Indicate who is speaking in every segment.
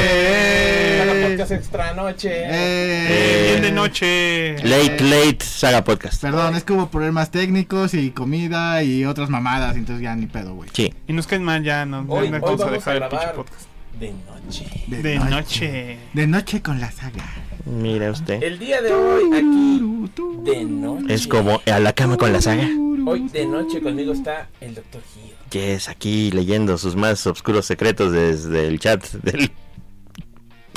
Speaker 1: Eh,
Speaker 2: Podcast extra noche.
Speaker 1: eh,
Speaker 3: Eh,
Speaker 1: bien de noche.
Speaker 3: Late, late, Saga Podcast.
Speaker 4: Perdón, es que hubo problemas técnicos y comida y otras mamadas, entonces ya ni pedo, güey.
Speaker 3: Sí.
Speaker 1: Y nos caen mal ya, no,
Speaker 2: Hoy,
Speaker 1: no
Speaker 2: hoy
Speaker 1: vamos a
Speaker 2: vamos a
Speaker 1: dejar el pinche
Speaker 2: grabar
Speaker 1: podcast.
Speaker 2: de noche.
Speaker 1: De noche.
Speaker 4: De noche con la saga.
Speaker 3: Mira usted.
Speaker 2: El día de hoy aquí de noche.
Speaker 3: Es como a la cama con la saga.
Speaker 2: Hoy de noche conmigo está el doctor Gio.
Speaker 3: Que es aquí leyendo sus más oscuros secretos desde el chat del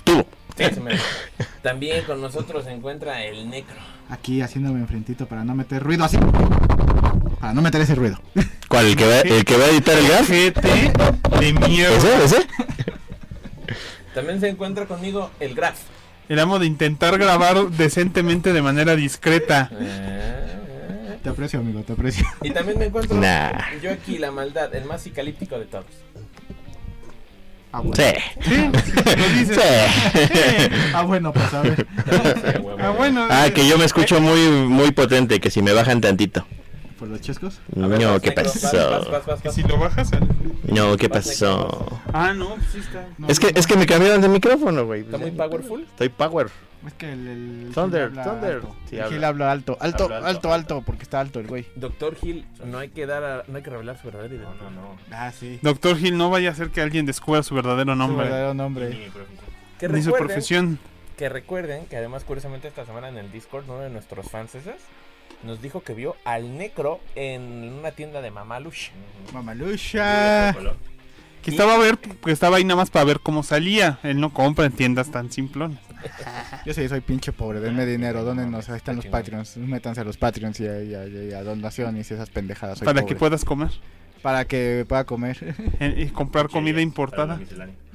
Speaker 3: tubo.
Speaker 2: Sí, se me- También con nosotros se encuentra el necro.
Speaker 4: Aquí haciéndome enfrentito para no meter ruido así. Para no meter ese ruido.
Speaker 3: ¿Cuál? ¿El que va, el que va a editar el graf?
Speaker 1: Gente de mierda.
Speaker 3: ¿Ese? ¿Ese?
Speaker 2: También se encuentra conmigo el Graf.
Speaker 1: El amo de intentar grabar decentemente de manera discreta.
Speaker 4: Te aprecio, amigo, te aprecio.
Speaker 2: Y también me encuentro
Speaker 3: Nah.
Speaker 2: yo aquí, la maldad, el más psicalíptico de todos.
Speaker 4: Ah, bueno.
Speaker 3: Sí.
Speaker 4: Lo dices.
Speaker 3: Sí.
Speaker 4: Ah, bueno, pues a ver.
Speaker 1: Ah, bueno.
Speaker 3: Ah, que yo me escucho muy, muy potente, que si me bajan tantito.
Speaker 4: ¿Por los chescos?
Speaker 2: A ver,
Speaker 3: No,
Speaker 2: vas,
Speaker 3: ¿qué
Speaker 2: necro, vas, vas,
Speaker 3: pasó?
Speaker 2: vas, vas, vas.
Speaker 1: Si lo bajas. sale.
Speaker 3: No, ¿qué pasó?
Speaker 1: Ah, no, pues sí está. No,
Speaker 3: Es que, es que me cambiaron de micrófono, güey.
Speaker 2: Está muy powerful.
Speaker 3: Estoy power.
Speaker 4: Es que el. el
Speaker 3: Thunder,
Speaker 4: Gil habla
Speaker 3: Thunder.
Speaker 4: alto.
Speaker 3: Sí,
Speaker 4: el
Speaker 3: habla.
Speaker 4: Gil habla alto. Alto,
Speaker 3: Habla
Speaker 4: alto,
Speaker 3: alto.
Speaker 4: alto, porque está alto el güey.
Speaker 2: Doctor Hill, no hay que dar a- no hay que revelar su verdadero identidad. No, no,
Speaker 4: Ah, sí.
Speaker 1: Doctor Hill, no vaya a ser que alguien descubra su verdadero
Speaker 4: Su
Speaker 1: nombre.
Speaker 4: verdadero nombre.
Speaker 2: Que
Speaker 1: Ni su
Speaker 2: recuerden,
Speaker 1: profesión.
Speaker 2: que recuerden que además curiosamente esta semana en el Discord uno de nuestros fans esos nos dijo que vio al necro en una tienda de Mamalush.
Speaker 4: Mamalusha.
Speaker 1: Que estaba a ver, que estaba ahí nada más para ver cómo salía. Él no compra en tiendas tan simplones.
Speaker 4: Yo sí, soy pinche pobre. Denme dinero, dónenos. Ahí están los
Speaker 2: Chingón.
Speaker 4: Patreons. Métanse a los Patreons y a, y a- y a donaciones y esas pendejadas. soy
Speaker 1: Para
Speaker 4: pobre.
Speaker 1: que puedas comer.
Speaker 4: Para que pueda comer.
Speaker 1: Eh, Y comprar comida importada.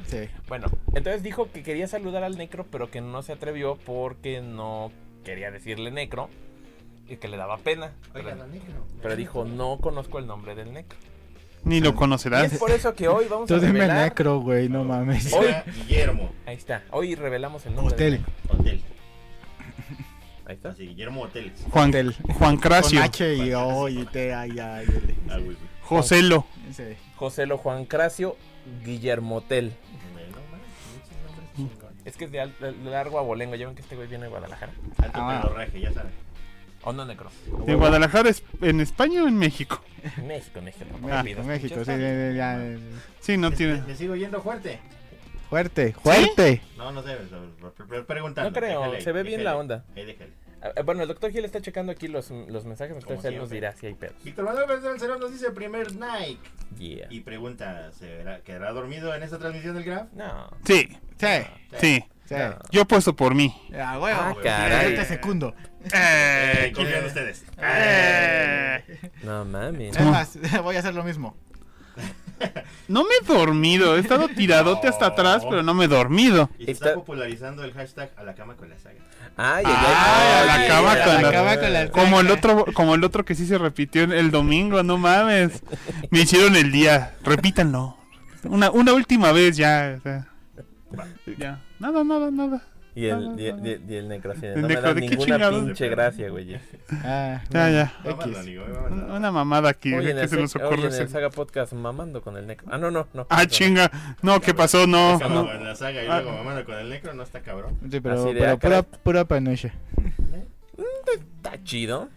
Speaker 4: sí.
Speaker 2: Bueno, entonces dijo que quería saludar al necro, pero que no se atrevió porque no quería decirle necro y que le daba pena. Pero, pero dijo, no conozco el nombre del necro.
Speaker 1: Ni lo
Speaker 2: Y es
Speaker 1: conocerás.
Speaker 2: por eso que hoy vamos a
Speaker 4: Tú dime
Speaker 2: revelar...
Speaker 4: necro, güey. No mames.
Speaker 2: Hoy,
Speaker 5: Guillermo.
Speaker 2: ahí está, hoy revelamos el nombre del
Speaker 4: Hotel.
Speaker 2: necro.
Speaker 5: Hotel.
Speaker 2: Ahí está.
Speaker 5: Así, Guillermo Hoteles.
Speaker 1: Juan,
Speaker 4: Hotel.
Speaker 1: Juan
Speaker 4: Con
Speaker 1: Cracio.
Speaker 4: H y O y T, ay, ay, L.
Speaker 5: Ah, güey,
Speaker 1: Joselo.
Speaker 4: Sí.
Speaker 2: José Lo Juan Cracio Guillermotel.
Speaker 5: güey. No, mames, muchos nombres chingones.
Speaker 2: Es que es de, al- de largo abolengo. Ya ven que este güey viene de Guadalajara.
Speaker 5: Alto
Speaker 4: Ah.
Speaker 5: pedorraje, ya sabes.
Speaker 2: ¿O no, necro?
Speaker 1: ¿De Guadalajara es- en España o en México?
Speaker 2: México, México. tampoco
Speaker 4: México,
Speaker 2: pidas
Speaker 4: México,
Speaker 2: muchas cosas.
Speaker 4: sí, ya, ya, ya.
Speaker 1: Sí, no
Speaker 5: ¿Me-
Speaker 1: tiene.
Speaker 2: Este,
Speaker 5: ¿Me sigo yendo fuerte?
Speaker 4: Fuerte, fuerte.
Speaker 5: No, no sé. Preguntando.
Speaker 2: No creo,
Speaker 5: déjale ahí,
Speaker 2: se ve bien
Speaker 5: déjale.
Speaker 2: la onda.
Speaker 5: Ahí déjale.
Speaker 2: Ah, ah, Bueno, el doctor Gil está checando aquí los, los mensajes. Entonces
Speaker 5: Como
Speaker 2: él nos
Speaker 5: siempre.
Speaker 2: dirá si hay pedos.
Speaker 5: Víctor Manuel Bertrán Cerón nos dice primer Nike.
Speaker 2: Yeah.
Speaker 5: Y pregunta, ¿se verá- ¿quedará dormido en esta transmisión del Graf?
Speaker 2: No.
Speaker 1: Sí,
Speaker 4: Sí,
Speaker 2: este.
Speaker 1: sí.
Speaker 4: sí.
Speaker 2: No.
Speaker 1: Yo puesto por mí.
Speaker 4: Ah, huevo.
Speaker 2: Ah, caray.
Speaker 4: Este segundo.
Speaker 5: Eh, confío en ustedes.
Speaker 1: Ah.
Speaker 4: eh.
Speaker 2: No mames.
Speaker 4: Es más, voy a hacer lo mismo.
Speaker 1: No me he dormido. He estado tiradote hasta atrás, pero no me he dormido.
Speaker 5: Y se
Speaker 2: Está-
Speaker 5: está popularizando el hashtag a la cama con la saga.
Speaker 2: Ay, ay,
Speaker 1: Ay, Ah, a la
Speaker 2: ay,
Speaker 1: cama
Speaker 2: ay,
Speaker 1: con
Speaker 2: ay,
Speaker 1: la-
Speaker 2: ay,
Speaker 4: con la-
Speaker 2: ay.
Speaker 1: Como el otro, como el otro que sí se repitió en- el domingo, no mames. Me hicieron el día. Repítanlo. Una, una última vez ya. o sea. Ya. Nada, nada, nada.
Speaker 2: Y el, y, el- y el- y el necro así de,
Speaker 1: El
Speaker 2: No me
Speaker 1: necro
Speaker 2: da
Speaker 1: de qué
Speaker 2: ninguna
Speaker 1: chingados.
Speaker 2: pinche gracia, güey.
Speaker 4: Ah,
Speaker 1: Ya,
Speaker 4: bueno,
Speaker 1: ya.
Speaker 5: Vámonos,
Speaker 4: X.
Speaker 5: amigo.
Speaker 1: Un-
Speaker 5: vámonos.
Speaker 1: Una mamada aquí. ¿eh?
Speaker 2: Hoy en,
Speaker 1: ¿Qué
Speaker 2: el,
Speaker 1: se nos
Speaker 2: sec- hoy
Speaker 1: ocurre
Speaker 2: en el
Speaker 1: hacer?
Speaker 2: Saga Podcast mamando con el necro. Ah, no, no, no.
Speaker 1: Ah,
Speaker 2: No.
Speaker 1: chinga. No, ¿qué pasó? No.
Speaker 5: Cama
Speaker 2: Ajá.
Speaker 5: con la saga y
Speaker 1: Ah.
Speaker 5: luego mamando con el necro, no está cabrón.
Speaker 4: Sí, pero,
Speaker 2: Así de,
Speaker 4: pero
Speaker 2: ah,
Speaker 4: pura,
Speaker 2: caray.
Speaker 4: pura panoche.
Speaker 2: Está chido.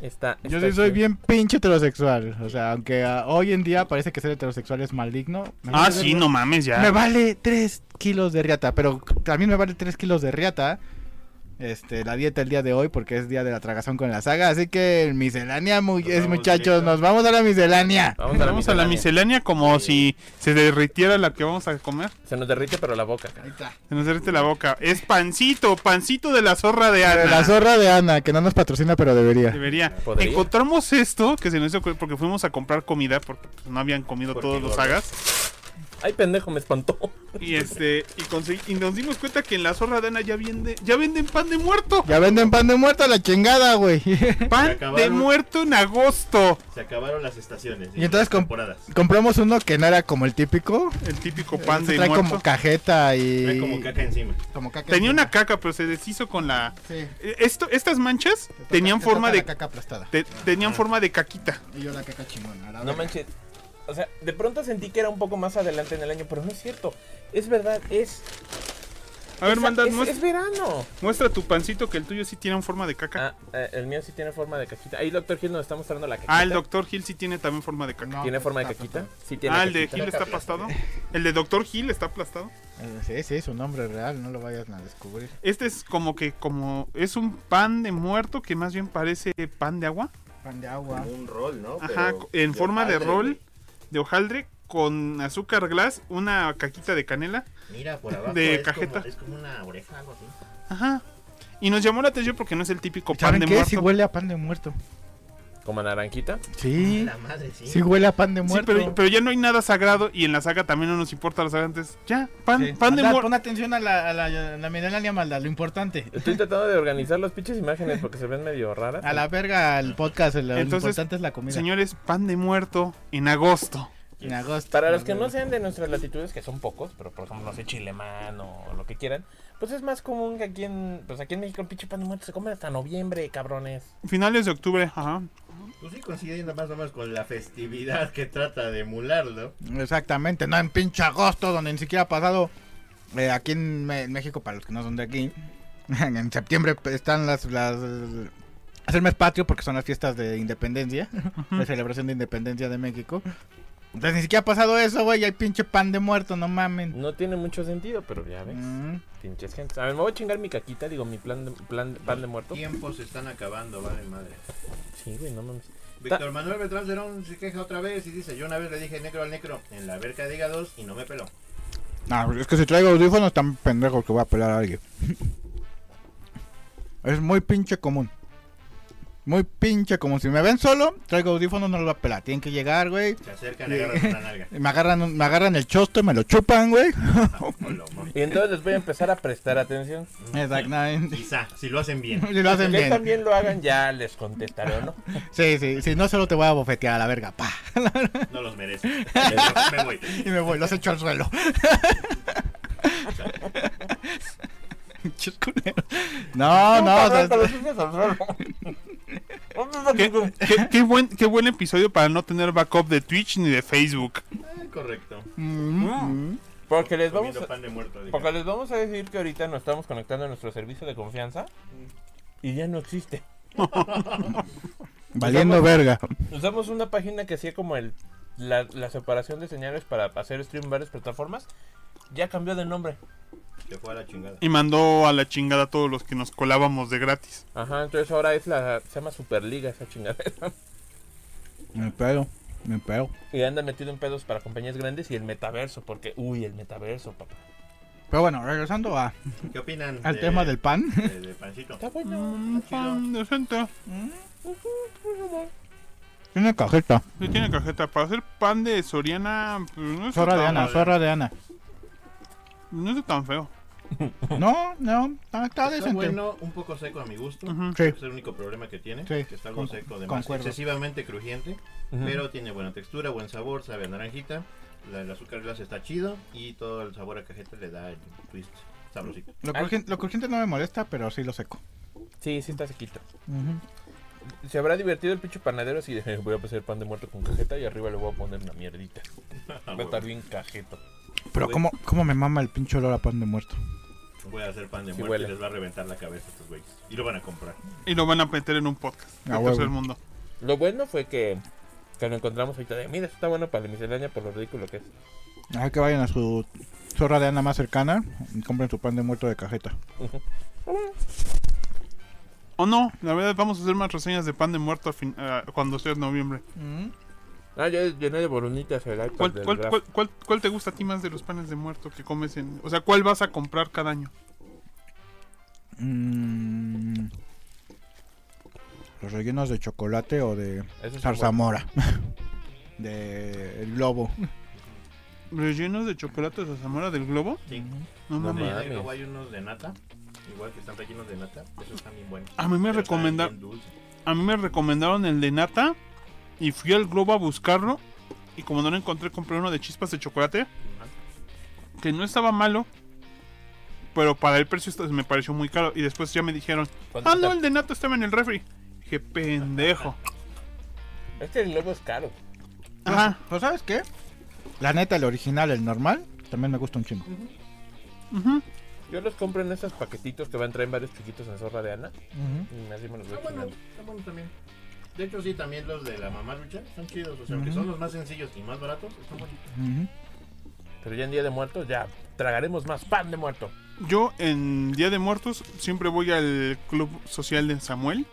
Speaker 2: Está,
Speaker 4: Yo
Speaker 2: está
Speaker 4: sí soy
Speaker 2: chido.
Speaker 4: bien pinche heterosexual. O sea, aunque ah, hoy en día parece que ser heterosexual es maligno. me
Speaker 1: Ah,
Speaker 4: vale
Speaker 1: sí,
Speaker 4: verga.
Speaker 1: no mames
Speaker 4: Me
Speaker 1: ya.
Speaker 4: vale 3 kilos de riata, pero también me vale 3 kilos de riata. Este, la dieta el día de hoy porque es día de la tragazón con la saga, así que miscelánea mu-
Speaker 5: Nos
Speaker 4: es,
Speaker 5: vamos
Speaker 4: muchachos,
Speaker 5: directo.
Speaker 4: nos vamos a la miscelánea.
Speaker 2: Vamos a la,
Speaker 1: Vamos a la miscelánea como si se derritiera la que vamos a comer.
Speaker 2: Se nos derrite, pero la boca.
Speaker 4: Ahí está.
Speaker 1: Se nos derrite la boca. Es pancito, pancito de la zorra de Ana.
Speaker 4: La zorra de Ana, que no nos patrocina pero debería.
Speaker 1: Debería.
Speaker 2: Podría.
Speaker 1: Encontramos esto que se nos hizo cu- porque fuimos a comprar comida porque pues, no habían comido
Speaker 5: Porque
Speaker 1: todos los
Speaker 5: gordos.
Speaker 1: sagas.
Speaker 2: Ay, pendejo, me espantó.
Speaker 1: Y este y, consegui- y nos dimos cuenta que en la zorra de Ana ya vende, ya venden pan de muerto.
Speaker 4: Ya venden pan de muerto a la chingada, güey.
Speaker 1: Pan de
Speaker 5: acabaron.
Speaker 1: muerto en agosto.
Speaker 5: Se acabaron las estaciones.
Speaker 4: Y entonces
Speaker 5: las
Speaker 4: con-
Speaker 5: temporadas.
Speaker 4: Compramos uno que no era como el típico.
Speaker 1: El típico pan
Speaker 4: Este
Speaker 1: de
Speaker 4: trae
Speaker 1: muerto.
Speaker 4: como cajeta y
Speaker 5: Trae como caca encima.
Speaker 4: como caca
Speaker 1: Tenía
Speaker 4: encima.
Speaker 1: una caca, pero se deshizo con la
Speaker 4: Sí.
Speaker 1: Eh, esto estas manchas
Speaker 4: Te toca-
Speaker 1: tenían
Speaker 4: te
Speaker 1: forma
Speaker 4: toca
Speaker 1: de
Speaker 4: la caca aplastada.
Speaker 1: te- tenían forma de caquita.
Speaker 4: Y yo la caca chingona. a la
Speaker 2: No
Speaker 4: verga.
Speaker 2: manches. O sea, de pronto sentí que era un poco más adelante en el año, pero no es cierto. Es verdad, es.
Speaker 1: A ver,
Speaker 2: es-
Speaker 1: manda,
Speaker 2: es,
Speaker 1: muest-
Speaker 2: es verano.
Speaker 1: muestra tu pancito que el tuyo sí tiene un forma de caca. Ah,
Speaker 2: Ah, eh, el mío sí tiene forma de cajita. Ahí, doctor Gil, nos está mostrando la cajita.
Speaker 1: Ah, el doctor Gil sí tiene también forma de caca.
Speaker 4: No.
Speaker 2: ¿Tiene forma de caquita? Sí, tiene.
Speaker 1: Ah, el de
Speaker 2: caquita.
Speaker 1: Gil está aplastado. El de doctor Gil está aplastado.
Speaker 4: Eh, Sí, sí, su nombre real, no lo vayas a descubrir.
Speaker 1: Este es como que, como, es un pan de muerto que más bien parece pan de agua.
Speaker 4: Pan de agua.
Speaker 6: Como un rol, ¿no?
Speaker 1: Ajá,
Speaker 6: Pero
Speaker 1: en forma de
Speaker 6: hojaldre,
Speaker 1: rol
Speaker 6: güey.
Speaker 1: de hojaldre con azúcar glass, una caquita de canela.
Speaker 6: Mira, por abajo.
Speaker 1: de
Speaker 6: es como-
Speaker 1: cajeta.
Speaker 6: es como una oreja, algo así.
Speaker 1: Ajá. Y nos llamó la atención porque no es el típico pan
Speaker 4: ¿Saben
Speaker 1: de
Speaker 4: qué?
Speaker 1: muerto.
Speaker 4: Si huele a pan de muerto.
Speaker 2: ¿Como naranjita?
Speaker 4: Sí,
Speaker 2: Ah,
Speaker 6: La madre, sí.
Speaker 4: sí huele a pan de
Speaker 1: Sí,
Speaker 4: muerto.
Speaker 1: pero, pero ya no hay nada sagrado y en la saga también no nos importa la saga antes. Ya, pan,
Speaker 4: Sí.
Speaker 1: pan de
Speaker 4: Maldad,
Speaker 1: muerto.
Speaker 4: Pon atención a la, a la, a la miscelánea maldad, lo importante.
Speaker 2: Estoy tratando de organizar las pinches imágenes porque se ven medio raras.
Speaker 4: A la verga el podcast, lo, lo
Speaker 1: Entonces,
Speaker 4: importante es la comida.
Speaker 1: Señores, pan de muerto en agosto.
Speaker 4: En agosto.
Speaker 2: Para los que no sean de nuestras latitudes, que son pocos, pero por ejemplo, no sé, chilemán o lo que quieran, pues es más común que aquí en, pues aquí en México el pinche pan de muerto se come hasta noviembre, cabrones.
Speaker 1: Finales de octubre, ajá.
Speaker 6: Pues sí, coincidiendo más o menos con la festividad que trata de emularlo.
Speaker 4: Exactamente, no en pinche agosto, donde ni siquiera ha pasado. eh, aquí en, Me- en México, para los que no son de aquí, en septiembre están las. las es el mes patrio porque son las fiestas de independencia, la celebración de independencia de México. Entonces ni siquiera ha pasado eso, güey, y hay pinche pan de muerto, no mamen.
Speaker 2: No tiene mucho sentido, pero ya ves,
Speaker 4: Mm.
Speaker 2: pinches gente. A ver, me voy a chingar mi caquita, digo, mi plan de, plan, pan de muerto.
Speaker 6: Tiempos se están acabando, vale madre.
Speaker 2: Sí, güey, no mames.
Speaker 6: Víctor Manuel Beltrán Cerón se queja otra vez y dice, yo una vez le dije necro al necro en la verca de hígados y no me peló.
Speaker 4: No, es que si traigo audífonos tan pendejo que voy a pelar a alguien. Es muy pinche común. Muy pinche común. Si me ven solo, traigo audífonos, no los voy a pelar. Tienen que llegar, güey.
Speaker 6: Se acercan y agarran una nalga.
Speaker 4: Y Me agarran, me agarran el chosto y me lo chupan, güey.
Speaker 6: Palomo.
Speaker 2: Y entonces les voy a empezar a prestar atención.
Speaker 4: Exactamente.
Speaker 6: Quizá, si lo hacen bien.
Speaker 4: Si lo hacen
Speaker 2: que
Speaker 4: bien.
Speaker 2: también lo hagan, ya les contestaré, ¿o ¿no?
Speaker 4: Sí, sí. Si no, solo te voy a bofetear a la verga. Pa.
Speaker 6: No los merezco. Me- me voy.
Speaker 4: Y me voy, los echo al suelo. Chis culeros. No, no. o sea,
Speaker 1: ¿Qué, qué- qué buen, qué buen episodio para no tener backup de Twitch ni de Facebook.
Speaker 6: Ah, correcto.
Speaker 4: mm, mm.
Speaker 2: Porque les vamos
Speaker 6: Comiendo
Speaker 2: a...
Speaker 6: pan de muerto. diga.
Speaker 2: Porque les vamos a decir que ahorita nos estamos conectando a nuestro servicio de confianza
Speaker 6: Mm.
Speaker 2: y ya no existe.
Speaker 4: Valiendo verga.
Speaker 2: Usamos una página que hacía como el la, la separación de señales para hacer stream en varias plataformas. Ya cambió de nombre.
Speaker 6: Se fue a la chingada.
Speaker 1: Y mandó a la chingada a todos los que nos colábamos de gratis.
Speaker 2: Ajá, entonces ahora es la se llama Superliga esa chingadera.
Speaker 4: Me pedo, me pedo.
Speaker 2: Y anda metido en pedos para compañías grandes y el metaverso, porque uy, el metaverso, papá.
Speaker 4: Pero bueno, regresando a-
Speaker 6: ¿Qué opinan?
Speaker 4: al
Speaker 6: de-
Speaker 4: tema del pan.
Speaker 6: de- de pancito.
Speaker 2: Está bueno.
Speaker 1: Mm, pan decente.
Speaker 4: Tiene cajeta.
Speaker 1: Sí tiene cajeta. Para hacer pan de Soriana, pues, no, está
Speaker 4: Zorra de
Speaker 1: tan,
Speaker 4: Ana,
Speaker 6: madre.
Speaker 4: zorra de Ana.
Speaker 1: no está tan feo.
Speaker 4: No, no, ah, está, está
Speaker 6: Está
Speaker 4: decente.
Speaker 6: bueno, un poco seco a mi gusto.
Speaker 1: Ujú.
Speaker 4: Sí.
Speaker 6: Es el único problema que tiene.
Speaker 4: Sí,
Speaker 6: Que está algo
Speaker 4: con-
Speaker 6: seco, además
Speaker 4: concuerdo.
Speaker 6: excesivamente crujiente.
Speaker 1: Ah,
Speaker 2: Ujú.
Speaker 6: Pero tiene buena textura, buen sabor, sabe a naranjita. La, el azúcar glass está chido y todo el sabor a cajeta le da el twist sabrosito.
Speaker 4: Lo,
Speaker 2: Ay.
Speaker 4: crujiente, lo crujiente no me molesta, pero sí lo seco.
Speaker 2: Sí, sí está sequito. Se habrá divertido el pinche panadero si voy a hacer pan de muerto con cajeta y arriba le voy a poner una mierdita.
Speaker 6: Ah,
Speaker 2: Va a estar bien cajeto.
Speaker 4: Pero
Speaker 6: Güey.
Speaker 4: ¿cómo, cómo me mama el pinche olor a pan de muerto.
Speaker 6: Voy a hacer pan de
Speaker 2: Sí
Speaker 6: muerto
Speaker 2: huele.
Speaker 6: y les va a reventar la cabeza a estos güeyes. Y lo van a comprar.
Speaker 1: Y lo van a meter en un podcast.
Speaker 4: Ah,
Speaker 1: del
Speaker 4: huevo.
Speaker 1: tercer mundo.
Speaker 2: Lo bueno fue que, que lo encontramos ahorita de, mira, esto está bueno para la miscelánea por lo ridículo que es.
Speaker 4: Ajá, que vayan a su zorra de Ana más cercana y compren su pan de muerto de cajeta.
Speaker 1: O no, la verdad vamos a hacer más reseñas de pan de muerto a fin- a- cuando sea noviembre.
Speaker 2: Ah, yo llené de bolonitas el iPad
Speaker 1: ¿Cuál,
Speaker 2: del
Speaker 1: cuál,
Speaker 2: Graf.
Speaker 1: cuál- cuál- cuál te gusta a ti más de los panes de muerto que comes en... O sea, ¿cuál vas a comprar cada año?
Speaker 4: Mm. Los rellenos de chocolate o de
Speaker 2: Esos son
Speaker 4: zarzamora. de el globo.
Speaker 1: ¿Rellenos de chocolate de Zamora del Globo?
Speaker 6: Sí.
Speaker 1: No
Speaker 6: Los de
Speaker 1: mames.
Speaker 2: mames.
Speaker 6: negro hay unos de nata. Igual que están rellenos de nata. Esos están bien buenos.
Speaker 1: A mí me
Speaker 6: Pero están
Speaker 1: recomenda-
Speaker 6: bien dulces.
Speaker 1: A mí me recomendaron el de nata y fui al Globo a buscarlo y como no lo encontré compré uno de chispas de chocolate que no estaba malo. Pero para el precio esto- me pareció muy caro. Y después ya me dijeron,
Speaker 2: ¿Cuánto
Speaker 1: ah, no,
Speaker 2: está?
Speaker 1: el de nata estaba en el refri. Dije, pendejo.
Speaker 2: Este globo es caro.
Speaker 1: Ajá.
Speaker 7: Pero Pues, ¿sabes qué? La neta, el original, el normal, también me gusta un chingo.
Speaker 1: Ujú.
Speaker 2: Yo los compro en esos paquetitos que van a traer varios chiquitos en Zorra de Ana.
Speaker 7: Ujú.
Speaker 2: Y Mm, así me los voy
Speaker 6: Está Ah, bueno,
Speaker 2: chingando.
Speaker 6: está bueno también. De hecho, sí, también los de la mamá lucha son chidos. O sea, aunque
Speaker 7: Ujú.
Speaker 6: son los más sencillos y más baratos, están buenos.
Speaker 7: Ujú.
Speaker 2: Pero ya en Día de Muertos ya tragaremos más pan de muerto.
Speaker 1: Yo en Día de Muertos siempre voy al club social de Samuel.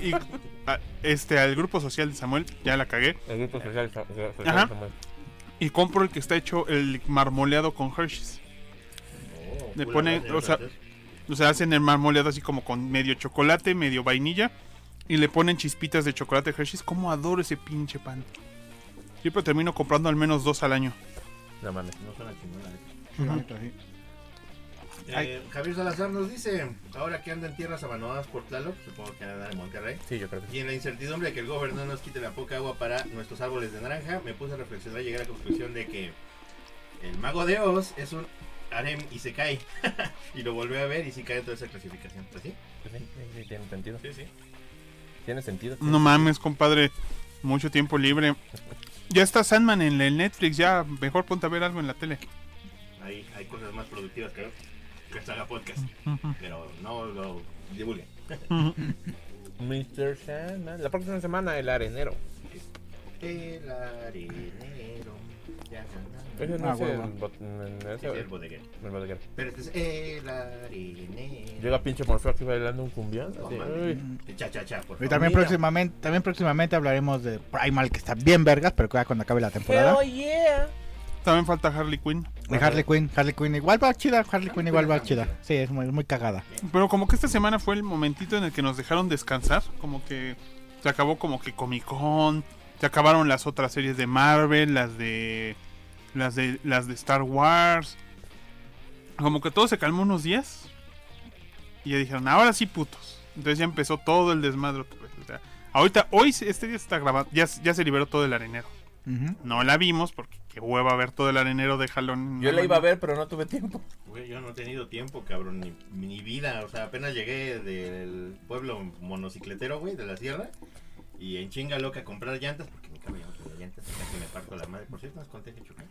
Speaker 1: Y, y, a- este, al grupo social de Samuel, ya la cagué.
Speaker 2: El grupo especial está- está- está-
Speaker 1: Ajá.
Speaker 2: está muy-
Speaker 1: Y compro el que está hecho el marmoleado con Hershey's.
Speaker 6: Oh,
Speaker 1: Le
Speaker 6: pura
Speaker 1: ponen,
Speaker 6: madre,
Speaker 1: o sea,
Speaker 6: francés.
Speaker 1: O sea, hacen el marmoleado así como con medio chocolate, medio vainilla. Y le ponen chispitas de chocolate Hershey's. ¿Cómo adoro ese pinche pan? Siempre termino comprando al menos dos al año.
Speaker 2: No mames.
Speaker 6: No suena chingón, la neta.
Speaker 7: La neta, sí.
Speaker 6: Eh, Javier Salazar nos dice, ahora que anda en tierras abandonadas por Tlaloc, supongo que anda en Monterrey,
Speaker 2: Sí, yo creo que sí.
Speaker 6: y en la incertidumbre de que el gobierno no nos quite la poca agua para nuestros árboles de naranja, me puse a reflexionar y llegué a la conclusión de que el mago de Oz es un harem y se cae. y lo volví a ver y sí cae en toda esa clasificación. Pues sí,
Speaker 2: Sí, sí, sí, tiene sentido.
Speaker 6: sí, sí.
Speaker 2: Tiene sentido.
Speaker 1: No mames, compadre. Mucho tiempo libre. Ya está Sandman en el Netflix. Ya mejor ponte a ver algo en la tele.
Speaker 6: Ahí hay cosas más productivas que, que hasta la podcast, pero no lo divulguen.
Speaker 2: Mr. Sandman. La próxima semana, el arenero.
Speaker 6: El arenero. Ya, ya, ya.
Speaker 2: Ese no
Speaker 7: Ah,
Speaker 2: es
Speaker 7: huevo.
Speaker 2: el bot- ese-
Speaker 6: Sí, sí, el bodeguero.
Speaker 2: el bodeguero.
Speaker 6: Pero este es el arenero.
Speaker 2: Llega pinche Morfeo aquí bailando un cumbión.
Speaker 6: No,
Speaker 2: así,
Speaker 6: mames.
Speaker 2: uy.
Speaker 6: Cha, cha, cha,
Speaker 7: Y
Speaker 6: por favor.
Speaker 7: también
Speaker 2: mira.
Speaker 7: próximamente, también próximamente hablaremos de Primal, que está bien vergas, pero que ya cuando acabe la temporada.
Speaker 6: Oh,
Speaker 2: Hell yeah.
Speaker 1: También falta Harley Quinn.
Speaker 7: Y Harley Quinn, Harley Quinn igual va chida, Harley Quinn igual va chida. Sí, es muy, muy cagada.
Speaker 1: Pero como que esta semana fue el momentito en el que nos dejaron descansar. Como que se acabó como que Comic Con. Se acabaron las otras series de Marvel, las de. las de. las de Star Wars. Como que todo se calmó unos días. Y ya dijeron, ahora sí putos. Entonces ya empezó todo el desmadre otra vez. O sea, ahorita, hoy se- este día se está grabando. Ya, se- ya se liberó todo el arenero.
Speaker 7: Ujú.
Speaker 1: No la vimos porque qué hueva ver todo el arenero de jalón.
Speaker 2: Yo la iba a ver, pero no tuve tiempo.
Speaker 6: Güey, yo no he tenido tiempo, cabrón, ni, ni vida. O sea, apenas llegué del pueblo monocicletero, güey, de la sierra. Y en chinga loca a comprar llantas, porque mi cabrón ya no tenía llantas. Casi me parto la madre. Por cierto, nos conté que chocó.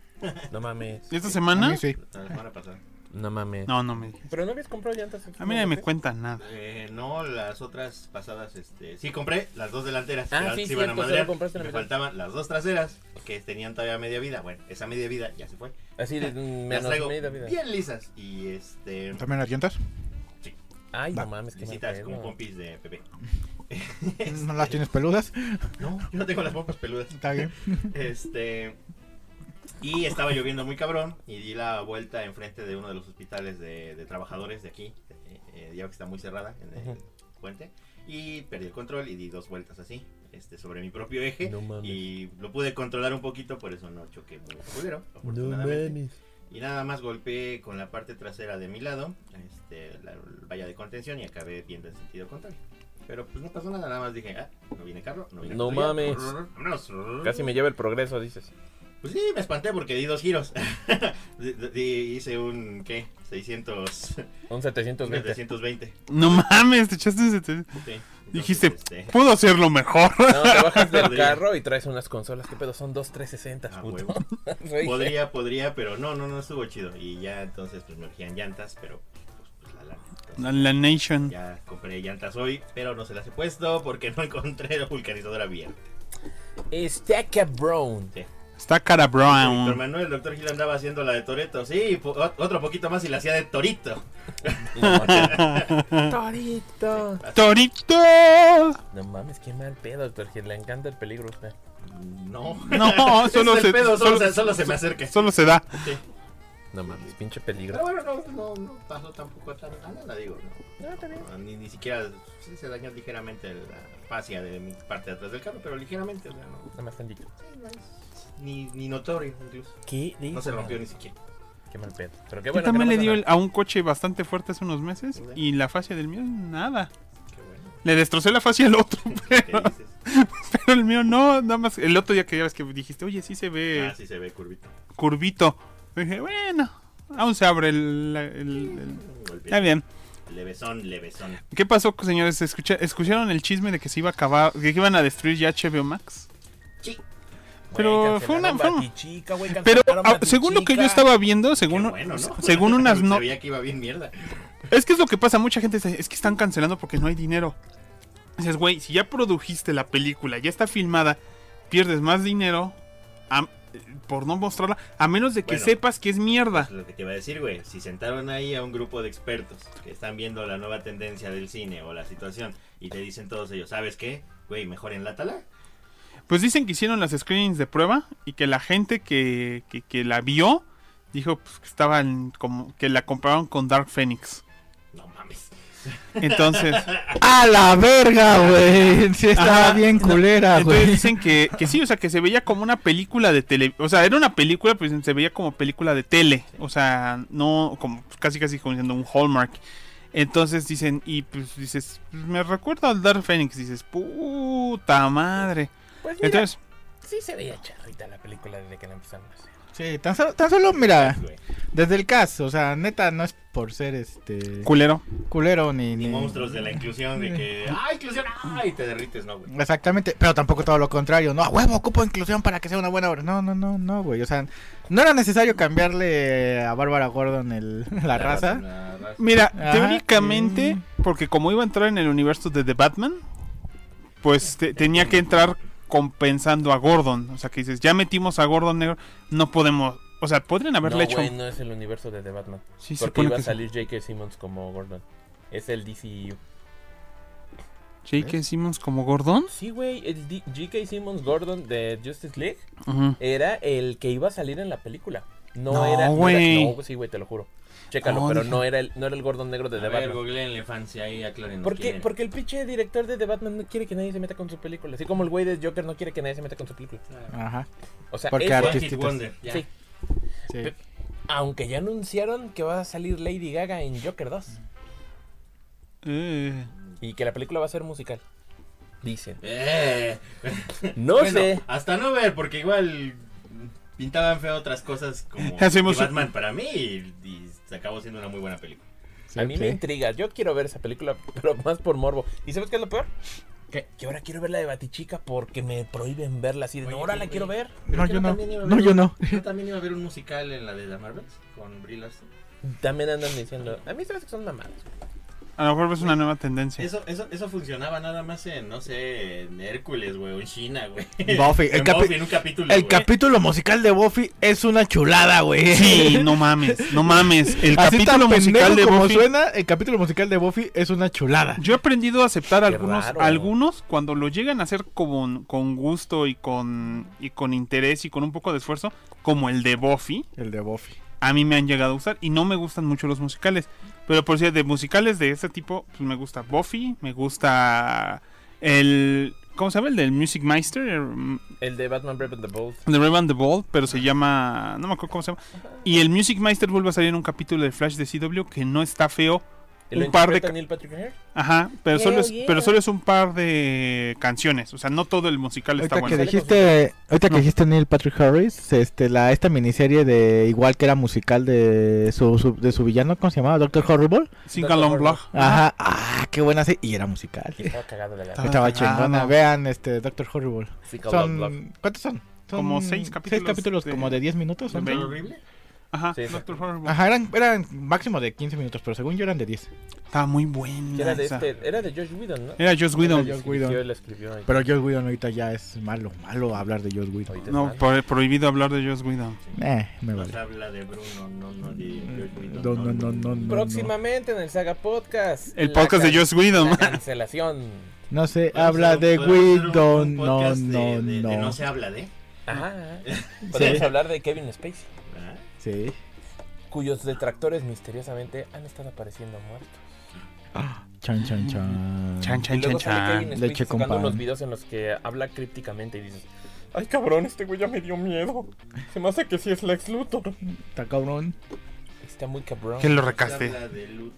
Speaker 2: No mames.
Speaker 1: ¿Y esta
Speaker 7: A
Speaker 1: semana?
Speaker 7: mí sí.
Speaker 6: La semana pasada.
Speaker 2: No mames.
Speaker 1: No, no me digas.
Speaker 2: Pero no habías comprado llantas.
Speaker 1: A mí nadie me
Speaker 2: ¿no?
Speaker 1: cuenta nada.
Speaker 6: Eh, no, las otras pasadas, este... Sí, compré las dos delanteras.
Speaker 2: Ah,
Speaker 6: que
Speaker 2: sí,
Speaker 6: se iban a
Speaker 2: cierto,
Speaker 6: madrear.
Speaker 2: solo compraste la
Speaker 6: Me
Speaker 2: mitad.
Speaker 6: faltaban las dos traseras, que tenían todavía media vida. Bueno, esa media vida ya se fue.
Speaker 2: Así de
Speaker 6: Las
Speaker 2: menos
Speaker 6: traigo
Speaker 2: media vida.
Speaker 6: bien lisas. Y este...
Speaker 7: ¿También las llantas?
Speaker 2: Ay,
Speaker 7: Va.
Speaker 2: no mames, que me
Speaker 6: Visitas con
Speaker 2: pedo.
Speaker 6: compis de Pepe.
Speaker 7: ¿No las tienes peludas?
Speaker 6: No, yo no tengo las pompas peludas.
Speaker 7: Está bien.
Speaker 6: Este. Y estaba lloviendo muy cabrón. Y di la vuelta enfrente de uno de los hospitales de, de trabajadores de aquí. eh, eh, ya que está muy cerrada en el
Speaker 2: Ujú.
Speaker 6: puente. Y perdí el control y di dos vueltas así. Este, sobre mi propio eje.
Speaker 2: No mames.
Speaker 6: y lo pude controlar un poquito, por eso no choqué muy culero,
Speaker 2: No
Speaker 6: afortunadamente.
Speaker 2: mames.
Speaker 6: Y nada más golpeé con la parte trasera de mi lado, este, la el valla de contención y acabé viendo en sentido contrario. Pero pues no pasó nada, nada más dije, ah, no viene carro, no viene
Speaker 2: No
Speaker 6: patrulla.
Speaker 2: mames.
Speaker 6: Rrr, vámonos, rrr.
Speaker 2: Casi me lleva el progreso, dices.
Speaker 6: Pues sí, me espanté porque di dos giros. Di- di- hice un, ¿qué? 600,
Speaker 2: Un 720.
Speaker 6: 720.
Speaker 1: No mames, te echaste ese. te-
Speaker 6: Sí. Entonces,
Speaker 1: Dijiste,
Speaker 6: este,
Speaker 1: puedo hacerlo mejor.
Speaker 2: pues, No, te bajas del
Speaker 6: Podría.
Speaker 2: carro y traes unas consolas. ¿Qué pedo? Son dos 360,
Speaker 6: "Ah,
Speaker 2: puto.
Speaker 6: huevo".
Speaker 2: Soy-
Speaker 6: Podría, podría, pero no, no, no estuvo chido. Y ya entonces pues me urgían llantas, pero pues, pues, la lana. Entonces,
Speaker 1: La, la Nation.
Speaker 6: Ya compré llantas hoy, pero no se las he puesto porque no encontré la vulcanizadora bien.
Speaker 2: Está cabrón.
Speaker 1: Está cara
Speaker 6: Doctor
Speaker 1: Brown.
Speaker 6: Manuel, doctor Gil andaba haciendo la de Toreto, sí, po- o- otro poquito más y la hacía de Torito.
Speaker 2: Torito.
Speaker 1: Torito.
Speaker 2: No mames, qué mal pedo, doctor Gil. Le encanta el peligro a usted.
Speaker 6: No,
Speaker 1: No,
Speaker 6: Ese
Speaker 1: solo
Speaker 6: es
Speaker 1: se,
Speaker 6: el pedo, solo,
Speaker 1: solo,
Speaker 6: se, solo se me acerca.
Speaker 1: solo se da.
Speaker 2: No mames, pinche
Speaker 6: Pero
Speaker 2: peligro.
Speaker 6: bueno, no, no, no pasó tampoco tan a nada, digo, no.
Speaker 2: No, está bien.
Speaker 6: Ni, ni siquiera sí, se dañó ligeramente la fascia de mi parte de atrás del carro, pero ligeramente, o sea, no,
Speaker 2: Nada más tantito.
Speaker 6: ni, ni notorio incluso.
Speaker 2: ¿Qué
Speaker 6: No se rompió ni siquiera.
Speaker 2: Qué mal pedo. Pero qué
Speaker 1: Yo
Speaker 2: bueno.
Speaker 1: también le
Speaker 2: que no
Speaker 1: dio el-
Speaker 2: pasa
Speaker 1: a un coche bastante fuerte hace unos meses y la fascia del mío, nada.
Speaker 6: Qué bueno.
Speaker 1: Le destrocé la fascia al otro,
Speaker 6: ¿Qué
Speaker 1: pero,
Speaker 6: dices?
Speaker 1: pero el mío no, nada más. El otro día que ya ves que dijiste, oye, sí se ve
Speaker 6: Ah, sí se ve curvito.
Speaker 1: curvito. Dije, bueno, aún se abre el- el- el...
Speaker 6: Un
Speaker 1: Está
Speaker 6: golpe.
Speaker 1: bien.
Speaker 6: Levesón, levesón.
Speaker 1: ¿Qué pasó, señores? ¿Escucha- ¿Escucharon el chisme de que se iba a acabar, de que iban a destruir ya HBO Max?
Speaker 6: Sí.
Speaker 1: Pero fue una- fue una- Pero ah, según lo que yo estaba viendo, según,
Speaker 6: Qué bueno, ¿no?
Speaker 1: según unas no,
Speaker 6: Sabía que iba bien mierda.
Speaker 1: Es que es lo que pasa, mucha gente dice, es que están cancelando porque no hay dinero. Dices, güey, si ya produjiste la película, ya está filmada, pierdes más dinero a- por no mostrarla, a menos de que
Speaker 6: Bueno.
Speaker 1: sepas que es mierda.
Speaker 6: Pues Lo que te iba a decir, güey, si sentaron ahí a un grupo de expertos que están viendo la nueva tendencia del cine o la situación y te dicen todos ellos, ¿sabes qué? Güey, mejor enlátala.
Speaker 1: Pues dicen que hicieron las screenings de prueba y que la gente que, que- que la vio dijo pues, que estaban como que la compararon con Dark Phoenix.
Speaker 6: No mames.
Speaker 1: Entonces,
Speaker 4: ¡A la verga, güey! Sí, estaba
Speaker 1: Ajá.
Speaker 4: bien culera,
Speaker 1: entonces
Speaker 4: Ah, güey.
Speaker 1: dicen que, que sí, o sea, que se veía como una película de tele, o sea, era una película, pues se veía como película de tele, o sea, no como pues, casi casi como siendo un Hallmark. Entonces dicen y pues dices, pues, me recuerda al Dark Phoenix, dices, puta madre.
Speaker 2: Pues mira,
Speaker 1: Entonces,
Speaker 2: sí se veía charrita la película desde que la empezaron a hacer.
Speaker 4: Sí, tan solo, tan solo, mira,
Speaker 6: Güey,
Speaker 4: desde el caso, o sea, neta, no es por ser este
Speaker 1: culero.
Speaker 4: culero ni...
Speaker 6: Ni monstruos de la inclusión, de que, ¡ah, inclusión! ¡ay! Te derrites, no, güey.
Speaker 4: Exactamente, pero tampoco todo lo contrario, no, a huevo, ocupo inclusión para que sea una buena obra. No, no, no, no, güey, o sea, no era necesario cambiarle a Bárbara Gordon el, la raza.
Speaker 6: La raza.
Speaker 1: Mira,
Speaker 4: Ajá,
Speaker 1: teóricamente,
Speaker 4: sí.
Speaker 1: porque como iba a entrar en el universo de The Batman, pues te- tenía que entrar compensando a Gordon. O sea, que dices, ya metimos a Gordon negro, no podemos. O sea, podrían haberle
Speaker 2: no,
Speaker 1: hecho.
Speaker 2: güey, no es el universo de The Batman.
Speaker 1: Sí, se
Speaker 2: porque
Speaker 1: supone
Speaker 2: iba a
Speaker 1: que
Speaker 2: salir J.K. Simmons como Gordon. Es el DCU.
Speaker 1: sí.
Speaker 2: ¿eh?
Speaker 1: J.K. Simmons como Gordon.
Speaker 2: Sí, güey, el D- J.K. Simmons Gordon de Justice League
Speaker 1: Ujú.
Speaker 2: era el que iba a salir en la película. No,
Speaker 1: No,
Speaker 2: era. no
Speaker 1: güey.
Speaker 2: era- No, sí, güey, te lo juro. Chécalo,
Speaker 1: No,
Speaker 2: pero
Speaker 1: dije-
Speaker 2: no, era el, no era el Gordon negro de The
Speaker 6: A ver,
Speaker 2: Batman.
Speaker 6: googleenle, fans, y ahí aclárenos
Speaker 2: ¿Por
Speaker 6: quién
Speaker 2: qué?
Speaker 6: era.
Speaker 2: Porque el pinche director de The Batman no quiere que nadie se meta con su película. Así como el güey de Joker no quiere que nadie se meta con su película.
Speaker 4: Ajá,
Speaker 2: O sea,
Speaker 4: Porque
Speaker 2: ese-
Speaker 6: One Hit
Speaker 4: Artistitas.
Speaker 6: Wonder, ya.
Speaker 2: sí.
Speaker 4: sí.
Speaker 2: Aunque ya anunciaron que va a salir Lady Gaga en Joker 2.
Speaker 1: Eh,
Speaker 2: Y que la película va a ser musical. Dicen.
Speaker 6: Eh.
Speaker 2: No
Speaker 6: Bueno,
Speaker 2: sé.
Speaker 6: Hasta no ver, porque igual mm, pintaban feo otras cosas como
Speaker 1: Hacemos un-
Speaker 6: Batman para mí y, y se acabó siendo una muy buena película.
Speaker 4: sí,
Speaker 2: a mí
Speaker 4: sí.
Speaker 2: me intriga. Yo quiero ver esa película, pero más por morbo. ¿Y sabes qué es lo peor? ¿Qué? Que ahora quiero ver la de Batichica porque me prohíben verla así de.
Speaker 6: Oye,
Speaker 2: no, ahora
Speaker 6: sí,
Speaker 2: la
Speaker 6: güey.
Speaker 2: quiero ver.
Speaker 4: No,
Speaker 6: Pero
Speaker 4: yo
Speaker 6: que
Speaker 4: no,
Speaker 6: también iba a
Speaker 4: no,
Speaker 6: haber
Speaker 4: yo
Speaker 6: un-
Speaker 4: no.
Speaker 6: ¿no también iba a haber un musical en la de The Marvels con Brie Larson?
Speaker 2: También andan diciendo. A mí sabes que son mamadas.
Speaker 1: a lo mejor es una nueva tendencia.
Speaker 6: Eso, eso, eso funcionaba nada más en, no sé, en Hércules, güey, o en China, güey.
Speaker 4: Buffy, el
Speaker 6: En
Speaker 4: capi-
Speaker 6: en un capítulo,
Speaker 4: El
Speaker 6: güey.
Speaker 4: capítulo musical de Buffy es una chulada, güey.
Speaker 1: Sí, no mames, no mames. El
Speaker 4: Así tan
Speaker 1: capítulo musical
Speaker 4: pendejo
Speaker 1: de
Speaker 4: como
Speaker 1: Buffy.
Speaker 4: suena, el capítulo musical de Buffy es una chulada.
Speaker 1: Yo he aprendido a aceptar algunos,
Speaker 2: raro.
Speaker 1: algunos cuando lo llegan a hacer con, con gusto y con, y con interés y con un poco de esfuerzo, como el de Buffy.
Speaker 4: El de Buffy.
Speaker 1: a mí me han llegado a gustar y no me gustan mucho los musicales. Pero por cierto, de musicales de este tipo, pues me gusta Buffy, me gusta el. ¿Cómo se llama? El del Music Meister, el
Speaker 2: El de Batman Brave and the Bold.
Speaker 1: The Brave and the Ball, pero se llama. No me acuerdo cómo se llama. Y el Music Meister vuelve a salir en un capítulo de Flash de CW que no está feo.
Speaker 2: ¿Y lo
Speaker 1: Un par de
Speaker 2: interpreta
Speaker 1: ca-
Speaker 2: Neil Patrick Harris?
Speaker 1: Ajá, pero solo,
Speaker 2: Hell
Speaker 1: es,
Speaker 2: yeah.
Speaker 1: pero solo es un par de canciones. O sea, no todo el musical está
Speaker 4: Ahorita que
Speaker 1: bueno.
Speaker 2: de-
Speaker 4: dijiste, ahorita
Speaker 1: No.
Speaker 4: que dijiste Neil Patrick Harris, este, la esta miniserie de igual que era musical de su, su- de su villano, ¿cómo se llamaba? Doctor Horrible.
Speaker 1: Sing Along Blog.
Speaker 4: Ajá. Ah, qué buena serie. Y era musical.
Speaker 2: Y estaba cagado de la
Speaker 1: Ah,
Speaker 4: Estaba
Speaker 1: ah,
Speaker 4: chingona.
Speaker 1: no.
Speaker 4: Vean, este, Doctor Horrible.
Speaker 2: Sí, cabrón, bluff.
Speaker 4: Son, ¿cuántos son? Son
Speaker 1: Como seis capítulos
Speaker 4: capítulos
Speaker 1: de-
Speaker 4: como de 10 minutos.
Speaker 1: de
Speaker 4: once.
Speaker 6: ¿Fue
Speaker 1: veinte.
Speaker 6: horrible?
Speaker 1: Ajá,
Speaker 2: Sí, sí.
Speaker 1: Dr. Horrible.
Speaker 4: Ajá, eran, eran máximo de 15 minutos, pero según yo eran de 10.
Speaker 1: Estaba muy buena.
Speaker 2: Era de
Speaker 1: esa.
Speaker 2: este. Era de Josh Whedon, ¿no?
Speaker 1: Era Joss Whedon.
Speaker 2: Él
Speaker 4: Joss Whedon.
Speaker 2: escribió, él escribió y-
Speaker 4: Pero Joss Whedon ahorita ya es malo, malo hablar de Joss Whedon.
Speaker 2: Ahorita es
Speaker 1: No,
Speaker 2: malo.
Speaker 1: pro- prohibido hablar de Joss Whedon.
Speaker 4: Eh, me
Speaker 6: Nos
Speaker 4: vale.
Speaker 6: habla de Bruno, no, no, de
Speaker 4: No, no, no, no, no.
Speaker 2: Próximamente en el Saga Podcast.
Speaker 1: El
Speaker 2: la
Speaker 1: podcast de
Speaker 2: can-
Speaker 1: Joss Whedon.
Speaker 2: La cancelación.
Speaker 4: No se
Speaker 6: Podemos
Speaker 4: habla
Speaker 6: hacer
Speaker 4: de
Speaker 6: un- podemos hacer un-
Speaker 4: Whedon,
Speaker 6: un
Speaker 4: no,
Speaker 6: podcast de-
Speaker 4: no,
Speaker 6: de- de
Speaker 4: no.
Speaker 6: No se habla de.
Speaker 2: Ajá. Podemos hablar de Kevin Spacey,
Speaker 6: ¿verdad?
Speaker 4: Sí.
Speaker 2: cuyos detractores misteriosamente han estado apareciendo muertos.
Speaker 4: Chan, chan, chan.
Speaker 1: Chan, chan, chan,
Speaker 2: Y luego sale
Speaker 1: chan.
Speaker 2: Kevin
Speaker 4: Leche
Speaker 2: Spacey
Speaker 4: con
Speaker 2: sacando
Speaker 4: pan.
Speaker 2: unos videos en los que habla crípticamente y dices, ay cabrón, este güey ya me dio miedo. Se me hace que sí es Lex Luthor.
Speaker 4: Está cabrón.
Speaker 2: Está muy cabrón.
Speaker 1: Que lo
Speaker 6: No se
Speaker 1: recaste.
Speaker 6: habla de luto.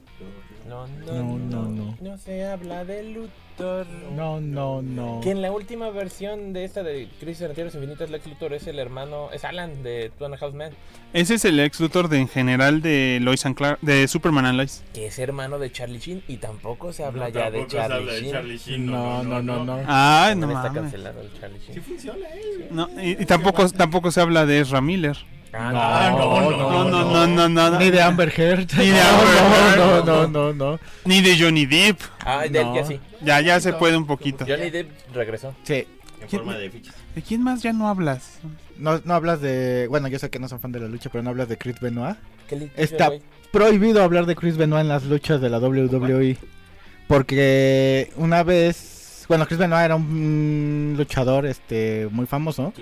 Speaker 2: No,
Speaker 4: No, no, no.
Speaker 2: No se habla de Luthor.
Speaker 4: No, no, no.
Speaker 2: Que en la última versión de esta de Crisis en Tierras Infinitas, Lex Luthor es el hermano, es Alan de Two and a Half Men,
Speaker 1: Ese es el ex Luthor de en general de Lois and Clark, de Superman and Lois.
Speaker 2: que es hermano de Charlie Sheen y tampoco se habla
Speaker 6: No,
Speaker 2: ya de
Speaker 6: tampoco se habla
Speaker 2: Charlie
Speaker 6: de
Speaker 2: Sheen.
Speaker 6: Charlie Sheen.
Speaker 4: No, no, no,
Speaker 2: Eh,
Speaker 4: no.
Speaker 1: Ay, no
Speaker 2: También está
Speaker 1: mames.
Speaker 2: cancelado el Charlie Sheen.
Speaker 6: Sí funciona, eh.
Speaker 1: No, y, y tampoco, tampoco se habla de Ezra Miller.
Speaker 6: Ah, no, no,
Speaker 1: No, no, no, no, no. Ah, no.
Speaker 4: Ni de Amber Heard.
Speaker 1: Ni de
Speaker 4: No,
Speaker 1: Amber Heard.
Speaker 4: No, no, no, no.
Speaker 1: Ni de Johnny Depp.
Speaker 2: Ah, de él
Speaker 4: No.
Speaker 2: ya sí.
Speaker 1: Ya, ya se puede un poquito.
Speaker 2: Johnny Depp regresó.
Speaker 4: Sí.
Speaker 6: En forma de fichas.
Speaker 1: ¿De quién más ya no hablas?
Speaker 4: No, no hablas de. Bueno, yo sé que no son fan de la lucha, pero no hablas de Chris Benoit.
Speaker 2: Qué lindo,
Speaker 4: Está
Speaker 2: güey.
Speaker 4: prohibido hablar de Chris Benoit en las luchas de la WWE. Porque una vez. Bueno, Chris Benoit era un mm, luchador este muy famoso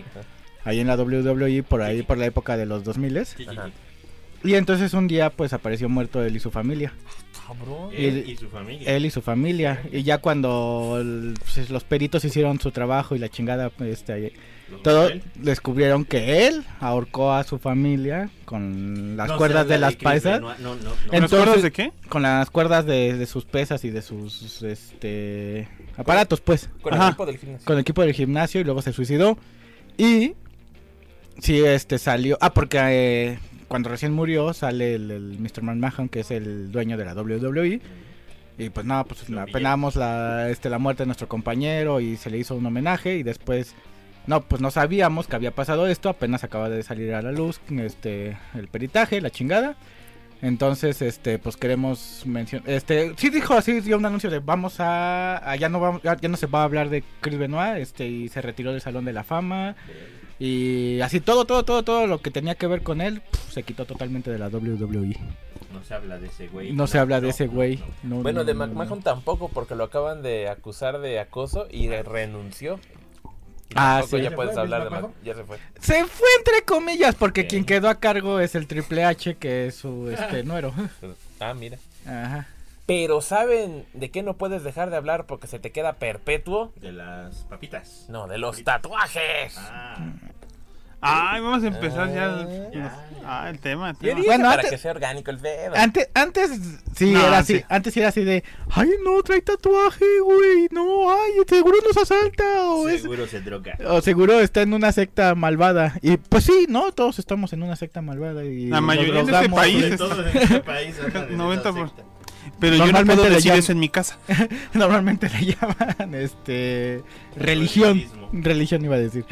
Speaker 4: ahí en la WWE por ahí por la época de los 2000
Speaker 2: Ajá.
Speaker 4: y entonces un día pues apareció muerto él y su familia.
Speaker 2: Cabrón.
Speaker 6: Él y su familia.
Speaker 4: Él y su familia. Y ya cuando el- pues, los peritos hicieron su trabajo y la chingada, pues, este,
Speaker 6: Los
Speaker 4: todo
Speaker 6: Marcel.
Speaker 4: descubrieron que él ahorcó a su familia con las
Speaker 6: No se
Speaker 4: cuerdas
Speaker 6: habla
Speaker 4: de las
Speaker 6: Chris
Speaker 4: paisas.
Speaker 6: Benoit, No, no, no.
Speaker 1: ¿Te
Speaker 4: Entonces-
Speaker 1: acuerdas de qué?
Speaker 4: Con las cuerdas de, de sus pesas y de sus este aparatos, pues.
Speaker 2: Con
Speaker 1: Ajá.
Speaker 2: el equipo del gimnasio.
Speaker 4: Con el equipo del gimnasio y luego se suicidó. Y sí, este salió. Ah, porque eh, cuando recién murió sale el, el Mr. McMahon, que es el dueño de la WWE. Y pues nada, pues
Speaker 6: Lo
Speaker 4: la-
Speaker 6: humilló.
Speaker 4: penamos la, este, la muerte de nuestro compañero y se le hizo un homenaje y después, no, pues no sabíamos que había pasado esto, apenas acaba de salir a la luz este, el peritaje, la chingada. Entonces, este, pues queremos mencionar, este, sí dijo, sí dio un anuncio de vamos a, a- ya no vamos, ya, ya no se va a hablar de Chris Benoit, este, y se retiró del Salón de la Fama y así todo, todo, todo, todo lo que tenía que ver con él pf, se quitó totalmente de la WWE.
Speaker 6: No se habla de ese güey.
Speaker 4: No, se habla de
Speaker 6: no,
Speaker 4: ese
Speaker 6: no,
Speaker 4: güey.
Speaker 6: no.
Speaker 4: no,
Speaker 2: Bueno,
Speaker 4: no,
Speaker 2: de
Speaker 4: no, no.
Speaker 2: McMahon tampoco, porque lo acaban de acusar de acoso y de- renunció.
Speaker 4: Ah,
Speaker 2: Tampoco
Speaker 4: sí.
Speaker 2: ya puedes
Speaker 6: fue,
Speaker 2: hablar de
Speaker 6: Vince
Speaker 2: McMahon. Ya se fue.
Speaker 4: Se fue entre comillas, porque
Speaker 6: Ok.
Speaker 4: quien quedó a cargo es el Triple H, que es su este nuero.
Speaker 2: Ah, mira.
Speaker 4: Ajá.
Speaker 2: Pero ¿saben de qué no puedes dejar de hablar porque se te queda perpetuo?
Speaker 6: De las papitas.
Speaker 2: No, de los tatuajes.
Speaker 6: Ah,
Speaker 1: Ay, vamos a empezar
Speaker 4: Eh,
Speaker 2: Ah,
Speaker 1: ya.
Speaker 6: ya.
Speaker 1: Ah, el tema. El
Speaker 2: Yo
Speaker 1: tema.
Speaker 2: dije
Speaker 4: Bueno,
Speaker 2: para
Speaker 4: antes-
Speaker 2: que sea orgánico el dedo.
Speaker 4: Antes, antes sí
Speaker 1: No,
Speaker 4: era así,
Speaker 1: sí.
Speaker 4: antes sí era así de ay no trae tatuaje, güey, no, ay, seguro nos asalta, o Oh, es-
Speaker 6: seguro se droga.
Speaker 4: o seguro está en una secta malvada. Y pues sí, no, todos estamos en una secta malvada y
Speaker 1: La
Speaker 4: nos
Speaker 1: mayoría de este
Speaker 4: drogamos.
Speaker 1: país.
Speaker 6: Sobre todo en este país. hablan de
Speaker 1: 90
Speaker 6: esa
Speaker 1: por-
Speaker 6: secta.
Speaker 1: Pero yo no
Speaker 4: Normalmente
Speaker 1: puedo
Speaker 4: le
Speaker 1: decir
Speaker 4: llaman-
Speaker 1: eso en mi casa.
Speaker 4: Normalmente le llaman este religión,
Speaker 6: Relativismo.
Speaker 4: religión iba a decir.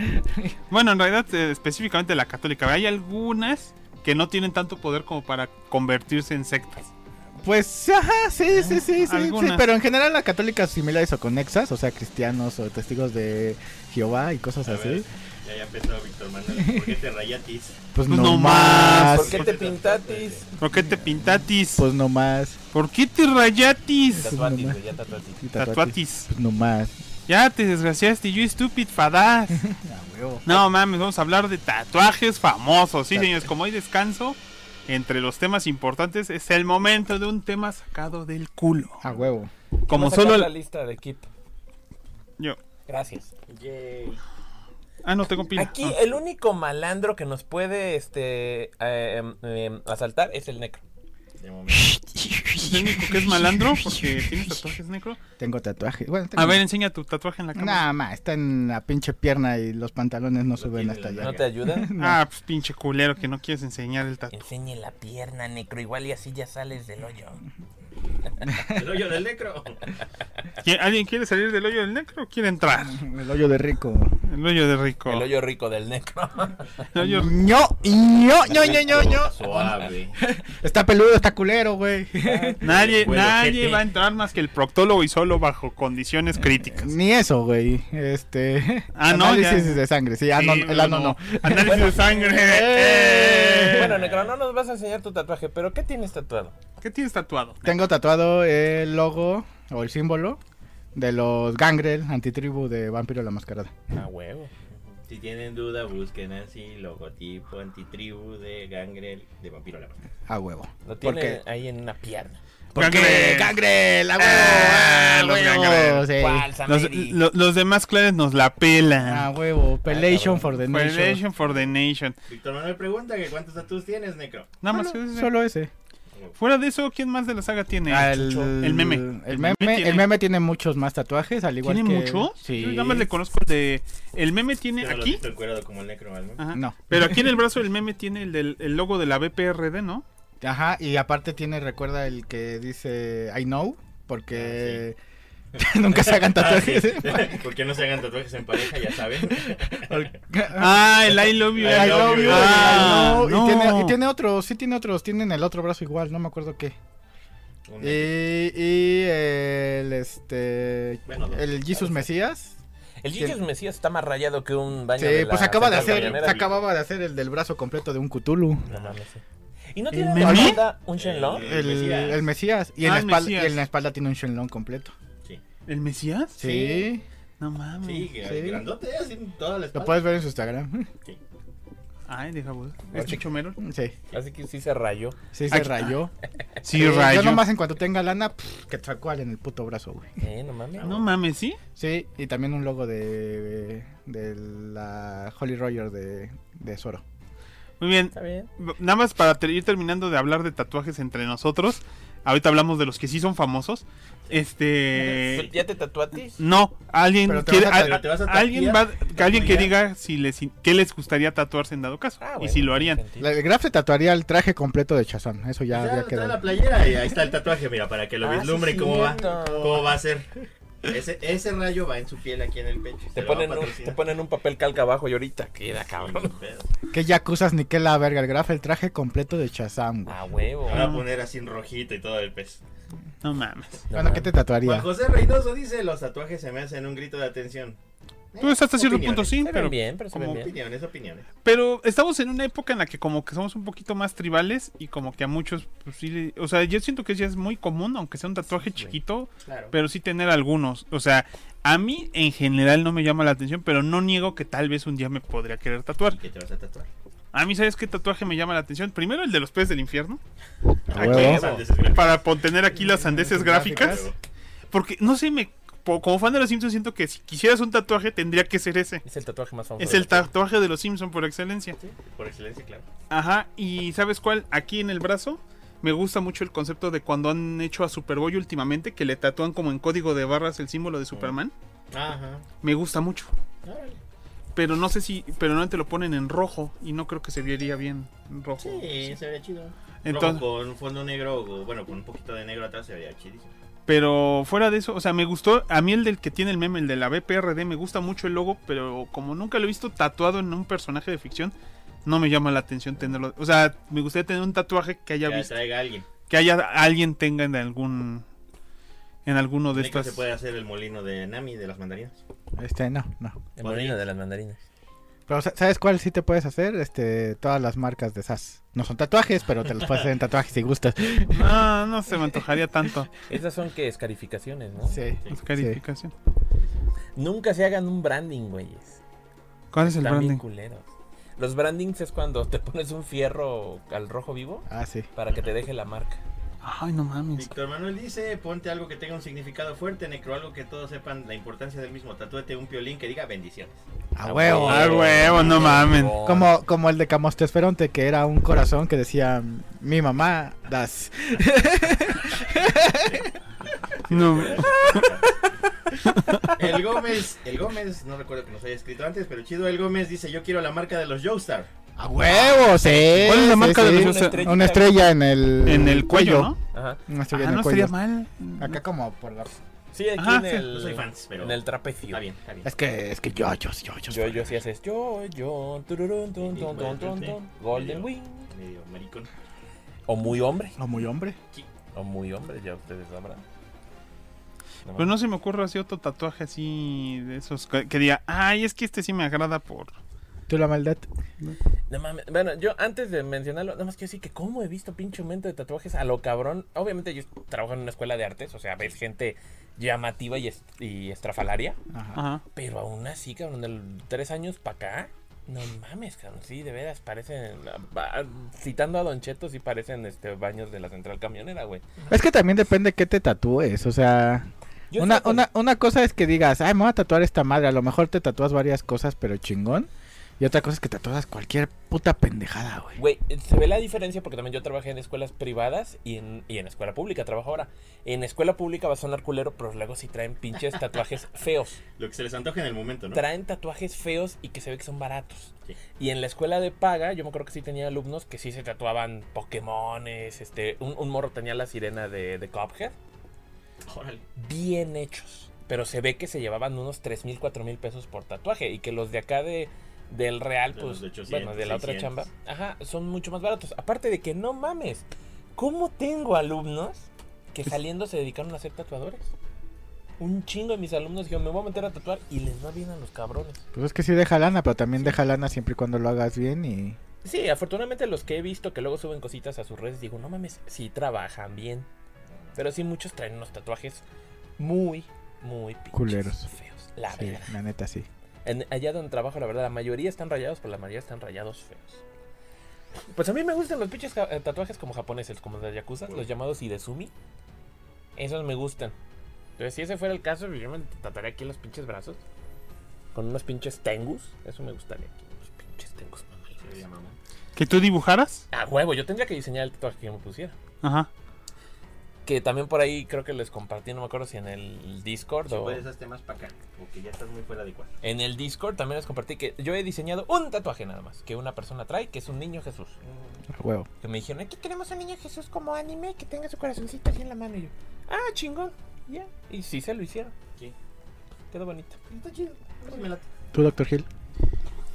Speaker 1: Bueno, en realidad, eh, específicamente la católica. Hay algunas que no tienen tanto poder como para convertirse en sectas.
Speaker 4: Pues, ajá, sí, sí, sí, sí, sí,
Speaker 1: Algunas.
Speaker 4: pero en general la católica similares o conexas, o sea, cristianos o testigos de Jehová y cosas
Speaker 6: A
Speaker 4: así.
Speaker 6: ver, ya, ya empezó Víctor Manuel. ¿Por qué te rayatis?
Speaker 4: Pues
Speaker 1: Pues
Speaker 4: no,
Speaker 1: no más.
Speaker 4: más.
Speaker 2: ¿Por qué te pintatis?
Speaker 1: ¿Por qué te pintatis?
Speaker 4: Pues no más.
Speaker 1: ¿Por qué te rayatis?
Speaker 2: Tatuatis, güey, ya tatuatis.
Speaker 4: Y tatuajes.
Speaker 1: Tatuatis.
Speaker 4: Pues no más.
Speaker 1: Ya te desgraciaste, you stupid fadas. No mames, vamos a hablar de tatuajes famosos. Sí,
Speaker 4: Tatuajes.
Speaker 1: señores, como hay descanso entre los temas importantes, es el momento de un tema sacado del culo.
Speaker 4: A huevo.
Speaker 1: Como
Speaker 2: Vamos a sacar
Speaker 1: solo
Speaker 2: la
Speaker 1: el...
Speaker 2: lista de Kip.
Speaker 1: Yo.
Speaker 2: Gracias.
Speaker 1: Ah, no tengo pila.
Speaker 2: Aquí
Speaker 1: Ah.
Speaker 2: el único malandro que nos puede este eh, eh, asaltar es el necro.
Speaker 6: De momento.
Speaker 1: Es el único que es malandro porque tiene tatuajes negro.
Speaker 4: Tengo tatuaje. Bueno, tengo...
Speaker 1: A ver, enseña tu tatuaje en la cámara.
Speaker 4: Nada más, está en la pinche pierna y los pantalones no suben
Speaker 6: tiene
Speaker 4: hasta
Speaker 6: la
Speaker 4: allá.
Speaker 2: ¿No te ayudan?
Speaker 1: Ah, pues pinche culero que no quieres enseñar el tatuaje.
Speaker 2: Enseñe la pierna, necro, igual y así ya sales del hoyo.
Speaker 6: El hoyo del necro.
Speaker 1: ¿Alguien quiere salir del hoyo del negro o quiere entrar?
Speaker 4: El hoyo de rico.
Speaker 1: El hoyo de
Speaker 4: Oh.
Speaker 1: rico.
Speaker 2: Mm. El hoyo rico del necro.
Speaker 1: El hoyo-
Speaker 4: ño, ño, ño, ño, ño, ño.
Speaker 6: Suave.
Speaker 4: Está peludo, está culero, güey.
Speaker 1: Nadie,
Speaker 6: Huele
Speaker 1: nadie
Speaker 6: ojete.
Speaker 1: va a entrar más que el proctólogo y solo bajo condiciones
Speaker 2: Eh,
Speaker 1: críticas.
Speaker 4: Ni eso, güey. Este.
Speaker 1: Ah, no, ya.
Speaker 4: Análisis de sangre. Sí, ah, no,
Speaker 1: Sí,
Speaker 4: el ano no.
Speaker 1: Análisis de sangre.
Speaker 4: Eh.
Speaker 2: bueno, necro, no nos vas a enseñar tu tatuaje, pero ¿qué tienes tatuado?
Speaker 1: ¿Qué tienes tatuado?
Speaker 4: Tengo tatuado el logo o el símbolo de los Gangrel, antitribu de Vampiro la Mascarada.
Speaker 2: A huevo.
Speaker 6: Si tienen duda, busquen así: logotipo, antitribu de gangrel, de vampiro la Máscara.
Speaker 4: A huevo.
Speaker 2: Lo
Speaker 4: ¿Por
Speaker 2: tiene
Speaker 4: qué?
Speaker 2: ahí en una pierna.
Speaker 4: ¿Por qué?
Speaker 1: Gangrel.
Speaker 4: Gangrel, a huevo.
Speaker 1: Ah,
Speaker 4: a
Speaker 1: los
Speaker 4: huevo,
Speaker 1: Gangrel.
Speaker 4: sí.
Speaker 2: ¿Cuál,
Speaker 1: Los,
Speaker 2: Samiri?
Speaker 1: lo- los demás clanes nos la
Speaker 4: A
Speaker 1: pelan.
Speaker 4: huevo. Pelation
Speaker 2: cabrón.
Speaker 4: for the Ah, Nation.
Speaker 1: Foundation for the Nation.
Speaker 6: Víctor Manuel pregunta que cuántos tatuajes tienes, necro.
Speaker 1: Nada más
Speaker 4: Solo-
Speaker 1: es-
Speaker 4: Solo ese.
Speaker 1: Fuera de eso, ¿quién más de la saga tiene?
Speaker 4: Ah,
Speaker 1: Chucho? el meme.
Speaker 4: El meme,
Speaker 1: tiene-
Speaker 4: el meme tiene muchos más tatuajes, al igual
Speaker 1: ¿Tiene
Speaker 4: que...
Speaker 1: mucho?
Speaker 4: Sí.
Speaker 1: Yo nada más le conozco el de. El meme tiene
Speaker 6: Pero lo
Speaker 1: aquí.
Speaker 6: visto encuerado como el necro, ¿no?
Speaker 1: Ajá.
Speaker 4: No.
Speaker 1: Pero aquí en el brazo del meme tiene el, del- el logo de la BPRD, ¿no?
Speaker 4: Ajá, y aparte tiene, recuerda el que dice I know, porque nunca se hagan
Speaker 6: Ah,
Speaker 4: tatuajes. ¿eh?
Speaker 6: sí. ¿Por qué no se hagan tatuajes en pareja? Ya saben.
Speaker 1: Ah, el I love you.
Speaker 6: I
Speaker 4: I love you,
Speaker 1: Ah,
Speaker 4: I know.
Speaker 1: no.
Speaker 4: Y, tiene, y tiene otros, sí tiene otros, tienen el otro brazo igual, no me acuerdo qué.
Speaker 6: Una-
Speaker 4: Eh, Y, y el este
Speaker 6: Bueno, dos.
Speaker 4: el Jesus Mesías.
Speaker 2: El Jesus Mesías está más rayado que un baño
Speaker 4: Sí,
Speaker 2: de la
Speaker 4: pues acaba de
Speaker 2: central
Speaker 4: hacer,
Speaker 2: camionera.
Speaker 4: se acababa de hacer el del brazo completo de un Cthulhu.
Speaker 2: No mames, sí. ¿Y no
Speaker 4: ¿El
Speaker 2: tiene
Speaker 4: meme?
Speaker 2: de espalda un Shenlong?
Speaker 6: Eh,
Speaker 4: El, el Mesías.
Speaker 6: Mesías.
Speaker 4: Y, en
Speaker 1: Ah,
Speaker 4: la
Speaker 1: el
Speaker 4: espalda,
Speaker 1: Mesías.
Speaker 4: y en la espalda tiene un Shenlong completo.
Speaker 6: Sí,
Speaker 1: ¿El Mesías?
Speaker 4: Sí,
Speaker 1: No mames.
Speaker 6: sí, que-
Speaker 4: Sí.
Speaker 6: grandote, así en toda la
Speaker 4: lo
Speaker 6: espalda.
Speaker 4: puedes ver en su Instagram.
Speaker 1: Ay, deja ¿Este voy. ¿Es Chucho Mero?
Speaker 4: Sí,
Speaker 2: Así que sí se rayó.
Speaker 4: sí se
Speaker 1: Ay,
Speaker 4: rayó.
Speaker 1: Sí,
Speaker 4: Eh, Yo
Speaker 1: rayo.
Speaker 4: nomás en cuanto tenga lana, pff, que te cual en el puto brazo, güey.
Speaker 2: Eh, no mames.
Speaker 1: No mames, ¿sí?
Speaker 4: Sí, y también un logo de, de la Holly Roger de, de Zoro.
Speaker 1: Muy bien.
Speaker 2: Está bien.
Speaker 1: Nada más para ter- ir terminando de hablar de tatuajes entre nosotros. Ahorita hablamos de los que sí son famosos. Este.
Speaker 2: ¿Ya te tatuatis?
Speaker 1: No, alguien
Speaker 4: Pero te
Speaker 1: quiere.
Speaker 4: vas a-
Speaker 1: al-
Speaker 6: pero te vas a tatuar.
Speaker 1: alguien va, que alguien que
Speaker 6: Tatuar.
Speaker 1: diga si les, qué les gustaría tatuarse en dado caso.
Speaker 2: Ah,
Speaker 1: y si lo harían.
Speaker 4: La- El Graf se tatuaría el traje completo de Chazán, eso ya
Speaker 6: Pues Ya,
Speaker 4: había
Speaker 6: trae la
Speaker 4: quedado.
Speaker 6: playera y ahí está el tatuaje, mira, para que lo
Speaker 2: Ah, sí,
Speaker 6: vislumbren cómo va,
Speaker 2: cierto.
Speaker 6: cómo va a ser. Ese, ese rayo va en su piel aquí en el pecho. se
Speaker 2: Te
Speaker 6: lo va a
Speaker 2: ponen, un, te
Speaker 6: patrocinar.
Speaker 2: ponen un papel calca abajo y ahorita queda cabrón.
Speaker 4: ¿Qué yacuzas ni qué la verga? El Graf el traje completo de Chazán, güey.
Speaker 2: A huevo.
Speaker 1: Ah,
Speaker 6: Te van a poner así en rojito y todo el pez.
Speaker 1: No mames.
Speaker 2: No
Speaker 4: Bueno, ¿qué te
Speaker 6: Juan
Speaker 4: tatuaría?
Speaker 6: José Reynoso dice, los tatuajes se me hacen un grito de atención. Eh,
Speaker 1: Pues hasta cierto
Speaker 6: Opiniones.
Speaker 1: punto sí,
Speaker 2: Se ven
Speaker 1: pero,
Speaker 2: bien, pero se ven
Speaker 1: como
Speaker 2: bien.
Speaker 6: Opiniones, opiniones.
Speaker 1: pero estamos en una época en la que como que somos un poquito más tribales y como que a muchos, pues, sí le- o sea, yo siento que ya es muy común, aunque sea un tatuaje chiquito,
Speaker 6: Claro.
Speaker 1: pero sí tener algunos. O sea, a mí en general no me llama la atención, pero no niego que tal vez un día me podría querer tatuar.
Speaker 6: ¿Y qué te vas a tatuar?
Speaker 1: A mí, ¿sabes qué tatuaje me llama la atención? Primero el de los peces del infierno,
Speaker 4: A huevo.
Speaker 6: es Andes, es grande.
Speaker 1: para tener aquí las sandeces gráficas. Porque, no sé, me, po- como fan de los Simpsons siento que si quisieras un tatuaje tendría que ser ese.
Speaker 2: Es el tatuaje más famoso.
Speaker 1: Es
Speaker 2: de
Speaker 1: el
Speaker 2: la tierra.
Speaker 1: tatuaje de los Simpsons por excelencia.
Speaker 6: Sí, Por excelencia, claro.
Speaker 1: Ajá, y ¿sabes cuál? Aquí en el brazo me gusta mucho el concepto de cuando han hecho a Superboy últimamente, que le tatúan como en código de barras el símbolo de Superman.
Speaker 6: Ajá.
Speaker 1: Me gusta mucho.
Speaker 6: Órale.
Speaker 1: Pero no sé si, pero no te lo ponen en rojo y no creo que se vería bien en rojo.
Speaker 6: Sí, se vería chido.
Speaker 1: Entonces,
Speaker 6: Rojo con fondo negro, o, bueno, con un poquito de negro atrás se vería chidísimo.
Speaker 1: pero fuera de eso, o sea, me gustó, a mí el del que tiene el meme, el de la BPRD, me gusta mucho el logo, pero como nunca lo he visto tatuado en un personaje de ficción, no me llama la atención tenerlo. O sea, me gustaría tener un tatuaje que haya
Speaker 6: que
Speaker 1: visto.
Speaker 6: traiga a alguien.
Speaker 1: que haya alguien tenga en algún en alguno de
Speaker 6: Creo que
Speaker 1: estas
Speaker 6: se puede hacer el molino de Nami de las mandarinas.
Speaker 4: Este, no, no.
Speaker 2: El molino de las mandarinas.
Speaker 4: Pero sa- ¿sabes cuál sí te puedes hacer? Este, todas las marcas de SAS. No son tatuajes, pero te los puedes hacer en tatuajes si gustas.
Speaker 1: no no se me antojaría tanto
Speaker 2: Esas son que escarificaciones, ¿no?
Speaker 4: Sí.
Speaker 1: esa calificación
Speaker 2: Nunca se hagan un branding, güeyes.
Speaker 1: cuál es el
Speaker 2: Están bien
Speaker 1: branding
Speaker 2: culeros. Los brandings es cuando te pones un fierro al rojo vivo
Speaker 4: Ah, sí.
Speaker 2: para que te deje la marca.
Speaker 1: ay no mames
Speaker 6: Víctor Manuel dice, ponte algo que tenga un significado fuerte, necro, algo que todos sepan la importancia del mismo. Tatúate un piolín que diga bendiciones.
Speaker 4: A huevo.
Speaker 1: Ah, huevo, no mamen.
Speaker 4: Como, como el de Camostesferonte, que era un corazón que decía, mi mamá, das.
Speaker 1: no
Speaker 6: El Gómez, el Gómez, no recuerdo que nos haya escrito antes, pero chido, el Gómez dice, yo quiero la marca de los Joestar.
Speaker 4: A huevo, Ah, sí.
Speaker 1: ¿Cuál es la
Speaker 4: sí,
Speaker 1: marca de los
Speaker 4: sí.
Speaker 2: Una
Speaker 1: o sea,
Speaker 2: estrellita,
Speaker 4: Una estrella en el...
Speaker 1: en el cuello no
Speaker 2: Ajá.
Speaker 4: Una estrella
Speaker 1: ah,
Speaker 4: en el
Speaker 1: no
Speaker 4: cuello.
Speaker 1: estaría mal
Speaker 4: Acá como por la...
Speaker 2: Sí, aquí
Speaker 1: Ajá,
Speaker 2: en
Speaker 1: sí.
Speaker 2: el.
Speaker 6: No soy fans, pero
Speaker 2: En el trapecio.
Speaker 6: está bien, está bien.
Speaker 4: Es que, es que yo, yo, yo, yo.
Speaker 2: Yo, yo sí haces. Yo, yo. tururún, tun, tun, tun, tun, tun, Golden Wing.
Speaker 6: Medio maricón.
Speaker 2: O muy hombre.
Speaker 4: No, muy hombre.
Speaker 2: O muy hombre, ya ustedes sabrán. No
Speaker 1: pero
Speaker 2: mames.
Speaker 1: Pues no se me ocurre así otro tatuaje así de esos que, que diga ay es que este sí me agrada por
Speaker 4: Tú la maldad.
Speaker 2: No mames. Bueno, yo antes de mencionarlo, nada más quiero decir que cómo he visto pinche aumento de tatuajes a lo cabrón. Obviamente yo trabajo en una escuela de artes, o sea, ves gente llamativa y, est- y estrafalaria.
Speaker 4: Ajá.
Speaker 1: ajá
Speaker 2: Pero aún así, cabrón, de tres años para acá. No mames, cabrón, sí, de veras, parecen... va- Citando a Don Cheto, sí parecen este, baños de la central camionera, güey.
Speaker 4: Es que también depende qué te tatúes, o sea...
Speaker 2: Yo
Speaker 4: una,
Speaker 2: estaba con-
Speaker 4: una, una cosa es que digas, ay, me voy a tatuar esta madre. A lo mejor te tatúas varias cosas, pero chingón.
Speaker 7: Y otra cosa es que te atoras cualquier puta pendejada, güey.
Speaker 2: Güey, se ve la diferencia porque también yo trabajé en escuelas privadas y en, y en escuela pública, trabajo ahora. En escuela pública va a sonar culero, pero luego sí traen pinches tatuajes feos.
Speaker 6: Lo que se les antoje en el momento, ¿no?
Speaker 2: Traen tatuajes feos y que se ve que son baratos.
Speaker 6: Sí.
Speaker 2: Y en la escuela de paga, yo me acuerdo que sí tenía alumnos que sí se tatuaban Pokémones, este, un, un morro tenía la sirena de, de Cuphead,
Speaker 6: Órale.
Speaker 2: bien hechos. Pero se ve que se llevaban unos 3 mil, 4 mil pesos por tatuaje y que los de acá de, del Real,
Speaker 6: De
Speaker 2: pues,
Speaker 6: los de 800,
Speaker 2: bueno, de la otra
Speaker 6: 600.
Speaker 2: chamba, ajá, son mucho más baratos. Aparte de que no mames, ¿cómo tengo alumnos que
Speaker 7: Pues
Speaker 2: saliendo se dedicaron a ser tatuadores? Un chingo de mis alumnos dijeron, me voy a meter a tatuar y les va bien a los cabrones.
Speaker 7: Pues es que sí deja lana, pero también deja lana siempre y cuando lo hagas bien y...
Speaker 2: Sí, afortunadamente los que he visto que luego suben cositas a sus redes, digo, no mames, sí trabajan bien. Pero sí, muchos traen unos tatuajes muy, muy pinches
Speaker 7: Culeros.
Speaker 2: Feos, la
Speaker 7: Sí,
Speaker 2: verdad.
Speaker 7: la neta sí.
Speaker 2: En- allá donde trabajo, la verdad, la mayoría están rayados, pero la mayoría están rayados feos. Pues a mí me gustan los pinches ja- eh, tatuajes como japoneses, como de Yakuza, los llamados Idezumi. Esos me gustan. Entonces, si ese fuera el caso, yo me tatuaría aquí los pinches brazos. Con unos pinches tengus. Eso me gustaría aquí. Unos pinches tengus mamalones.
Speaker 6: Se veía mamón.
Speaker 1: ¿Que tú dibujaras?
Speaker 2: A huevo, yo tendría que diseñar el tatuaje que yo me pusiera.
Speaker 1: Ajá.
Speaker 2: Que también por ahí creo que les compartí, no me acuerdo si en el Discord
Speaker 6: Si
Speaker 2: o...
Speaker 6: puedes, hazte más para acá, porque ya estás muy fuera de cuadro.
Speaker 2: En el Discord también les compartí que yo he diseñado un tatuaje nada más, que una persona trae, que es un niño Jesús.
Speaker 7: A huevo.
Speaker 2: Que me dijeron, aquí tenemos un niño Jesús como anime que tenga su corazoncito así en la mano. Y yo, ah, chingón, ya. Y sí se lo hicieron.
Speaker 6: Sí.
Speaker 2: Quedó bonito.
Speaker 6: Está chido.
Speaker 2: Pues,
Speaker 6: Sí, me late.
Speaker 7: ¿Tú, Doctor Hill?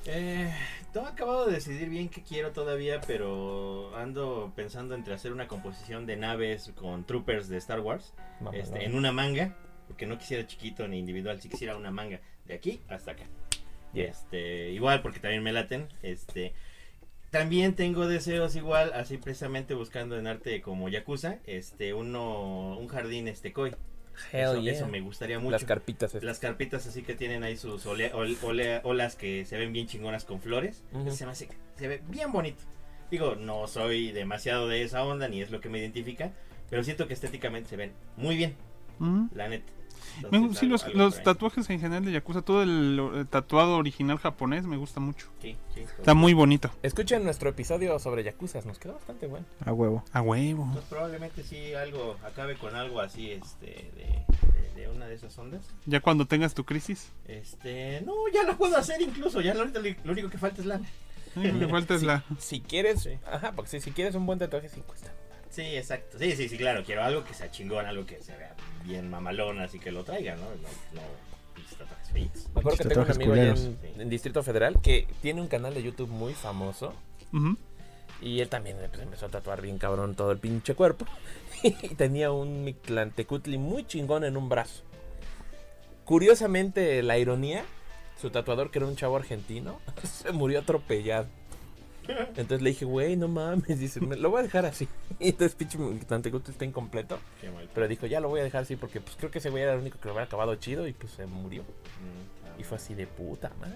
Speaker 6: Eh, no he acabado de decidir bien qué quiero todavía, pero ando pensando entre hacer una composición de naves con troopers de Star Wars
Speaker 2: Mamalón.
Speaker 6: este, en una manga, porque no quisiera chiquito ni individual, si quisiera una manga de aquí hasta acá.
Speaker 2: Ya.
Speaker 6: Este, igual porque también me laten, este también tengo deseos igual, así precisamente buscando en arte como Yakuza, este uno un jardín este koi.
Speaker 2: Hell
Speaker 6: Eso,
Speaker 2: yeah.
Speaker 6: eso me gustaría mucho.
Speaker 2: Las carpitas estas.
Speaker 6: Las carpitas así que tienen ahí sus olea- ol- olea- olas que se ven bien chingonas con flores.
Speaker 2: Ujú.
Speaker 6: se, me hace- se ve bien bonito. Digo, no soy demasiado de esa onda ni es lo que me identifica, pero siento que estéticamente se ven muy bien,
Speaker 1: Mm.
Speaker 6: la neta. Entonces,
Speaker 1: Me gustan sí,
Speaker 6: algo-
Speaker 1: los,
Speaker 6: algo
Speaker 1: los
Speaker 6: por ahí.
Speaker 1: tatuajes en general de Yakuza, todo el, eh, tatuado original japonés me gusta mucho.
Speaker 6: Sí, sí, pues, todo.
Speaker 1: Está muy bonito.
Speaker 2: Escuchen nuestro episodio sobre Yakuza, nos quedó bastante bueno.
Speaker 7: A huevo.
Speaker 1: A huevo.
Speaker 6: Entonces, pues, probablemente sí algo acabe con algo así este de, de- de una de esas ondas.
Speaker 1: Ya cuando tengas tu crisis.
Speaker 6: Este, no, ya lo puedo hacer incluso, ya ahorita lo, lo único que falta es la
Speaker 1: Ay, eh, me falta es la...
Speaker 2: Si quieres,
Speaker 6: Sí.
Speaker 2: ajá, porque si, si quieres un buen tatuaje sí cuesta.
Speaker 6: Sí, exacto. Sí, sí, sí, claro. Quiero algo que sea chingón, algo que se vea bien mamalón, así que lo traigan, ¿no? No, pues, no pinches tatuajes feitos.
Speaker 2: Me acuerdo que
Speaker 7: Pinches
Speaker 2: tengo un
Speaker 7: tatuajes
Speaker 2: amigo allá en,
Speaker 6: culeros. Sí.
Speaker 2: en Distrito Federal que tiene un canal de YouTube muy famoso
Speaker 1: Ujú.
Speaker 2: y él también pues, empezó a tatuar bien cabrón todo el pinche cuerpo y tenía un Mictlantecutli muy chingón en un brazo. Curiosamente, la ironía, su tatuador que era un chavo argentino se murió atropellado. Entonces le dije, güey, no mames, dice, "me- lo voy a dejar así. Y entonces pinche Mictlantecutli está incompleto.
Speaker 6: Qué mal.
Speaker 2: Pero dijo, ya lo voy a dejar así porque pues creo que ese güey era el único que lo hubiera acabado chido y pues se murió.
Speaker 6: Mm,
Speaker 2: Y fue así de puta madre.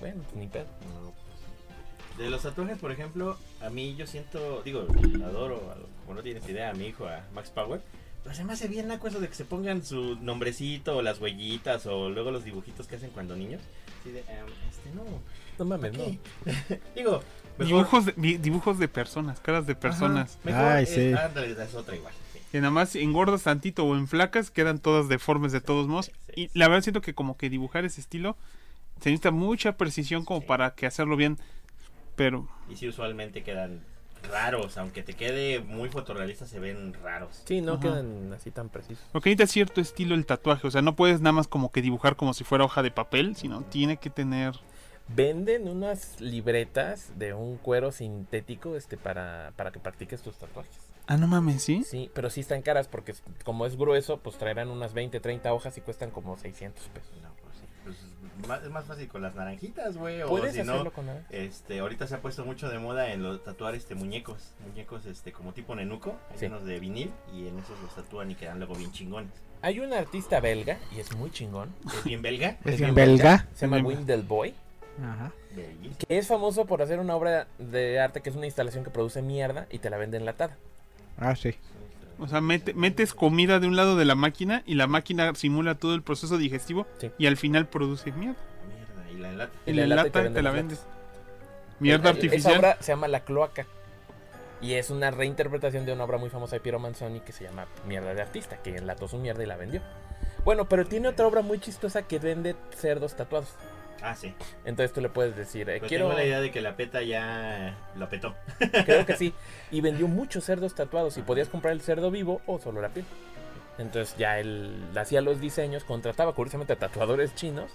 Speaker 2: Bueno, pues ni pedo.
Speaker 6: no, pues, De los tatuajes, por ejemplo, a mí yo siento, digo, adoro, a- como no tienes idea, a mi hijo, a Max Power. Pero se me hace bien la cosa de que se pongan su nombrecito, o las huellitas, o luego los dibujitos que hacen cuando niños. Así de, em, este, no.
Speaker 2: No mames,
Speaker 6: ¿qué?
Speaker 2: no.
Speaker 6: digo, mejor-
Speaker 1: Dibujos de, di- dibujos de personas, caras de personas.
Speaker 6: Mejor,
Speaker 7: Ay,
Speaker 6: es-
Speaker 7: sí.
Speaker 6: ándale, es otra igual. sí.
Speaker 1: Que nada más engordas tantito o en flacas, quedan todas deformes de todos modos.
Speaker 6: Sí,
Speaker 1: Y
Speaker 6: sí.
Speaker 1: la verdad siento que como que dibujar ese estilo se necesita mucha precisión como
Speaker 6: Sí.
Speaker 1: para que hacerlo bien. Pero
Speaker 6: Y si usualmente quedan raros, aunque te quede muy fotorrealista, se ven raros.
Speaker 2: Sí, no
Speaker 1: Ajá.
Speaker 2: quedan así tan precisos.
Speaker 1: lo que necesita es cierto estilo el tatuaje. O sea, no puedes nada más como que dibujar como si fuera hoja de papel, sino tiene que tener...
Speaker 2: Venden unas libretas de un cuero sintético este para, para que practiques tus tatuajes.
Speaker 1: Ah, no mames, ¿sí?
Speaker 2: Sí, pero sí están caras porque es- como es grueso, pues traerán unas 20, 30 hojas y cuestan como 600 pesos.
Speaker 6: No, pues sí. Pues es más- es más fácil con las naranjitas, güey. O
Speaker 2: ¿Puedes
Speaker 6: si
Speaker 2: hacerlo
Speaker 6: no,
Speaker 2: con nada?
Speaker 6: este, ahorita se ha puesto mucho de moda en lo, tatuar este muñecos. Muñecos este como tipo nenuco, hay
Speaker 2: Sí.
Speaker 6: unos de vinil, y en esos los tatúan y quedan luego bien chingones.
Speaker 2: Hay un artista belga y es muy chingón.
Speaker 6: Es bien belga.
Speaker 7: ¿Es bien
Speaker 2: bien
Speaker 7: belga?
Speaker 2: Se llama
Speaker 1: Belga.
Speaker 2: Windelboy.
Speaker 7: Ajá.
Speaker 6: Belguísimo.
Speaker 2: Que es famoso por hacer una obra de arte que es una instalación que produce mierda y te la vende enlatada.
Speaker 7: Ah, sí.
Speaker 1: O sea, mete- metes comida de un lado de la máquina y la máquina simula todo el proceso digestivo
Speaker 2: Sí.
Speaker 1: y al final produce mierda.
Speaker 6: Ah, Mierda, y la enlata.
Speaker 1: Y la
Speaker 2: enlata y
Speaker 1: lata
Speaker 2: te
Speaker 1: y te la
Speaker 2: venden
Speaker 1: vendes. Mierda
Speaker 2: Eh, Esa
Speaker 1: artificial.
Speaker 2: obra se llama La Cloaca. Y es una reinterpretación de una obra muy famosa de Piero Manzoni que se llama Mierda de Artista, que enlató su mierda y la vendió. Bueno, pero tiene otra obra muy chistosa que vende cerdos tatuados.
Speaker 6: Ah, sí.
Speaker 2: Entonces tú le puedes decir, eh,
Speaker 6: Pero
Speaker 2: quiero.
Speaker 6: tengo la idea de que la peta ya lo petó.
Speaker 2: Creo que sí. Y vendió muchos cerdos tatuados. Y podías comprar el cerdo vivo o solo la piel. Entonces ya él hacía los diseños, contrataba curiosamente a tatuadores chinos.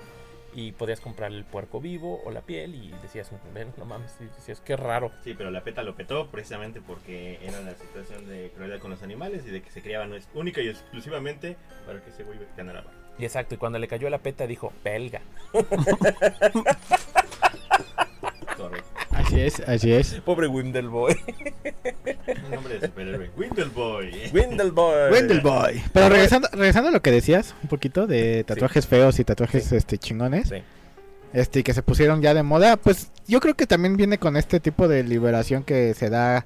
Speaker 2: Y podías comprar el puerco vivo o la piel. Y decías, "Mm, ven, no mames. Y decías, qué raro.
Speaker 6: Sí, pero la peta lo petó precisamente porque era la situación de crueldad con los animales y de que se criaban es- única y exclusivamente para que ese güey ganara barro.
Speaker 2: Y exacto. Y cuando le cayó la peta, dijo, belga.
Speaker 6: Correcto.
Speaker 4: Así es, así es.
Speaker 2: Pobre Windelboy.
Speaker 6: Un nombre de superhéroe. Windelboy.
Speaker 2: Windelboy.
Speaker 4: Boy. Pero regresando, regresando a lo que decías, un poquito de tatuajes feos y tatuajes este chingones.
Speaker 2: Sí.
Speaker 4: Este, que se pusieron ya de moda, pues yo creo que también viene con este tipo de liberación que se da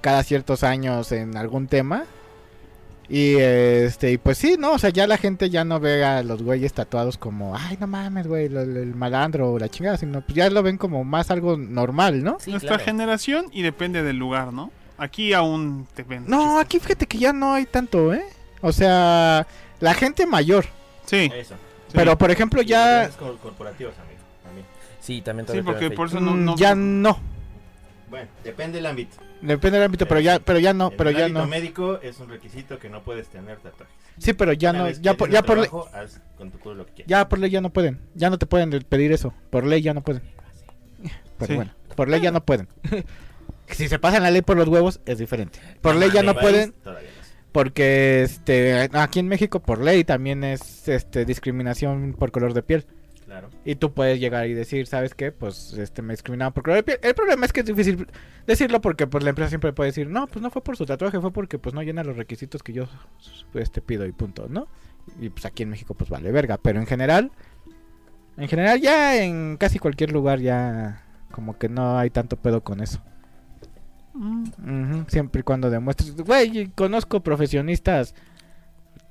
Speaker 4: cada ciertos años en algún tema. Y este, y pues sí, no, o sea, ya la gente ya no ve a los güeyes tatuados como, ay, no mames, güey, lo- lo- el malandro o la chingada, sino pues ya lo ven como más algo normal, ¿no?
Speaker 2: Sí,
Speaker 1: Nuestra
Speaker 2: claro.
Speaker 1: generación y depende del lugar, ¿no? Aquí aún te ven.
Speaker 4: No, aquí fíjate que ya no hay tanto, ¿eh? O sea, la gente mayor.
Speaker 1: Sí,
Speaker 2: eh,
Speaker 6: Eso.
Speaker 1: sí.
Speaker 4: Pero por ejemplo, ya.
Speaker 6: Es con corporativos, amigo. También.
Speaker 2: Sí,
Speaker 1: Sí,
Speaker 2: también todavía
Speaker 1: porque
Speaker 2: queda
Speaker 1: por
Speaker 2: fake.
Speaker 1: eso no.
Speaker 4: mm,
Speaker 1: no-
Speaker 4: ya no.
Speaker 6: Bueno, depende del ámbito.
Speaker 4: Depende del ámbito, pero ya, pero ya no,
Speaker 6: El
Speaker 4: pero ya
Speaker 6: ámbito
Speaker 4: no.
Speaker 6: médico es un requisito que no puedes tener tatuajes.
Speaker 4: Sí, pero ya
Speaker 6: Una
Speaker 4: no,
Speaker 6: vez que
Speaker 4: ya por,
Speaker 6: tienes
Speaker 4: ya por ley,
Speaker 6: trabajo, haz con tu culo lo que quieras.
Speaker 4: ya por ley ya no pueden. Ya no te pueden pedir eso. Por ley ya no pueden. Pero
Speaker 1: Sí.
Speaker 4: bueno, por ley ya no pueden. Si se pasan la ley por los huevos es diferente. Por ley ya
Speaker 6: Mi
Speaker 4: no
Speaker 6: país,
Speaker 4: pueden
Speaker 6: Todavía no.
Speaker 4: porque este aquí en México por ley también es este discriminación por color de piel.
Speaker 6: Claro.
Speaker 4: Y tú puedes llegar y decir, ¿sabes qué? Pues este me discriminaban por color de piel. El problema es que es difícil decirlo porque pues la empresa siempre puede decir, no, pues no fue por su tatuaje, fue porque pues no llena los requisitos que yo pues, te pido y punto, ¿no? Y pues aquí en México pues vale verga, pero en general, en general ya en casi cualquier lugar ya como que no hay tanto pedo con eso.
Speaker 1: Mm,
Speaker 4: Ujú, Siempre y cuando demuestres, güey, y conozco profesionistas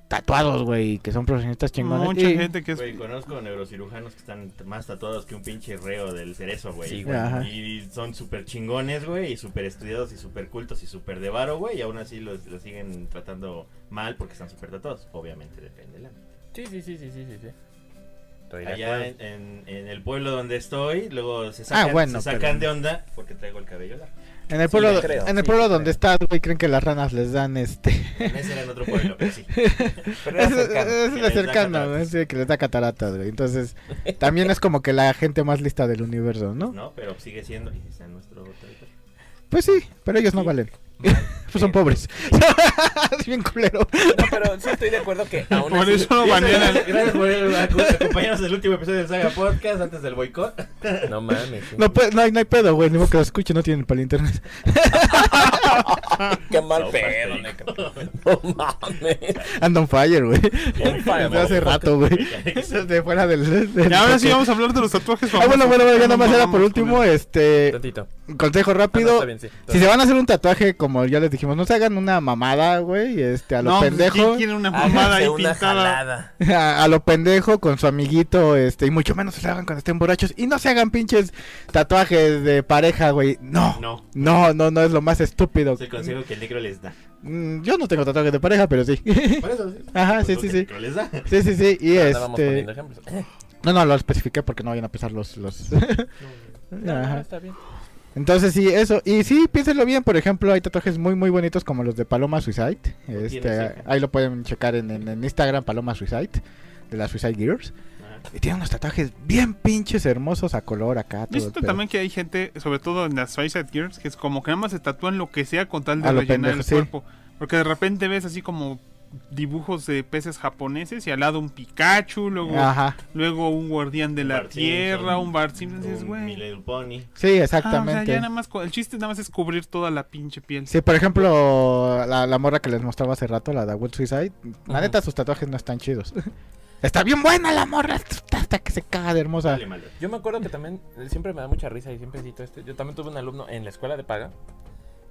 Speaker 4: tatuados, güey, que son profesionistas chingones.
Speaker 1: mucha
Speaker 4: y-
Speaker 1: gente que es.
Speaker 6: Güey, conozco neurocirujanos que están t- más tatuados que un pinche reo del cerezo, güey.
Speaker 2: Sí,
Speaker 4: güey. Ajá.
Speaker 6: Y son súper chingones, güey, y súper estudiados y súper cultos y súper de varo, güey, y aún así los, los siguen tratando mal porque están súper tatuados. Obviamente depende. la-
Speaker 2: Sí, sí, sí, sí, sí, sí, sí. Estoy de
Speaker 6: Allá
Speaker 2: acuerdo.
Speaker 6: en, en- en el pueblo donde estoy, luego se sacan,
Speaker 4: Ah, bueno,
Speaker 6: se sacan
Speaker 4: pero-
Speaker 6: de onda porque traigo el cabello largo.
Speaker 4: En el
Speaker 2: Sí,
Speaker 4: pueblo,
Speaker 2: le creo,
Speaker 4: en el
Speaker 2: sí,
Speaker 4: pueblo
Speaker 2: le creo.
Speaker 4: donde estás, güey, creen que las ranas les dan este.
Speaker 6: En ese era en otro pueblo, pero sí.
Speaker 2: Pero era
Speaker 4: Es,
Speaker 2: cercano.
Speaker 4: es
Speaker 6: que
Speaker 4: de
Speaker 6: les da
Speaker 4: cercano,
Speaker 6: cataratas.
Speaker 4: es que les da cataratas, güey. Entonces, también es como que la gente más lista del universo, ¿no?
Speaker 6: No, pero sigue siendo. Y está en nuestro territorio.
Speaker 4: Pues sí, pero ellos no valen. Pues son pobres. es bien culero.
Speaker 2: No, pero sí estoy de acuerdo que aún
Speaker 1: Por
Speaker 2: así-
Speaker 1: eso lo banean.
Speaker 6: Gracias por acu- acompañarnos en el último episodio de Saga Podcast antes del boicot.
Speaker 2: No mames. sí.
Speaker 4: No, pues, no, hay, no hay pedo, güey. Ni modo que lo escuchen, no tienen para el internet.
Speaker 2: Qué mal
Speaker 6: No,
Speaker 2: pedo,
Speaker 6: pastel.
Speaker 2: neta. este No mames.
Speaker 4: Andan fire, güey.
Speaker 2: On fire,
Speaker 4: Desde hace
Speaker 2: motherfucker.
Speaker 4: rato, güey. De fuera del. del-
Speaker 1: Y ahora sí vamos a hablar de los tatuajes
Speaker 4: Ah,
Speaker 1: famosos.
Speaker 4: bueno, bueno, bueno, ya nomás era por
Speaker 1: Vamos,
Speaker 4: último,
Speaker 1: culero.
Speaker 4: este.
Speaker 2: Tantito.
Speaker 4: Consejo
Speaker 2: Ah, no,
Speaker 4: rápido.
Speaker 2: está bien, sí.
Speaker 4: Si se van a hacer un tatuaje, como ya les dijimos, no se hagan una mamada, güey, este, a lo
Speaker 1: No, pues, ¿quién
Speaker 4: pendejo,
Speaker 1: quiere una
Speaker 2: Háganse
Speaker 1: mamada ahí
Speaker 2: una
Speaker 1: pintada?
Speaker 2: jalada.
Speaker 4: a, a lo pendejo con su amiguito, este, y mucho menos se lo hagan cuando estén borrachos, y no se hagan pinches tatuajes de pareja, güey, no,
Speaker 6: No.
Speaker 4: no, no, no es lo más estúpido.
Speaker 6: Es el consejo que el negro les da.
Speaker 4: Mm, Yo no tengo tatuajes de pareja, pero sí.
Speaker 6: Por eso. sí.
Speaker 4: Ajá, sí,
Speaker 6: Pues
Speaker 4: sí,
Speaker 6: lo que
Speaker 4: sí.
Speaker 6: el negro les da.
Speaker 4: Sí, sí, sí, y
Speaker 2: Ahora vamos
Speaker 4: este...
Speaker 2: poniendo ejemplos.
Speaker 4: No, no, lo especifiqué porque no vayan a pesar los... los...
Speaker 2: No, no,
Speaker 4: Ajá.
Speaker 2: está bien.
Speaker 4: Entonces sí, eso. Y sí, piénsenlo bien, por ejemplo, hay tatuajes muy muy bonitos como los de Paloma Suicide.
Speaker 6: tienes,
Speaker 4: Este,
Speaker 6: hija.
Speaker 4: ahí lo pueden checar en, en- en Instagram, Paloma Suicide, de la Suicide Gears.
Speaker 6: Ajá.
Speaker 4: Y tiene unos tatuajes bien pinches hermosos a color acá. todo el
Speaker 1: ¿Viste
Speaker 4: pedo.
Speaker 1: Este también que hay gente, sobre todo en las Suicide Girls, que es como que nada más se tatúan lo que sea con tal
Speaker 4: A
Speaker 1: de
Speaker 4: lo
Speaker 1: rellenar
Speaker 4: pendejo,
Speaker 1: el
Speaker 4: sí.
Speaker 1: cuerpo? Porque de repente ves así como dibujos de peces japoneses y al lado un Pikachu, luego,
Speaker 4: Ajá.
Speaker 1: luego un guardián de
Speaker 6: Un
Speaker 1: la
Speaker 6: Bart
Speaker 1: tierra,
Speaker 6: Simpson,
Speaker 1: un Bart Simpson, dices,
Speaker 6: Un
Speaker 1: güey.
Speaker 6: Mi Little Pony.
Speaker 4: Sí,
Speaker 1: Ah, o sea,
Speaker 4: exactamente.
Speaker 1: ya nada más, cu- el chiste nada más es cubrir toda la pinche piel.
Speaker 4: Sí, por ejemplo, la, la morra que les mostraba hace rato, la de Will Suicide, la
Speaker 2: Ujú.
Speaker 4: neta sus tatuajes no están chidos. Está bien buena la morra, hasta que se caga de hermosa.
Speaker 6: Dale, malo.
Speaker 2: Yo me acuerdo que también eh, siempre me da mucha risa y siempre cito este. Yo también tuve un alumno en la escuela de paga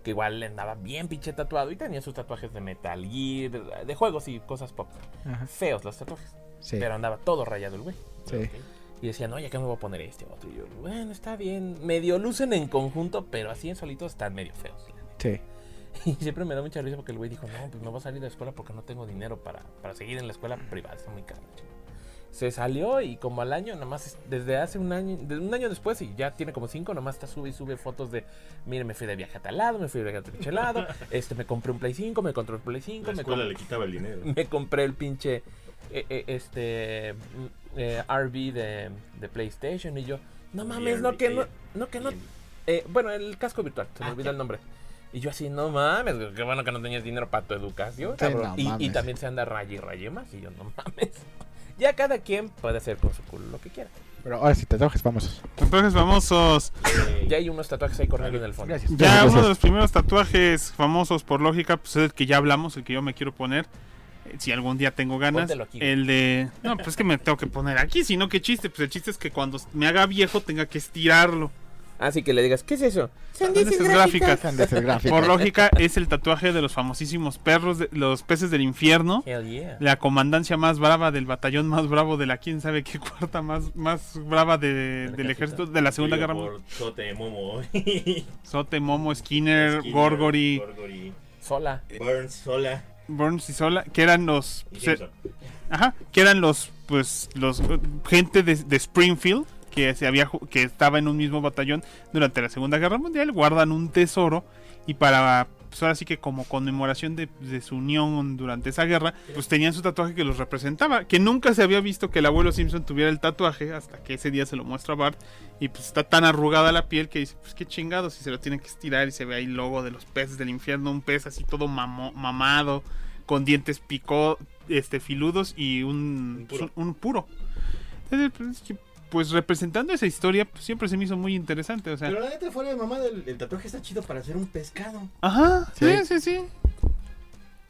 Speaker 2: que igual le andaba bien pinche tatuado y tenía sus tatuajes de Metal Gear, de juegos y cosas pop.
Speaker 4: Ajá,
Speaker 2: Feos los tatuajes,
Speaker 4: sí,
Speaker 2: pero andaba todo rayado el güey.
Speaker 4: sí.
Speaker 2: Y decían, oye, ¿qué me voy a poner este otro? Y yo, bueno, está bien. Medio lucen en conjunto, pero así en solitos están medio feos. la neta.
Speaker 4: Sí.
Speaker 2: Y siempre me da mucha risa porque el güey dijo, no, pues me voy a salir de la escuela porque no tengo dinero para, para seguir en la escuela privada, está muy caro. la chingada". Se salió y como al año, nada más, es- desde hace un año, de un año después, y ya tiene como cinco, nada más está sube y sube fotos de, mire, me fui de viaje a tal lado, me fui de viaje a tal lado, este, me compré un Play 5, me compré un Play 5,
Speaker 6: La
Speaker 2: me
Speaker 6: escuela
Speaker 2: comp-
Speaker 6: le quitaba el dinero.
Speaker 2: me compré el pinche eh, eh, este mm, eh, RV de, de PlayStation y yo, no mames, no que no, no que no. eh, bueno, el casco virtual, se me
Speaker 6: Ah,
Speaker 2: olvidó
Speaker 6: ya.
Speaker 2: el nombre. Y yo así, no mames, güey, qué bueno que no tenías dinero para tu educación,
Speaker 7: Sí,
Speaker 2: cabrón.
Speaker 7: no
Speaker 2: y, y
Speaker 7: mames.
Speaker 2: también se anda raye y raye más y yo, no mames. Ya cada quien puede hacer con su culo lo que quiera.
Speaker 4: Pero ahora sí, tatuajes famosos.
Speaker 1: Tatuajes famosos.
Speaker 2: Ya hay unos tatuajes ahí corriendo en el fondo.
Speaker 4: Gracias.
Speaker 1: Ya
Speaker 4: Gracias.
Speaker 1: uno de los primeros tatuajes famosos por lógica, pues es el que ya hablamos, el que yo me quiero poner. eh, Si algún día tengo ganas.
Speaker 2: Póntelo aquí.
Speaker 1: El de. No, pues es que me tengo que poner aquí, si no, qué chiste. Pues el chiste es que cuando me haga viejo tenga que estirarlo.
Speaker 2: Así que le digas, ¿qué es eso?
Speaker 1: Son
Speaker 2: Son dices
Speaker 1: esas
Speaker 2: gráficas.
Speaker 1: gráficas.
Speaker 7: Andes, el gráfico.
Speaker 1: Por lógica, es el tatuaje de los famosísimos perros, de, los peces del infierno.
Speaker 2: Hell yeah.
Speaker 1: La comandancia más brava del batallón más bravo de la quién sabe qué cuarta más, más brava de- del
Speaker 2: ejército.
Speaker 1: ejército de la Segunda Guerra Mundial.
Speaker 6: Sote, Momo. Skinner,
Speaker 1: Sote, Momo, Skinner, Gorgory,
Speaker 6: Gorgory,
Speaker 2: Sola.
Speaker 6: Burns, Sola.
Speaker 1: Burns y Sola, que eran los
Speaker 6: y
Speaker 1: se-
Speaker 6: Simpson.
Speaker 1: Ajá, que eran los, pues, los eh, gente de, de Springfield que se había ju- que estaba en un mismo batallón durante la Segunda Guerra Mundial, guardan un tesoro y para pues ahora sí que como conmemoración de, de su unión durante esa guerra, pues tenían su tatuaje que los representaba, que nunca se había visto que el abuelo Simpson tuviera el tatuaje hasta que ese día se lo muestra a Bart y pues está tan arrugada la piel que dice, pues qué chingado si se lo tienen que estirar y se ve ahí el logo de los peces del infierno, un pez así todo mamo- mamado, con dientes picó, este, filudos y un,
Speaker 6: Un puro.
Speaker 1: un puro. Entonces, pues, es que, pues, representando esa historia, pues, siempre se me hizo muy interesante. O sea,
Speaker 6: Pero la neta, fuera de mamá, el, el tatuaje está chido para hacer un pescado.
Speaker 1: ajá, sí.
Speaker 7: Sí.
Speaker 1: sí, sí,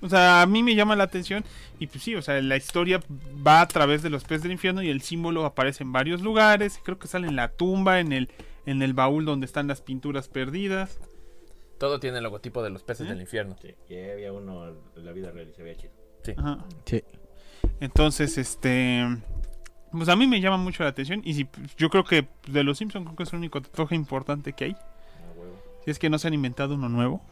Speaker 1: O sea, a mí me llama la atención. Y pues sí, o sea, la historia va a través de los peces del infierno y el símbolo aparece en varios lugares. Creo que sale en la tumba, en el, en el baúl donde están las pinturas perdidas.
Speaker 2: Todo tiene el logotipo de los peces
Speaker 1: ¿Eh?
Speaker 2: del infierno.
Speaker 6: Sí, y ahí había uno en la vida real y se veía chido.
Speaker 1: Ajá.
Speaker 4: Sí.
Speaker 1: Entonces, este. Pues a mí me llama mucho la atención. Y si, yo creo que de los Simpsons, creo que es el único tatuaje importante que hay.
Speaker 6: Ah, huevo.
Speaker 1: Si es que no se han inventado uno nuevo.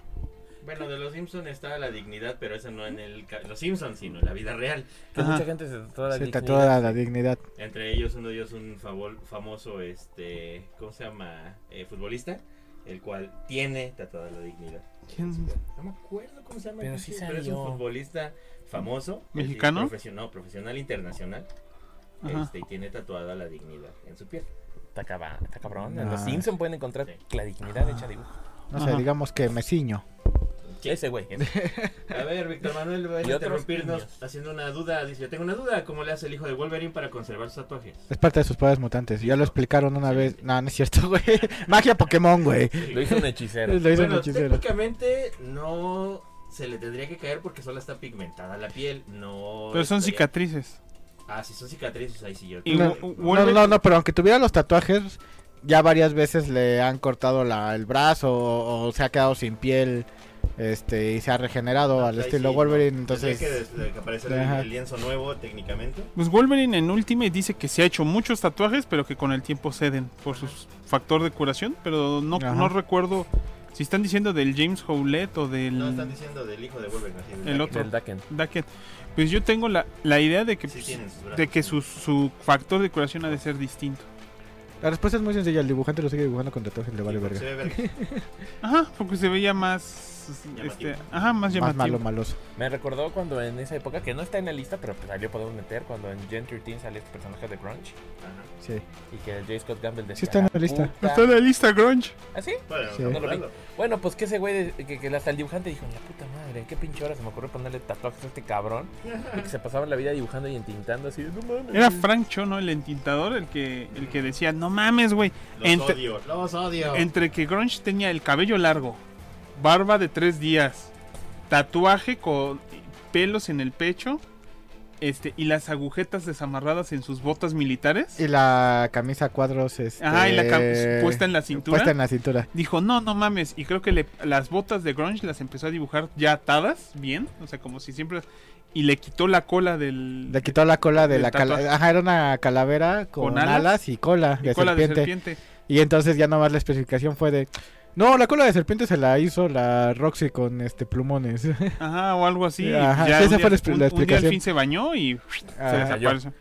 Speaker 6: Bueno, de los Simpsons está la dignidad, pero esa no en el ca- los Simpsons, sino en la vida real.
Speaker 2: Que
Speaker 1: Ajá.
Speaker 2: mucha gente se tatúa la
Speaker 4: Se
Speaker 2: dignidad.
Speaker 4: tatúa la dignidad.
Speaker 6: Entre ellos, uno de ellos un favor- famoso, este, ¿cómo se llama? Eh, futbolista, el cual tiene tatuada la dignidad.
Speaker 1: ¿Quién?
Speaker 6: No me acuerdo cómo se llama.
Speaker 2: Pero
Speaker 6: el
Speaker 2: sí
Speaker 6: pinche- pero es
Speaker 2: salió.
Speaker 6: un futbolista famoso.
Speaker 1: ¿Mexicano?
Speaker 6: Profesional, profesional internacional.
Speaker 1: Ajá.
Speaker 6: Este, y tiene tatuada la dignidad en su piel.
Speaker 2: Está, caba- está cabrón. En
Speaker 4: No.
Speaker 2: los Simpsons pueden encontrar
Speaker 6: Sí.
Speaker 2: la dignidad hecha dibujo.
Speaker 4: No
Speaker 1: Ajá.
Speaker 4: sé, digamos que me ciño.
Speaker 2: Ese güey. ese.
Speaker 6: A ver, Víctor Manuel, va a
Speaker 2: Y otros
Speaker 6: interrumpirnos
Speaker 2: niños.
Speaker 6: haciendo una duda. Dice, yo tengo una duda. ¿Cómo le hace el hijo de Wolverine para conservar sus tatuajes?
Speaker 4: Es parte de sus poderes mutantes. Ya lo explicaron una vez. No, no es cierto, güey. Magia Pokémon, güey.
Speaker 2: Lo hizo un hechicero.
Speaker 4: Lo hizo un
Speaker 6: Bueno,
Speaker 4: hechicero.
Speaker 6: técnicamente no se le tendría que caer porque solo está pigmentada la piel. No.
Speaker 1: Pero son
Speaker 6: estaría-
Speaker 1: cicatrices.
Speaker 6: Ah, sí, son cicatrices. Ahí sí yo.
Speaker 1: Y
Speaker 4: No,
Speaker 1: Wo-
Speaker 4: No,
Speaker 1: Wolverine-
Speaker 4: no, no, pero aunque tuviera los tatuajes, ya varias veces le han cortado la- el brazo o, o se ha quedado sin piel este y se ha regenerado al
Speaker 6: Ah, pues Ahí
Speaker 4: estilo
Speaker 6: sí,
Speaker 4: Wolverine.
Speaker 6: no.
Speaker 4: Entonces,
Speaker 6: Tendría que, des- que aparecer el-
Speaker 4: Ajá.
Speaker 6: el lienzo nuevo técnicamente.
Speaker 1: Pues Wolverine en Ultimate dice que se ha hecho muchos tatuajes, pero que con el tiempo ceden por su factor de curación. Pero no,
Speaker 4: Ajá.
Speaker 1: no recuerdo si están diciendo del James Howlett o del.
Speaker 6: No están diciendo del hijo de Wolverine. así de-
Speaker 1: El otro.
Speaker 2: Del Daken.
Speaker 1: Daken. Pues yo tengo la, la idea de que,
Speaker 6: Sí
Speaker 1: pues,
Speaker 6: tienen sus brazos.
Speaker 1: de que su, su factor de curación ha de ser distinto.
Speaker 4: la respuesta es muy sencilla: el dibujante lo sigue dibujando con tatuajes, le vale
Speaker 6: Sí, porque
Speaker 4: verga.
Speaker 6: se ve verga.
Speaker 1: Ajá, porque se veía más.
Speaker 6: Llamativo.
Speaker 1: este, ajá, más
Speaker 4: Más
Speaker 1: llamativo.
Speaker 4: malo, maloso.
Speaker 2: Me recordó cuando en esa época, que no está en la lista, pero pues ahí lo podemos meter, cuando en Gen 13 sale este personaje de Grunge
Speaker 6: Ajá.
Speaker 4: Sí.
Speaker 2: y que J. Scott Gamble decía...
Speaker 4: Sí está en la
Speaker 2: "Ah,
Speaker 4: lista".
Speaker 2: puta".
Speaker 1: No Está en la lista, Grunge.
Speaker 2: ¿Ah, sí?
Speaker 6: Bueno,
Speaker 4: Sí.
Speaker 6: estamos
Speaker 2: No lo vi.
Speaker 6: hablando.
Speaker 2: Bueno, pues que ese güey, de- que, que hasta el dibujante dijo, la puta madre, qué pinche hora se me ocurrió ponerle tatuajes a este cabrón. Y que se pasaban la vida dibujando y entintando así de, no mames.
Speaker 1: Era Frank Chono, el entintador, el que, el que decía, no mames, güey.
Speaker 6: Los
Speaker 1: Entre-
Speaker 6: odio. Los odio.
Speaker 1: Entre que Grunge tenía el cabello largo, barba de tres días, tatuaje con pelos en el pecho, este, y las agujetas desamarradas en sus botas militares.
Speaker 4: Y la camisa a cuadros. Este,
Speaker 1: Ajá, y la cam- puesta en la cintura.
Speaker 4: Puesta en la cintura.
Speaker 1: Dijo, no, no mames. Y creo que le- las botas de Grunge las empezó a dibujar ya atadas, bien. O sea, como si siempre. y le quitó la cola del
Speaker 4: Le quitó la cola de
Speaker 1: Del
Speaker 4: la
Speaker 1: tatuaje.
Speaker 4: calavera. Ajá, era una calavera con,
Speaker 1: Con alas.
Speaker 4: alas? y cola,
Speaker 1: y
Speaker 4: de,
Speaker 1: cola
Speaker 4: serpiente.
Speaker 1: de serpiente.
Speaker 4: Y entonces ya nomás la especificación fue de. No, la cola de serpiente se la hizo la Roxy con este plumones.
Speaker 1: Ajá, o algo así.
Speaker 4: Ajá,
Speaker 1: y ya
Speaker 4: sí,
Speaker 1: un
Speaker 4: esa
Speaker 1: día-
Speaker 4: fue la
Speaker 1: un-
Speaker 4: expli- la
Speaker 1: Un día al
Speaker 4: explicación.
Speaker 1: fin se bañó y se
Speaker 4: Ah,
Speaker 2: cayó.
Speaker 1: desapareció.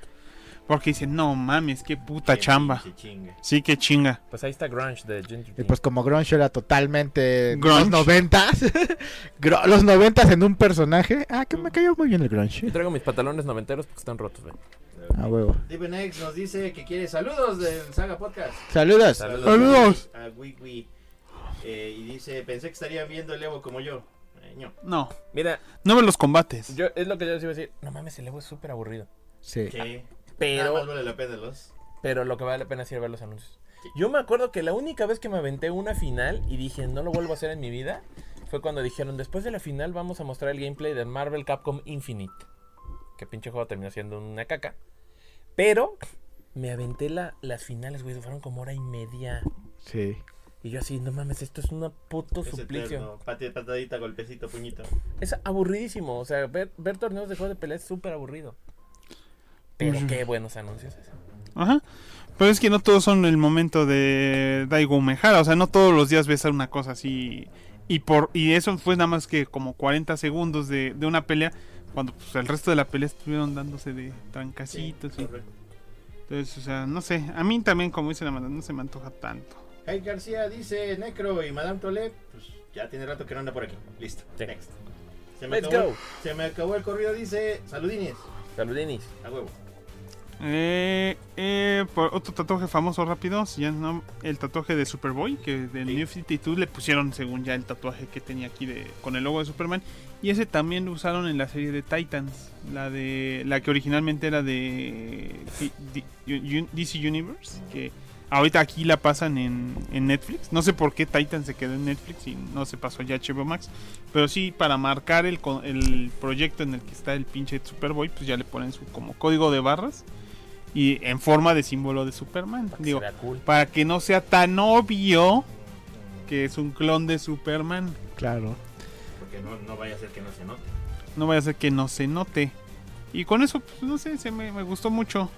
Speaker 1: Porque dice, no mames, qué puta chamba.
Speaker 6: Se chinga.
Speaker 1: Sí, qué chinga.
Speaker 2: Pues ahí está Grunge de Ginger
Speaker 4: y
Speaker 2: King.
Speaker 4: pues como Grunge era totalmente
Speaker 1: Grunge.
Speaker 4: los noventas. gro- los noventas en un personaje. Ah, que me cayó muy bien el Grunge.
Speaker 2: Yo traigo mis pantalones noventeros porque están rotos, güey.
Speaker 4: A huevo.
Speaker 6: Steven X nos dice que quiere saludos del Saga Podcast.
Speaker 4: Saludos.
Speaker 2: Saludos.
Speaker 4: Saludos.
Speaker 6: A Wiwi. Eh, y dice, pensé que estaría viendo el Evo como yo. Eh, no.
Speaker 1: No,
Speaker 2: Mira,
Speaker 1: no me los combates.
Speaker 2: yo, es lo que yo les iba a decir. No mames, el Evo es súper aburrido.
Speaker 4: Sí.
Speaker 6: Que nada más
Speaker 2: Pero,
Speaker 6: vale la pena los.
Speaker 2: pero lo que vale la pena es ir a ver los anuncios. Yo me acuerdo que la única vez que me aventé una final y dije, no lo vuelvo a hacer en mi vida, fue cuando dijeron, después de la final vamos a mostrar el gameplay de Marvel Capcom Infinite. Que pinche juego terminó siendo una caca. Pero me aventé la, las finales, güey, fueron como hora y media.
Speaker 4: Sí.
Speaker 2: Y yo así, no mames, esto es una puto
Speaker 6: Es
Speaker 2: suplicio.
Speaker 6: eterno. Pati- patadita, golpecito, puñito.
Speaker 2: Es aburridísimo. O sea, ver, ver torneos de juegos de pelea es súper aburrido. Pero
Speaker 1: Ujú.
Speaker 2: qué buenos anuncios. es.
Speaker 1: Ajá. Pero es que no todos son el momento de Daigo Mejara. O sea, no todos los días ves a una cosa así. Y por y eso fue nada más que como 40 segundos de, de una pelea. Cuando pues, el resto de la pelea estuvieron dándose de
Speaker 6: Sí,
Speaker 1: trancacitos. y-
Speaker 6: correcto.
Speaker 1: entonces, o sea, no sé. A mí también, como dice la mano, no se me antoja tanto.
Speaker 6: Jai García dice Necro y Madame Tole, pues ya tiene rato que no anda por aquí. Listo.
Speaker 2: Sí.
Speaker 6: Next. Se me,
Speaker 2: Let's
Speaker 6: acabó,
Speaker 2: go.
Speaker 6: se me acabó el corrido, dice Saludines.
Speaker 2: Saludinis.
Speaker 6: A huevo.
Speaker 1: Eh, eh, por otro tatuaje famoso rápido, si ya no, el tatuaje de Superboy, que del New 52 le pusieron según ya el tatuaje que tenía aquí de, con el logo de Superman. Y ese también lo usaron en la serie de Titans, la de la que originalmente era de D- D- Un- DC Universe, que ahorita aquí la pasan en, en Netflix. No sé por qué Titans se quedó en Netflix y no se pasó ya a HBO Max, pero sí para marcar el, co- el proyecto en el que está el pinche Superboy, pues ya le ponen su como código de barras y en forma de símbolo de Superman.
Speaker 2: Para que
Speaker 1: Digo,
Speaker 2: se vea cool.
Speaker 1: para que no sea tan obvio que es un clon de Superman.
Speaker 4: Claro.
Speaker 6: Porque no, no vaya a ser que no se note.
Speaker 1: No vaya a ser que no se note. Y con eso, pues, no sé, se me, me gustó mucho.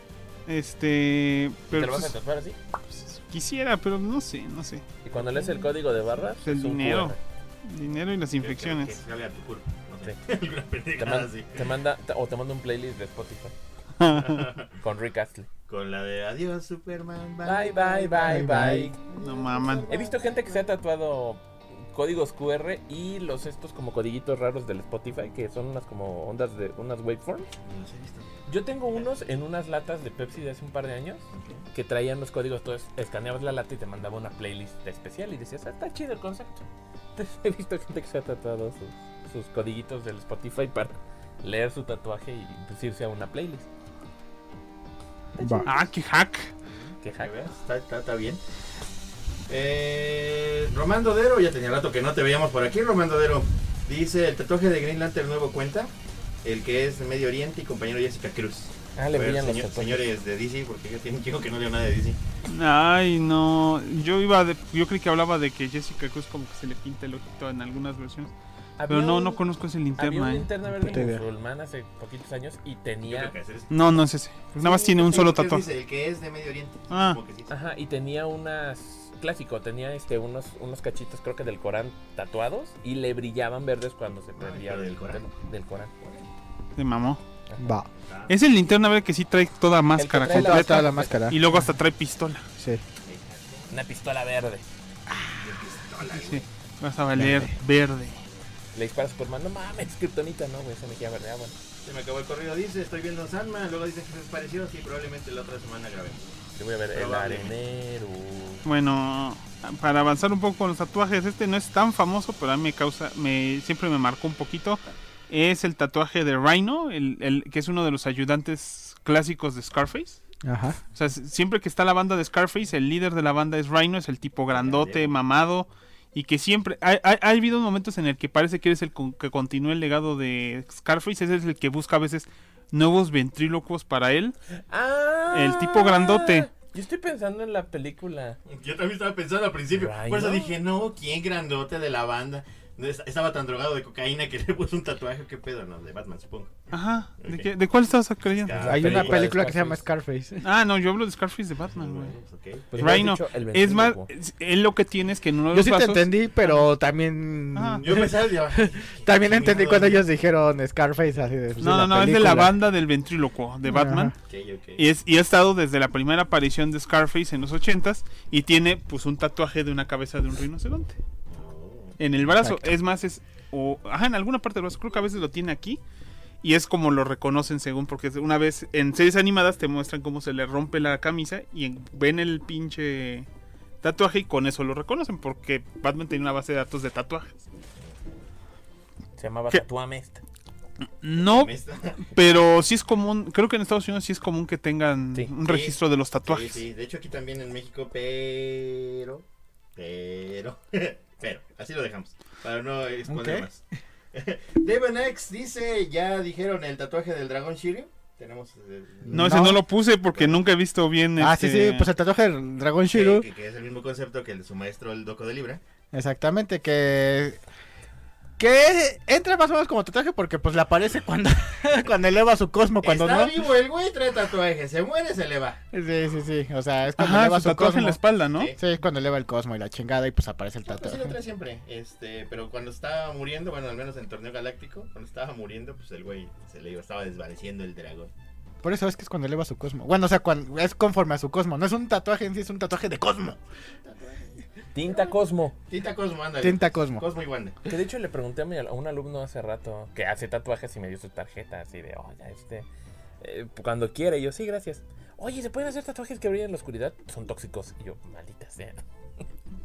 Speaker 1: Este,
Speaker 2: ¿Te
Speaker 1: pero
Speaker 2: lo vas a
Speaker 1: pues,
Speaker 2: tatuar así?
Speaker 1: pues, quisiera, pero no sé, no sé.
Speaker 2: Y cuando lees el código de barras,
Speaker 1: El
Speaker 2: es un
Speaker 1: dinero.
Speaker 2: QR.
Speaker 1: Dinero y las
Speaker 6: Que,
Speaker 1: infecciones.
Speaker 6: que sale a tu culo. No sé. Una
Speaker 2: Te,
Speaker 6: pendejada
Speaker 2: man-
Speaker 6: así.
Speaker 2: te manda, te- o te manda un playlist de Spotify con Rick Astley.
Speaker 6: Con la de adiós Superman.
Speaker 2: Bye, bye, bye, bye.
Speaker 1: No maman.
Speaker 2: He visto gente que se ha tatuado códigos QR y los estos como codiguitos raros del Spotify que son unas como ondas de unas waveforms.
Speaker 6: Los he visto.
Speaker 2: Yo tengo unos en unas latas de Pepsi de hace un par de años
Speaker 6: Ok.
Speaker 2: que traían los códigos, entonces escaneabas la lata y te mandaba una playlist especial y decías, "Ah, está chido el concepto. Entonces he visto gente que se ha tatuado sus, sus codiguitos del Spotify para leer su tatuaje y pues, irse a una playlist.
Speaker 4: Va.
Speaker 1: Ah, qué hack.
Speaker 2: Qué
Speaker 6: ¿Me
Speaker 2: hack.
Speaker 6: ves? Está, está, está bien. Eh, Román Dodero, ya tenía rato que no te veíamos por aquí, Román Dodero. Dice, el tatuaje de Green Lantern nuevo cuenta, el que es de Medio Oriente y compañero Jessica Cruz.
Speaker 2: Ah, le
Speaker 6: A ver,
Speaker 2: brillan los
Speaker 6: señor-
Speaker 2: tatuajes.
Speaker 6: señores de DC, porque yo tengo un chico que no leo nada de DC.
Speaker 1: Ay, no. Yo iba de, yo creí que hablaba de que Jessica Cruz como que se le pinta el ojito en algunas versiones. Pero
Speaker 2: Había
Speaker 1: no,
Speaker 2: un-
Speaker 1: no conozco ese
Speaker 2: Había
Speaker 1: linterna.
Speaker 2: una
Speaker 1: eh.
Speaker 2: linterna verde
Speaker 4: Puta idea.
Speaker 2: musulmana hace poquitos años y
Speaker 6: Yo creo
Speaker 2: tenía...
Speaker 6: que ese es-
Speaker 1: No, no es ese. Pues Nada más tiene un
Speaker 6: Sí,
Speaker 1: solo
Speaker 6: porque él
Speaker 1: tatuaje.
Speaker 6: dice, el que es de Medio Oriente.
Speaker 1: Ah.
Speaker 6: Como que sí.
Speaker 2: Ajá, y tenía unas clásico, tenía este unos unos cachitos creo que del Corán tatuados y le brillaban verdes cuando se prendía
Speaker 6: pero Ah, del
Speaker 2: el-
Speaker 6: Corán.
Speaker 2: del Corán.
Speaker 1: De mamó.
Speaker 4: Va.
Speaker 6: Ah,
Speaker 1: Es el linterna verde que sí trae toda máscara
Speaker 2: que trae la-
Speaker 1: completa.
Speaker 4: Toda la máscara.
Speaker 1: Y luego hasta trae pistola.
Speaker 4: Sí.
Speaker 2: Una pistola verde.
Speaker 1: Sí, vas a valer verde.
Speaker 2: Le dispara a Superman, no mames, Kryptonita, no, güey, esa energía verde, ah, bueno.
Speaker 6: Se me acabó el corrido, dice, estoy viendo Sandman, luego dice que se pareció, sí, probablemente la otra semana grabemos.
Speaker 2: Yo voy a ver el
Speaker 6: Probablemente.
Speaker 2: arenero.
Speaker 1: Bueno, para avanzar un poco con los tatuajes, este no es tan famoso, pero a mí me causa, me, siempre me marcó un poquito. Es el tatuaje de Rhino, el, el- que es uno de los ayudantes clásicos de Scarface.
Speaker 4: Ajá.
Speaker 1: O sea, s- siempre que está la banda de Scarface, el líder de la banda es Rhino, es el tipo grandote, mamado. Y que siempre. Ha, ha- ha habido momentos en el que parece que eres el con- que continúa el legado de Scarface. Ese es el que busca a veces nuevos ventrílocos para él.
Speaker 2: Ah.
Speaker 1: El tipo grandote.
Speaker 2: Yo estoy pensando en la película.
Speaker 6: Yo también estaba pensando al principio.
Speaker 2: Rhino.
Speaker 6: Por eso dije, no, ¿quién grandote de la banda? No, es- Estaba tan drogado de cocaína que le puso un tatuaje. ¿Qué pedo? No, de Batman, supongo.
Speaker 1: Ajá. ¿De,
Speaker 6: Ok.
Speaker 1: qué- de cuál estabas creyendo?
Speaker 6: Scar-
Speaker 4: Hay una
Speaker 2: Ah, película de
Speaker 4: película que se llama Scarface.
Speaker 1: Ah, no, yo hablo de Scarface de Batman, güey.
Speaker 6: Ah, Ok.
Speaker 2: Pues hubieras
Speaker 1: Rhino,
Speaker 2: dicho el
Speaker 1: Es más,
Speaker 2: ventrílocuo.
Speaker 1: es- él lo que tiene es que en uno de
Speaker 4: Yo
Speaker 1: los
Speaker 4: sí te
Speaker 1: vasos-
Speaker 4: entendí, pero también.
Speaker 1: Ah.
Speaker 6: Yo pensaba, ya,
Speaker 4: También entendí cuando
Speaker 6: yo
Speaker 4: ellos dijeron Scarface así de. pues,
Speaker 1: No, no,
Speaker 4: de la
Speaker 1: no, es de la
Speaker 4: película.
Speaker 1: banda del ventrílocuo de Batman.
Speaker 4: Ajá.
Speaker 1: Y, es, y ha estado desde la primera aparición de Scarface en los 80s y tiene pues un tatuaje de una cabeza de un rinoceronte en el brazo.
Speaker 4: Exacto.
Speaker 1: Es más, es o ajá, en alguna parte del brazo, creo que a veces lo tiene aquí y es como lo reconocen según porque es- una vez en series animadas te muestran cómo se le rompe la camisa y en- ven el pinche tatuaje y con eso lo reconocen porque Batman tiene una base de datos de tatuajes.
Speaker 2: Se llamaba
Speaker 1: ¿Qué?
Speaker 2: Tatuamest.
Speaker 1: No, pero sí es común, creo que en Estados Unidos sí es común que tengan
Speaker 2: Sí.
Speaker 1: un
Speaker 6: Sí.
Speaker 1: registro de los
Speaker 6: Sí,
Speaker 1: tatuajes.
Speaker 6: sí, de hecho aquí también en México, pero. Pero. Pero, así lo dejamos. Para no exponer
Speaker 4: Ok.
Speaker 6: más. Devon X dice: Ya dijeron el tatuaje del dragón Shiryu. Tenemos. eh,
Speaker 1: No, ese
Speaker 4: No.
Speaker 1: no lo puse porque nunca he visto bien.
Speaker 4: Ah, sí,
Speaker 1: este,
Speaker 4: sí, pues el tatuaje del Dragón
Speaker 6: que,
Speaker 4: Shiru.
Speaker 6: que- que es el mismo concepto que el de su maestro, el Doco de Libra.
Speaker 4: Exactamente, que. Que entra más o menos como tatuaje porque pues le aparece cuando, cuando eleva su cosmo, cuando
Speaker 6: Está
Speaker 4: no.
Speaker 6: vivo el güey, trae tatuaje. Se muere, se le va.
Speaker 4: Sí, sí, sí. O sea, es cuando
Speaker 1: Ajá,
Speaker 4: eleva
Speaker 1: su
Speaker 4: su,
Speaker 1: tatuaje
Speaker 4: cosmo.
Speaker 1: en la espalda, ¿no?
Speaker 6: Sí.
Speaker 4: Sí, es cuando eleva el cosmo y la chingada y pues aparece el
Speaker 6: No, pues sí lo
Speaker 4: tatuaje.
Speaker 6: trae siempre. Este, pero cuando estaba muriendo, bueno, al menos en Torneo Galáctico, cuando estaba muriendo, pues el güey se le iba, estaba desvaneciendo el dragón.
Speaker 4: Por eso es que es cuando eleva su cosmo. Bueno, o sea, cuan- es conforme a su cosmo. No es un tatuaje en sí, es un tatuaje de cosmo.
Speaker 2: Tinta Cosmo.
Speaker 6: Tinta Cosmo, ándale.
Speaker 4: Tinta cosmo.
Speaker 6: Cosmo y Wanda.
Speaker 2: Que de hecho le pregunté a, mi- a un alumno hace rato que hace tatuajes y me dio su tarjeta así de, oye, este, eh, cuando quiere. Y yo, sí, gracias. Oye, ¿se pueden hacer tatuajes que brillan en la oscuridad? Son tóxicos. Y yo, maldita sea,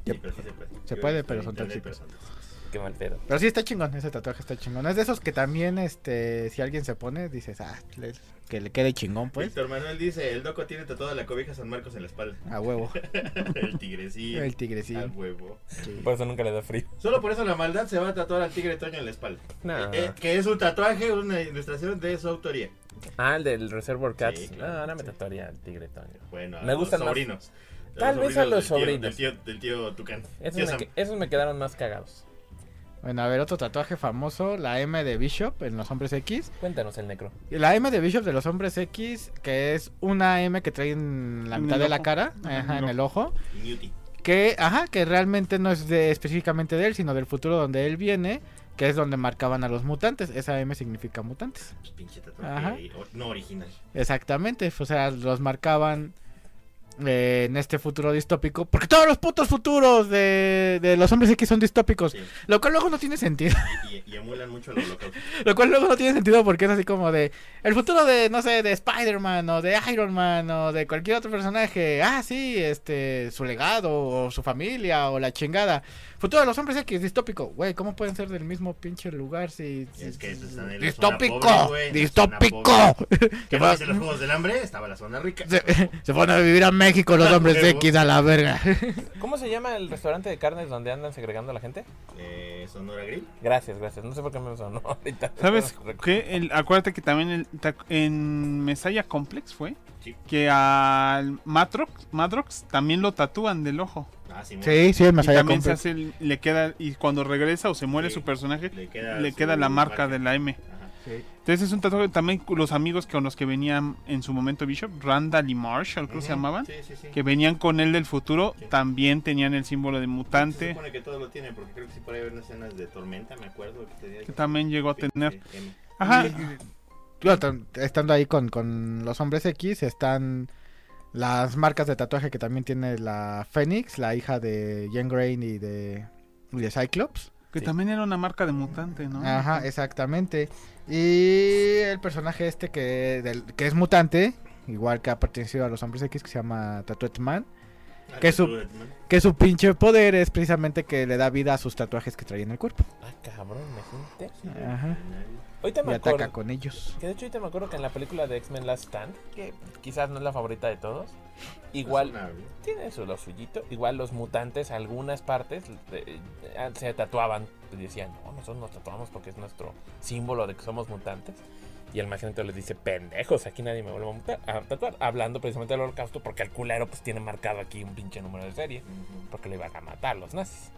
Speaker 6: Sí, pero sí se puede.
Speaker 4: Se
Speaker 6: Yo
Speaker 4: puede,
Speaker 6: he visto
Speaker 4: pero
Speaker 6: en
Speaker 4: son
Speaker 6: internet,
Speaker 4: tóxicos.
Speaker 6: pero son tóxicos.
Speaker 2: qué mal pedo.
Speaker 4: Pero sí está chingón, ese tatuaje está chingón. Es de esos que también, este, si alguien se pone, dices, ah, le- que le quede chingón, pues.
Speaker 6: Víctor Manuel dice, el doco tiene toda la cobija San Marcos en la espalda.
Speaker 4: A huevo.
Speaker 6: el tigrecillo.
Speaker 4: El
Speaker 6: Al
Speaker 4: tigrecillo.
Speaker 6: huevo.
Speaker 4: sí.
Speaker 2: Por eso nunca le da frío.
Speaker 6: Solo por eso la maldad se va a tatuar al tigre Toño en la espalda.
Speaker 4: Ah.
Speaker 2: Nah.
Speaker 6: Eh, que es un tatuaje, una ilustración de su autoría.
Speaker 2: Ah, el del Reservoir Cats. Ah,
Speaker 6: Sí, claro,
Speaker 2: no, ahora me
Speaker 6: sí.
Speaker 2: tatuaría el tigre Toño.
Speaker 6: Bueno, a
Speaker 2: Me
Speaker 6: los
Speaker 2: gustan más.
Speaker 6: sobrinos.
Speaker 2: Tal vez a los
Speaker 6: del tío- Del tío, del tío Tucán. Tío
Speaker 2: Esos me,
Speaker 6: Sam.
Speaker 2: que- esos me quedaron más cagados.
Speaker 4: Bueno, a ver, otro tatuaje famoso, la M de Bishop en los hombres X.
Speaker 2: Cuéntanos el necro.
Speaker 4: Y La M de Bishop de los hombres X, que es una M que trae en la
Speaker 1: En
Speaker 4: mitad
Speaker 1: el
Speaker 4: de la
Speaker 1: ojo.
Speaker 4: cara,
Speaker 1: Ajá,
Speaker 4: ajá,
Speaker 1: en
Speaker 4: en
Speaker 1: el
Speaker 4: el ojo.
Speaker 6: Newty.
Speaker 4: Que, ajá, que realmente no es de- específicamente de él, sino del futuro donde él viene, que es donde marcaban a los mutantes. Esa M significa mutantes.
Speaker 6: Pues, pinche
Speaker 4: Ajá.
Speaker 6: tatuaje o- no original.
Speaker 4: Exactamente, o sea, los marcaban eh, en este futuro distópico, porque todos los putos futuros de, de los hombres X son distópicos,
Speaker 6: Sí.
Speaker 4: lo cual luego no tiene sentido,
Speaker 6: Y, y- y emulan mucho los locos.
Speaker 4: lo cual luego no tiene sentido porque es así como de, el futuro de, no sé, de Spider-Man o de Iron Man o de cualquier otro personaje, ah, sí, este, su legado o su familia o la chingada, futuro de los hombres X distópico, güey, ¿cómo pueden ser del mismo pinche lugar si... si-
Speaker 6: Es que eso está en la zona
Speaker 4: distópico,
Speaker 6: pobre, güey, en la zona
Speaker 4: distópico.
Speaker 6: pobre.
Speaker 4: ¿Qué
Speaker 6: Que
Speaker 4: pasa?
Speaker 6: de los Juegos del Hambre estaba la zona rica.
Speaker 4: Se, se fueron a vivir a México los hombres
Speaker 6: Huevo.
Speaker 4: X a la verga.
Speaker 2: ¿Cómo se llama el restaurante de carnes donde andan segregando a la gente?
Speaker 6: Eh, Sonora Grill.
Speaker 2: Gracias, gracias. No sé por qué me sonó ahorita.
Speaker 1: ¿Sabes
Speaker 2: No recuerdo.
Speaker 1: qué? El- acuérdate que también el tac- en Mesaya Complex fue
Speaker 6: Sí.
Speaker 1: que al Matrox, Madrox también lo tatúan del ojo.
Speaker 6: Ah, sí,
Speaker 4: Sí, sí,
Speaker 1: Y
Speaker 4: más allá
Speaker 1: también se hace, el- le queda, y cuando regresa o se muere
Speaker 6: Sí.
Speaker 1: su personaje,
Speaker 6: Le queda,
Speaker 1: le
Speaker 6: su
Speaker 1: queda la marca de la M.
Speaker 6: Ajá.
Speaker 1: Entonces es un tatuaje también con los amigos con los que venían en su momento Bishop, Randall y Marshall, creo que se
Speaker 6: Ujú,
Speaker 1: llamaban,
Speaker 6: Sí, sí, sí.
Speaker 1: que venían con él del futuro,
Speaker 6: Sí.
Speaker 1: también tenían el símbolo de
Speaker 6: Se
Speaker 1: mutante,
Speaker 6: supone que todos lo tienen, porque creo que sí por ahí hay unas escenas de tormenta, me acuerdo. Que, tenía
Speaker 1: que también llegó a
Speaker 6: Sí,
Speaker 1: tener.
Speaker 6: sí, M.
Speaker 1: Ajá.
Speaker 4: Estando ahí con, con los hombres X están las marcas de tatuaje que también tiene la Fénix, la hija de Jean Grey y de, y de Cyclops.
Speaker 1: Que
Speaker 2: Sí.
Speaker 1: también era una marca de mutante, ¿no?
Speaker 2: Ah,
Speaker 4: Ajá, exactamente. Y el personaje este que, del- que es mutante, igual que ha pertenecido a los hombres X, que se llama Tattooed Man.
Speaker 6: Ah,
Speaker 4: Que su-
Speaker 6: Red Man.
Speaker 4: Que su pinche poder es precisamente que le da vida a sus tatuajes que trae en el cuerpo.
Speaker 2: Ah, cabrón, imagínate.
Speaker 6: Sí,
Speaker 4: Ajá.
Speaker 2: Ahorita
Speaker 4: Y
Speaker 2: me
Speaker 4: ataca
Speaker 2: acuerdo.
Speaker 4: con ellos.
Speaker 2: Que de hecho ahorita me acuerdo que en la película de X-Men Last Stand, que quizás no es la favorita de todos, igual
Speaker 6: Razonable.
Speaker 2: tiene eso lo suyito. Igual los mutantes, algunas partes eh, eh, se tatuaban. y Decían, no, nosotros nos tatuamos porque es nuestro símbolo de que somos mutantes. Y el magneto les dice, pendejos, aquí nadie me vuelve a, muta- a tatuar. Hablando precisamente del holocausto porque el culero pues tiene marcado aquí un pinche número de serie.
Speaker 6: Ujú.
Speaker 2: Porque le iban a matar los nazis.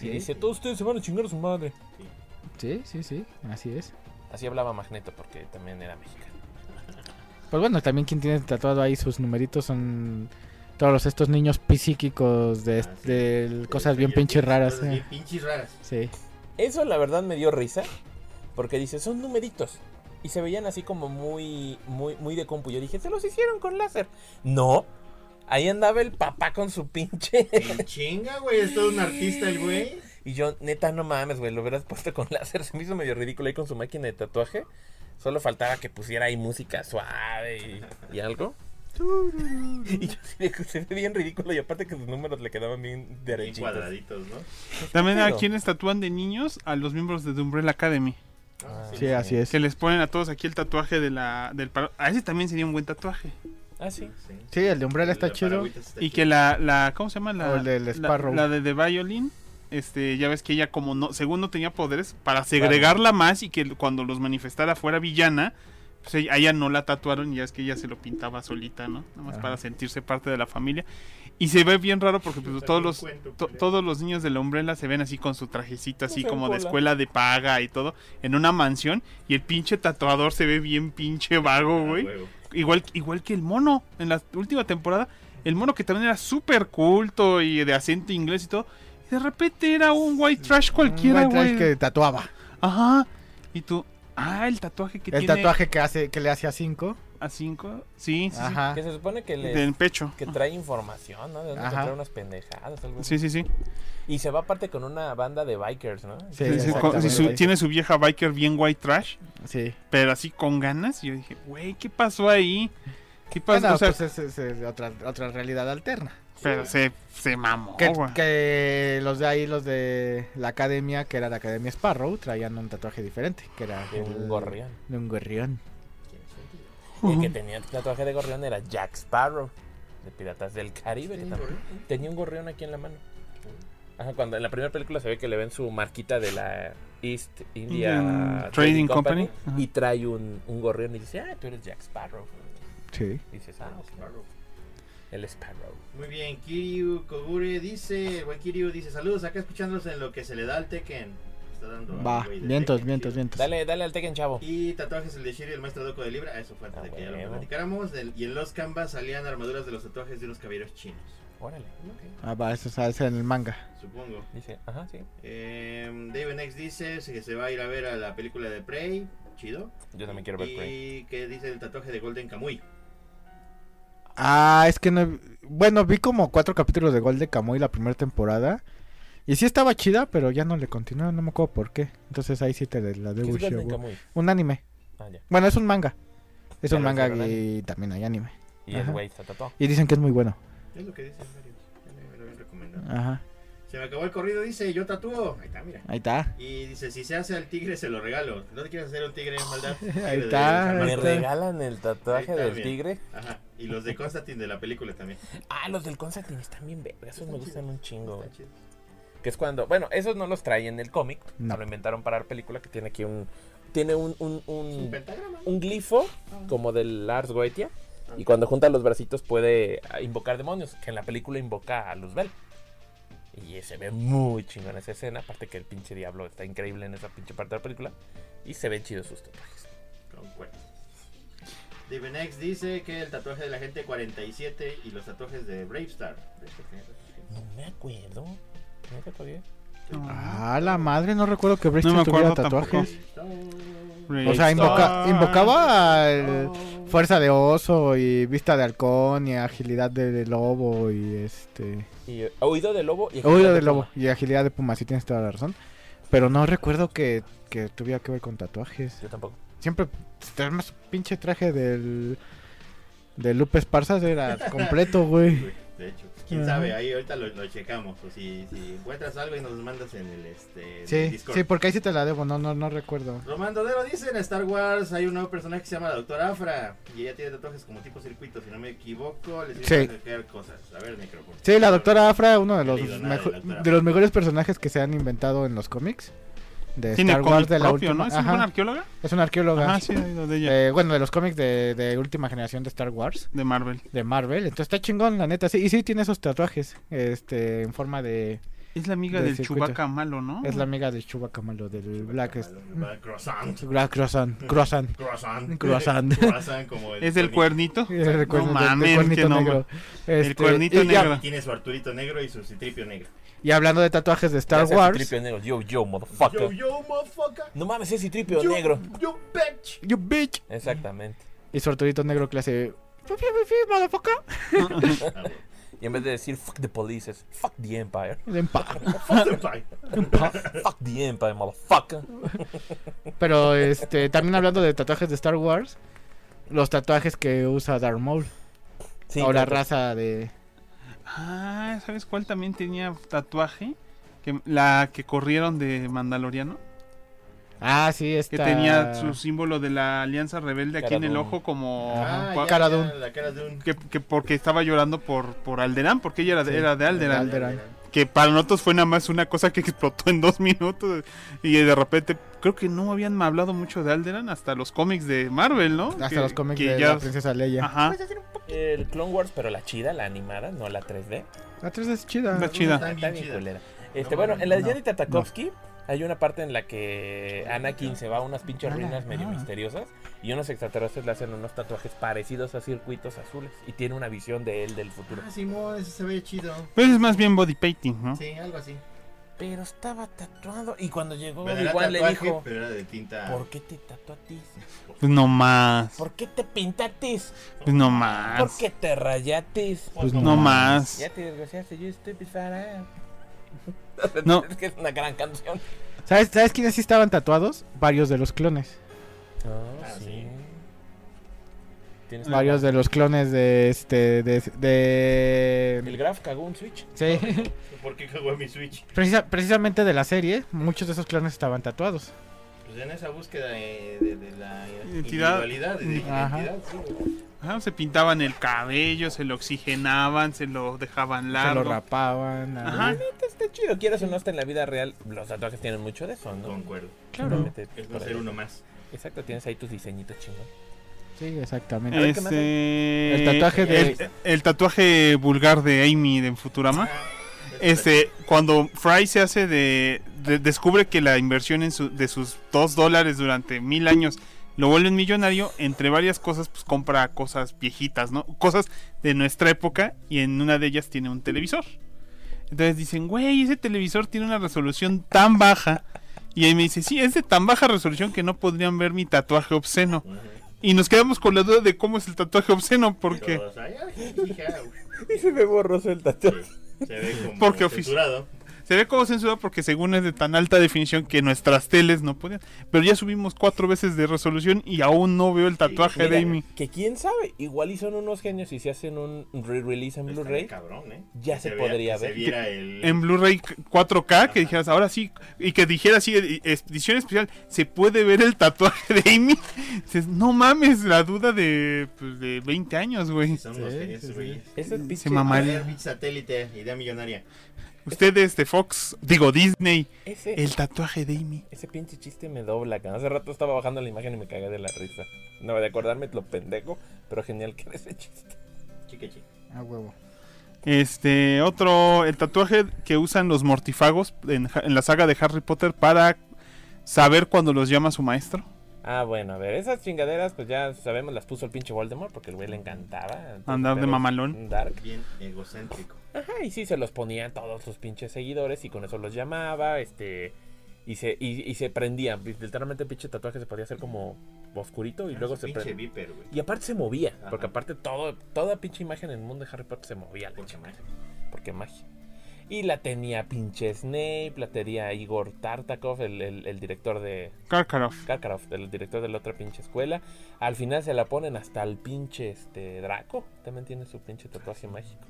Speaker 2: Y dice, todos ustedes se van a chingar a su madre.
Speaker 8: Sí, sí, sí, así es.
Speaker 2: Así hablaba Magneto porque también era mexicano.
Speaker 8: Pues bueno, también quien tiene tatuado ahí sus numeritos son todos los- estos niños psíquicos de,
Speaker 4: Este,
Speaker 6: Ah, sí.
Speaker 8: de cosas
Speaker 6: Sí,
Speaker 8: bien
Speaker 6: sí,
Speaker 8: pinches raras.
Speaker 6: Cosas
Speaker 8: eh.
Speaker 6: bien pinches raras.
Speaker 8: Sí.
Speaker 2: Eso la verdad me dio risa. Porque dice, son numeritos. Y se veían así como muy, muy, muy de compu. Yo dije, se los hicieron con láser. No. Ahí andaba el papá con su pinche.
Speaker 6: En chinga, güey. Es todo un artista el güey.
Speaker 2: Y yo, neta, no mames, güey. Lo hubieras puesto con láser. Se me hizo medio ridículo ahí con su máquina de tatuaje. Solo faltaba que pusiera ahí música suave y, y algo. Y yo así de, se ve bien ridículo. Y aparte que sus números le quedaban bien
Speaker 6: Bien
Speaker 2: derechitos.
Speaker 6: cuadraditos, ¿no?
Speaker 1: También a
Speaker 2: Pero-
Speaker 1: quienes tatúan de niños a los miembros de The Umbrella Academy.
Speaker 2: Ah,
Speaker 8: Sí, así es.
Speaker 1: Se les ponen a todos aquí el tatuaje de la, del paro- A ese también sería un buen tatuaje.
Speaker 2: Ah, sí.
Speaker 8: Sí, el de Umbrella está
Speaker 6: El de
Speaker 8: chido.
Speaker 6: Paragüitas está
Speaker 1: Y
Speaker 6: chido.
Speaker 1: que la, la ¿cómo se llama? La,
Speaker 8: Este, O el del
Speaker 1: la-
Speaker 8: Sparrow.
Speaker 1: La, de The Violin. Este, ya ves que ella como no, según no tenía poderes, para segregarla más y que cuando los manifestara fuera villana, pues ella, a ella no la tatuaron y ya es que ella se lo pintaba solita, ¿no? Nada más
Speaker 8: Ajá.
Speaker 1: para sentirse parte de la familia. Y se ve bien raro porque pues,
Speaker 6: Está
Speaker 1: todos
Speaker 6: bien
Speaker 1: los
Speaker 6: cuento,
Speaker 1: to-
Speaker 6: culero.
Speaker 1: todos los niños de la Umbrella se ven así con su trajecito así
Speaker 2: se ven
Speaker 1: como de
Speaker 2: cola.
Speaker 1: escuela de paga y todo en una mansión y el pinche tatuador se ve bien pinche vago,
Speaker 6: Ah,
Speaker 1: güey
Speaker 6: huevo.
Speaker 1: igual, igual que el mono en la última temporada. El mono que también era súper culto y de acento inglés y todo. Y de repente era un white trash cualquiera,
Speaker 4: White trash
Speaker 1: güey.
Speaker 4: que tatuaba.
Speaker 1: Ajá. Y tú, ah, el tatuaje que
Speaker 4: El
Speaker 1: tiene
Speaker 4: tatuaje que hace que le hace a 5.
Speaker 1: a 5. Sí, sí, sí.
Speaker 8: Ah.
Speaker 4: Ajá.
Speaker 2: Que se supone que les...
Speaker 1: Del pecho.
Speaker 2: Que trae información, ¿no? De dónde
Speaker 4: Ajá.
Speaker 2: encontrar unas pendejadas, algo así.
Speaker 1: Sí, sí, sí.
Speaker 2: Y se va aparte con una banda de bikers, ¿no?
Speaker 1: Sí, sí,
Speaker 4: Sí,
Speaker 1: con-
Speaker 4: exactamente.
Speaker 1: sí, su- tiene su vieja biker bien white trash,
Speaker 4: Sí.
Speaker 1: pero así con ganas. Y yo dije, güey, ¿qué pasó ahí? ¿Qué pasó?
Speaker 4: Bueno,
Speaker 1: O sea,
Speaker 4: pues es, es, eh, otra, otra realidad alterna.
Speaker 1: pero se, se mamó,
Speaker 4: Que,
Speaker 1: Oh, güey.
Speaker 4: que los de ahí, los de la academia, que era la academia Sparrow, traían un tatuaje diferente, que era
Speaker 2: De un
Speaker 4: el-
Speaker 2: gorrión.
Speaker 4: De un gorrión.
Speaker 2: El que tenía el tatuaje de gorrión era Jack Sparrow, de Piratas del Caribe, que también tenía un gorrión aquí en la mano. Ajá, cuando en la primera película se ve que le ven su marquita de la East India
Speaker 1: Indian Mm, Trading Company. Ajá.
Speaker 2: y trae un, un gorrión y dice, ah, tú eres Jack Sparrow.
Speaker 8: Sí.
Speaker 2: Y dices, ah, ok,
Speaker 6: Claro.
Speaker 2: el Sparrow.
Speaker 6: Muy bien, Kiryu Kogure dice, el buen Kiryu dice, saludos acá escuchándolos en lo que se le da al Tekken. Está dando al
Speaker 8: Va,
Speaker 6: güey de
Speaker 8: vientos,
Speaker 6: Tekken,
Speaker 8: vientos,
Speaker 6: Kiryu.
Speaker 8: vientos.
Speaker 2: Dale, dale al Tekken, chavo.
Speaker 6: Y tatuajes el de Shiryu, el maestro Doco de Libra, ah, eso fue antes
Speaker 2: Ah,
Speaker 6: de que ya lo
Speaker 2: huevo.
Speaker 6: platicáramos. del- y en los canvas salían armaduras de los tatuajes de unos caballeros chinos.
Speaker 2: Órale.
Speaker 8: Ah, va, eso es en el manga.
Speaker 6: Supongo.
Speaker 2: Dice, ajá, sí.
Speaker 6: Eh, David X dice que se va a ir a ver a la película de Prey. Chido.
Speaker 2: Yo también quiero ver
Speaker 6: y
Speaker 2: Prey.
Speaker 6: que dice el tatuaje de Golden Kamuy.
Speaker 4: Ah, es que no. he- Bueno, vi como cuatro capítulos de Gol de Kamuy la primera temporada. Y sí estaba chida, pero ya no le continuaron, no me acuerdo por qué. Entonces ahí sí te la
Speaker 2: ¿Qué
Speaker 4: debo.
Speaker 2: es Golden
Speaker 4: Shogo.
Speaker 2: Kamuy?
Speaker 4: Un anime.
Speaker 2: Ah, ya.
Speaker 4: Bueno, es un manga. Es
Speaker 2: Ya
Speaker 4: un
Speaker 2: lo
Speaker 4: manga
Speaker 2: hicieron
Speaker 4: y también hay anime.
Speaker 2: Y el
Speaker 4: Ajá.
Speaker 2: güey se tatuó.
Speaker 4: Y dicen que es muy bueno.
Speaker 6: Es lo que dicen varios. Ya me lo habían recomendado.
Speaker 4: Ajá.
Speaker 6: Se me acabó el corrido, dice, yo tatúo. Ahí está, mira.
Speaker 4: Ahí está.
Speaker 6: Y dice, si se hace al tigre, se lo regalo. ¿No te quieres hacer un tigre en maldad?
Speaker 4: Ahí está,
Speaker 2: Me
Speaker 6: Tigre de- de-
Speaker 4: Ahí está.
Speaker 2: regalan el tatuaje
Speaker 6: Ahí está
Speaker 2: del
Speaker 6: bien.
Speaker 2: tigre.
Speaker 6: Ajá. Y los de Constantine de la película también.
Speaker 2: Ah, los del Constantine están bien vergas. Esos me gustan un chingo, güey.
Speaker 6: Está chido.
Speaker 2: Que es cuando. Bueno, esos no los traen en el cómic.
Speaker 4: No.
Speaker 2: No. Lo inventaron para la película que tiene aquí un. Tiene un. Un,
Speaker 6: Un Ah.
Speaker 2: un,
Speaker 6: pentagrama.
Speaker 2: un glifo como del Lars Goetia.
Speaker 6: Ah.
Speaker 2: Y cuando junta los bracitos puede ah, invocar demonios. Que en la película invoca a Luzbel. Y se ve muy chingón esa escena. Aparte que el pinche diablo está increíble en esa pinche parte de la película. Y se ven chidos sus tatuajes.
Speaker 6: Con cuernos. Divinex dice que el tatuaje de la gente 47 y los tatuajes de este Bravestar.
Speaker 2: No me acuerdo. No te acuerdas.
Speaker 4: Ah, la madre, no recuerdo que Brexit
Speaker 1: No me
Speaker 4: tuviera
Speaker 1: acuerdo tampoco.
Speaker 4: tatuajes.
Speaker 1: Brave
Speaker 4: O sea, invoca-
Speaker 1: Star.
Speaker 4: invocaba
Speaker 2: Oh.
Speaker 4: al- fuerza de oso y vista de halcón y agilidad de, de lobo y este...
Speaker 2: Y eh, oído de lobo y
Speaker 4: Oído de
Speaker 2: puma.
Speaker 4: lobo y agilidad de puma, sí tienes toda la razón. Pero no recuerdo que, que tuviera que ver con tatuajes.
Speaker 2: Yo tampoco.
Speaker 4: Siempre traer más pinche traje del... De Lupe Esparza era completo, güey.
Speaker 6: De hecho, quién
Speaker 4: Ajá.
Speaker 6: sabe, ahí ahorita lo, lo checamos. O si, si encuentras algo y nos mandas en el este, en el
Speaker 4: Sí,
Speaker 6: Discord.
Speaker 4: sí, porque ahí sí te la debo, no, no, no recuerdo.
Speaker 6: Román Dodero dice en Star Wars hay un nuevo personaje que se llama la Doctora Afra y ella tiene tatuajes como tipo circuito, si no me equivoco, le
Speaker 4: Sí.
Speaker 6: sirve para crear cosas. A ver, Necro. por
Speaker 4: Sí, la
Speaker 6: favor.
Speaker 4: doctora Afra, uno de
Speaker 6: No he
Speaker 4: los,
Speaker 6: leído nada de la
Speaker 4: mejo-
Speaker 6: doctora
Speaker 4: de los mejores personajes que se han inventado en los cómics. De
Speaker 1: Tiene
Speaker 4: Star
Speaker 1: cómic
Speaker 4: Wars de la
Speaker 1: propio,
Speaker 4: última.
Speaker 1: ¿no? ¿Es
Speaker 4: ajá,
Speaker 1: una arqueóloga?
Speaker 4: es una arqueóloga.
Speaker 1: Ah, sí, he oído de ella.
Speaker 4: Eh, bueno, de los cómics de, de última generación de Star Wars,
Speaker 1: De Marvel.
Speaker 4: de Marvel. Entonces está chingón, la neta. Sí, y sí, tiene esos tatuajes este, en forma de,
Speaker 1: Es la amiga
Speaker 4: Del
Speaker 1: del
Speaker 4: circuito.
Speaker 1: Chubaca malo, ¿no?
Speaker 4: Es la amiga de Chewbacca malo, del Black. Es...
Speaker 6: Croissant.
Speaker 4: Gra- Croissant, croissant.
Speaker 6: Croissant.
Speaker 4: Croissant.
Speaker 6: Croissant como el
Speaker 1: Es el
Speaker 6: Tony.
Speaker 1: cuernito.
Speaker 4: El cuerno- el
Speaker 1: mames,
Speaker 4: cuernito
Speaker 1: qué nombre.
Speaker 4: negro. Este,
Speaker 1: el cuernito
Speaker 4: y ya-
Speaker 1: negro.
Speaker 6: Tiene su Arturito negro y su citripio negro.
Speaker 4: Y hablando de tatuajes de Star
Speaker 2: Ya sea
Speaker 4: Wars.
Speaker 2: Citripio negro. Yo, yo, motherfucker.
Speaker 6: Yo, yo, motherfucker.
Speaker 2: No mames, es Citripio
Speaker 6: Yo,
Speaker 2: negro.
Speaker 6: Yo, bitch.
Speaker 4: You bitch.
Speaker 2: Exactamente.
Speaker 4: Y su Arturito negro clase. "Fufi, fufi, motherfucker".
Speaker 6: Ah, güey.
Speaker 2: Y en vez de decir fuck the police, es fuck the empire.
Speaker 4: De empa-
Speaker 6: Fuck the pie.
Speaker 2: Fuck the empire, motherfucker.
Speaker 4: Pero este, también hablando de tatuajes de Star Wars, los tatuajes que usa Darth Maul
Speaker 2: Sí,
Speaker 4: o la
Speaker 2: claro.
Speaker 4: raza de
Speaker 1: Ah, ¿sabes cuál también tenía tatuaje? Que, la que corrieron de Mandaloriano.
Speaker 4: Ah, sí, esta
Speaker 1: Que tenía su símbolo de la Alianza Rebelde aquí en el
Speaker 2: Caradón.
Speaker 1: ojo como...
Speaker 6: Ah,
Speaker 1: cua-
Speaker 6: ya,
Speaker 4: Cara
Speaker 6: ya,
Speaker 4: de un-
Speaker 6: La cara de un.
Speaker 1: que, que porque estaba llorando por, por Alderán, porque ella era, de-
Speaker 4: Sí,
Speaker 1: era de Alderán.
Speaker 4: Alderaan.
Speaker 1: Que para nosotros fue nada más una cosa que explotó en dos minutos. Y de repente, creo que no habían hablado mucho de Alderaan hasta los cómics de Marvel, ¿no?
Speaker 4: hasta
Speaker 1: Que-
Speaker 4: los cómics
Speaker 1: que
Speaker 4: de
Speaker 1: ya-
Speaker 4: la princesa Leia.
Speaker 1: Ajá.
Speaker 2: Pues El Clone Wars, pero la chida, la animada, no la 3D.
Speaker 4: La 3 es chida.
Speaker 1: Está chida.
Speaker 6: Está
Speaker 2: Ah, Está
Speaker 6: bien
Speaker 2: bien
Speaker 6: chida.
Speaker 2: culera. Este,
Speaker 6: No,
Speaker 2: bueno, en la de
Speaker 4: no,
Speaker 2: Jenny Tatakovsky hay una parte en la que Anakin se va a unas pinches ruinas medio misteriosas y unos extraterrestres le hacen unos tatuajes parecidos a circuitos azules y tiene una visión de él del futuro.
Speaker 6: Ah, Simón, ese se ve chido.
Speaker 1: Pues es más bien body painting, ¿no?
Speaker 6: Sí, algo así.
Speaker 2: Pero estaba tatuado y cuando llegó
Speaker 6: Pero era
Speaker 2: Oh, igual le
Speaker 6: tatuaje,
Speaker 2: dijo,
Speaker 6: Pero era de tinta.
Speaker 2: ¿por qué te tatuatis?
Speaker 1: Pues no más.
Speaker 2: ¿Por qué te pintatis?
Speaker 1: Pues no más.
Speaker 2: ¿Por qué te rayatis?
Speaker 4: Pues
Speaker 1: No más.
Speaker 2: Ya te desgraciaste, yo estoy
Speaker 1: No.
Speaker 2: Es que es una gran canción.
Speaker 4: ¿Sabes, ¿Sabes quiénes sí estaban tatuados? Varios de los clones.
Speaker 6: Ah, sí.
Speaker 2: sí. Tienes
Speaker 4: Varios de los clones de este de,
Speaker 2: El
Speaker 4: de-
Speaker 2: Graf cagó un switch.
Speaker 4: sí,
Speaker 6: ¿Por qué cagó mi Switch?
Speaker 4: precisa- precisamente de la serie, muchos de esos clones estaban tatuados.
Speaker 6: Pues en esa búsqueda eh, de, de la
Speaker 1: Identidad.
Speaker 6: individualidad, de
Speaker 4: Ajá.
Speaker 6: identidad, sí, güey.
Speaker 1: Ajá, Ah, se pintaban el cabello, se lo oxigenaban, se lo dejaban largo.
Speaker 4: Se lo rapaban. a-
Speaker 1: Ajá.
Speaker 2: Neta, Ah, Está chido, quieras o no, hasta en la vida real. Los tatuajes tienen mucho de eso, ¿no?
Speaker 6: Concuerdo.
Speaker 4: Claro.
Speaker 2: Realmente,
Speaker 6: Es no
Speaker 2: por
Speaker 6: ser
Speaker 2: ahí.
Speaker 6: uno más.
Speaker 2: Exacto, tienes ahí tus diseñitos chingón.
Speaker 4: Sí, exactamente.
Speaker 1: Eh.
Speaker 2: ver, ¿qué más hay?
Speaker 1: Este,
Speaker 4: El tatuaje de-
Speaker 1: el- el tatuaje vulgar de Amy de
Speaker 6: Ah,
Speaker 1: Futurama. Ah, Este, cuando Fry se hace de, de- descubre que la inversión en su- de sus dos dólares durante mil años lo vuelve un millonario, entre varias cosas, pues compra cosas viejitas, ¿no? Cosas de nuestra época y en una de ellas tiene un televisor. Entonces dicen, güey, ese televisor tiene una resolución tan baja. Y él me dice, sí, es de tan baja resolución que no podrían ver mi tatuaje obsceno. Y nos quedamos con la duda de cómo es el tatuaje obsceno, porque...
Speaker 6: Todos, ay, ay, hija, güey.
Speaker 2: Y se me borroso el tatuaje.
Speaker 6: Se ve como
Speaker 1: Porque ofici-
Speaker 6: censurado.
Speaker 1: Se ve como censurado porque según es de tan alta definición que nuestras teles no podían. Pero ya subimos cuatro veces de resolución y aún no veo el tatuaje de Amy.
Speaker 2: que quién sabe, igual y son unos genios y si hacen un re-release en
Speaker 6: Está
Speaker 2: Blu-ray.
Speaker 6: cabrón, ¿eh?
Speaker 2: ya
Speaker 6: Que
Speaker 2: se
Speaker 6: vea-
Speaker 2: podría
Speaker 6: que
Speaker 2: ver.
Speaker 6: Se viera el...
Speaker 1: En Blu-ray 4K, que dijeras ahora sí, y que dijera así, e- edición especial, ¿se puede ver el tatuaje de Amy? Dices, no mames, la duda de, pues, de 20 años, güey.
Speaker 6: Son los
Speaker 4: Sí,
Speaker 6: que es,
Speaker 4: sí,
Speaker 6: güey.
Speaker 2: Ese es pinche-
Speaker 1: Se mamaron.
Speaker 6: A ver, pinche satélite, idea millonaria.
Speaker 1: Ustedes de Fox, digo Disney,
Speaker 2: Ese,
Speaker 1: el tatuaje de Amy.
Speaker 2: ese pinche chiste me dobla. que Hace rato estaba bajando la imagen y me cagué de la risa. No, de acordarme lo pendejo, pero genial que era ese chiste.
Speaker 6: Chique, chique.
Speaker 4: A huevo.
Speaker 1: Este, otro, el tatuaje que usan los mortifagos en, ja- en la saga de Harry Potter para saber cuando los llama su maestro.
Speaker 2: Ah, bueno, a ver, esas chingaderas, pues ya sabemos, las puso el pinche Voldemort porque el güey le encantaba. entonces,
Speaker 1: Andar de
Speaker 2: pero-
Speaker 1: mamalón.
Speaker 2: Dark.
Speaker 6: Bien egocéntrico.
Speaker 2: Ajá, Ah, y sí, se los ponía a todos sus pinches seguidores y con eso los llamaba, este... Y se, y, y se prendía, literalmente el pinche tatuaje se podía hacer como oscurito y luego
Speaker 6: Es
Speaker 2: se
Speaker 6: un Ah, Pinche
Speaker 2: prendía.
Speaker 6: viper, güey.
Speaker 2: Y aparte se movía,
Speaker 6: Ajá.
Speaker 2: porque aparte todo, toda pinche imagen en el mundo de Harry Potter se movía, la
Speaker 6: Porque
Speaker 2: chingada,
Speaker 6: magia.
Speaker 2: porque magia. Y la tenía pinche Snape, la tenía Igor Tartakov, el- el- el director de,
Speaker 1: Karkaroff.
Speaker 2: Karkaroff, el director de la otra pinche escuela. Al final se la ponen hasta el pinche este, Draco. También tiene su pinche tatuaje
Speaker 6: Ah,
Speaker 2: mágico.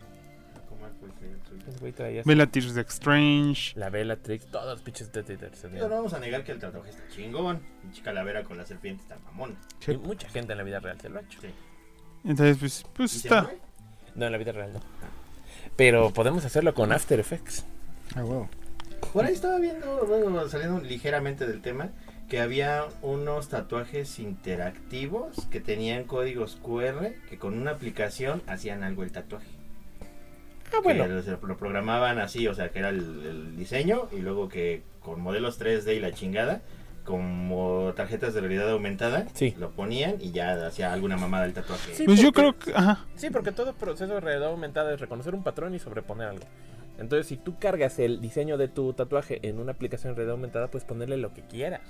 Speaker 6: Como Alfred, sí.
Speaker 2: El güey traía su-
Speaker 1: Bellatrix de Strange.
Speaker 2: la Bellatrix, todos los pinches de- de- de- de-
Speaker 6: Pero no vamos a negar que el tatuaje está chingón. Pinche calavera con la serpiente está mamona.
Speaker 2: Y mucha gente en la vida real se lo ha hecho.
Speaker 6: Sí.
Speaker 1: Entonces, pues, pues
Speaker 6: ¿Y se
Speaker 1: está.
Speaker 6: mueve?
Speaker 2: No, en la vida real no. Pero podemos hacerlo con After Effects.
Speaker 4: A huevo.
Speaker 6: Por ahí estaba viendo, bueno, saliendo ligeramente del tema, que había unos tatuajes interactivos que tenían códigos QR que con una aplicación hacían algo el tatuaje.
Speaker 2: Ah, bueno.
Speaker 6: Que se lo programaban así, o sea, que era el, el diseño y luego que con modelos 3D y la chingada, como tarjetas de realidad aumentada,
Speaker 2: Sí.
Speaker 6: lo ponían y ya hacía alguna mamada el tatuaje.
Speaker 2: Sí.
Speaker 1: Pues yo
Speaker 2: porque-
Speaker 1: creo que. Ajá.
Speaker 2: Sí, porque todo proceso de realidad aumentada es reconocer un patrón y sobreponer algo. Entonces, si tú cargas el diseño de tu tatuaje en una aplicación de realidad aumentada, puedes ponerle lo que quieras.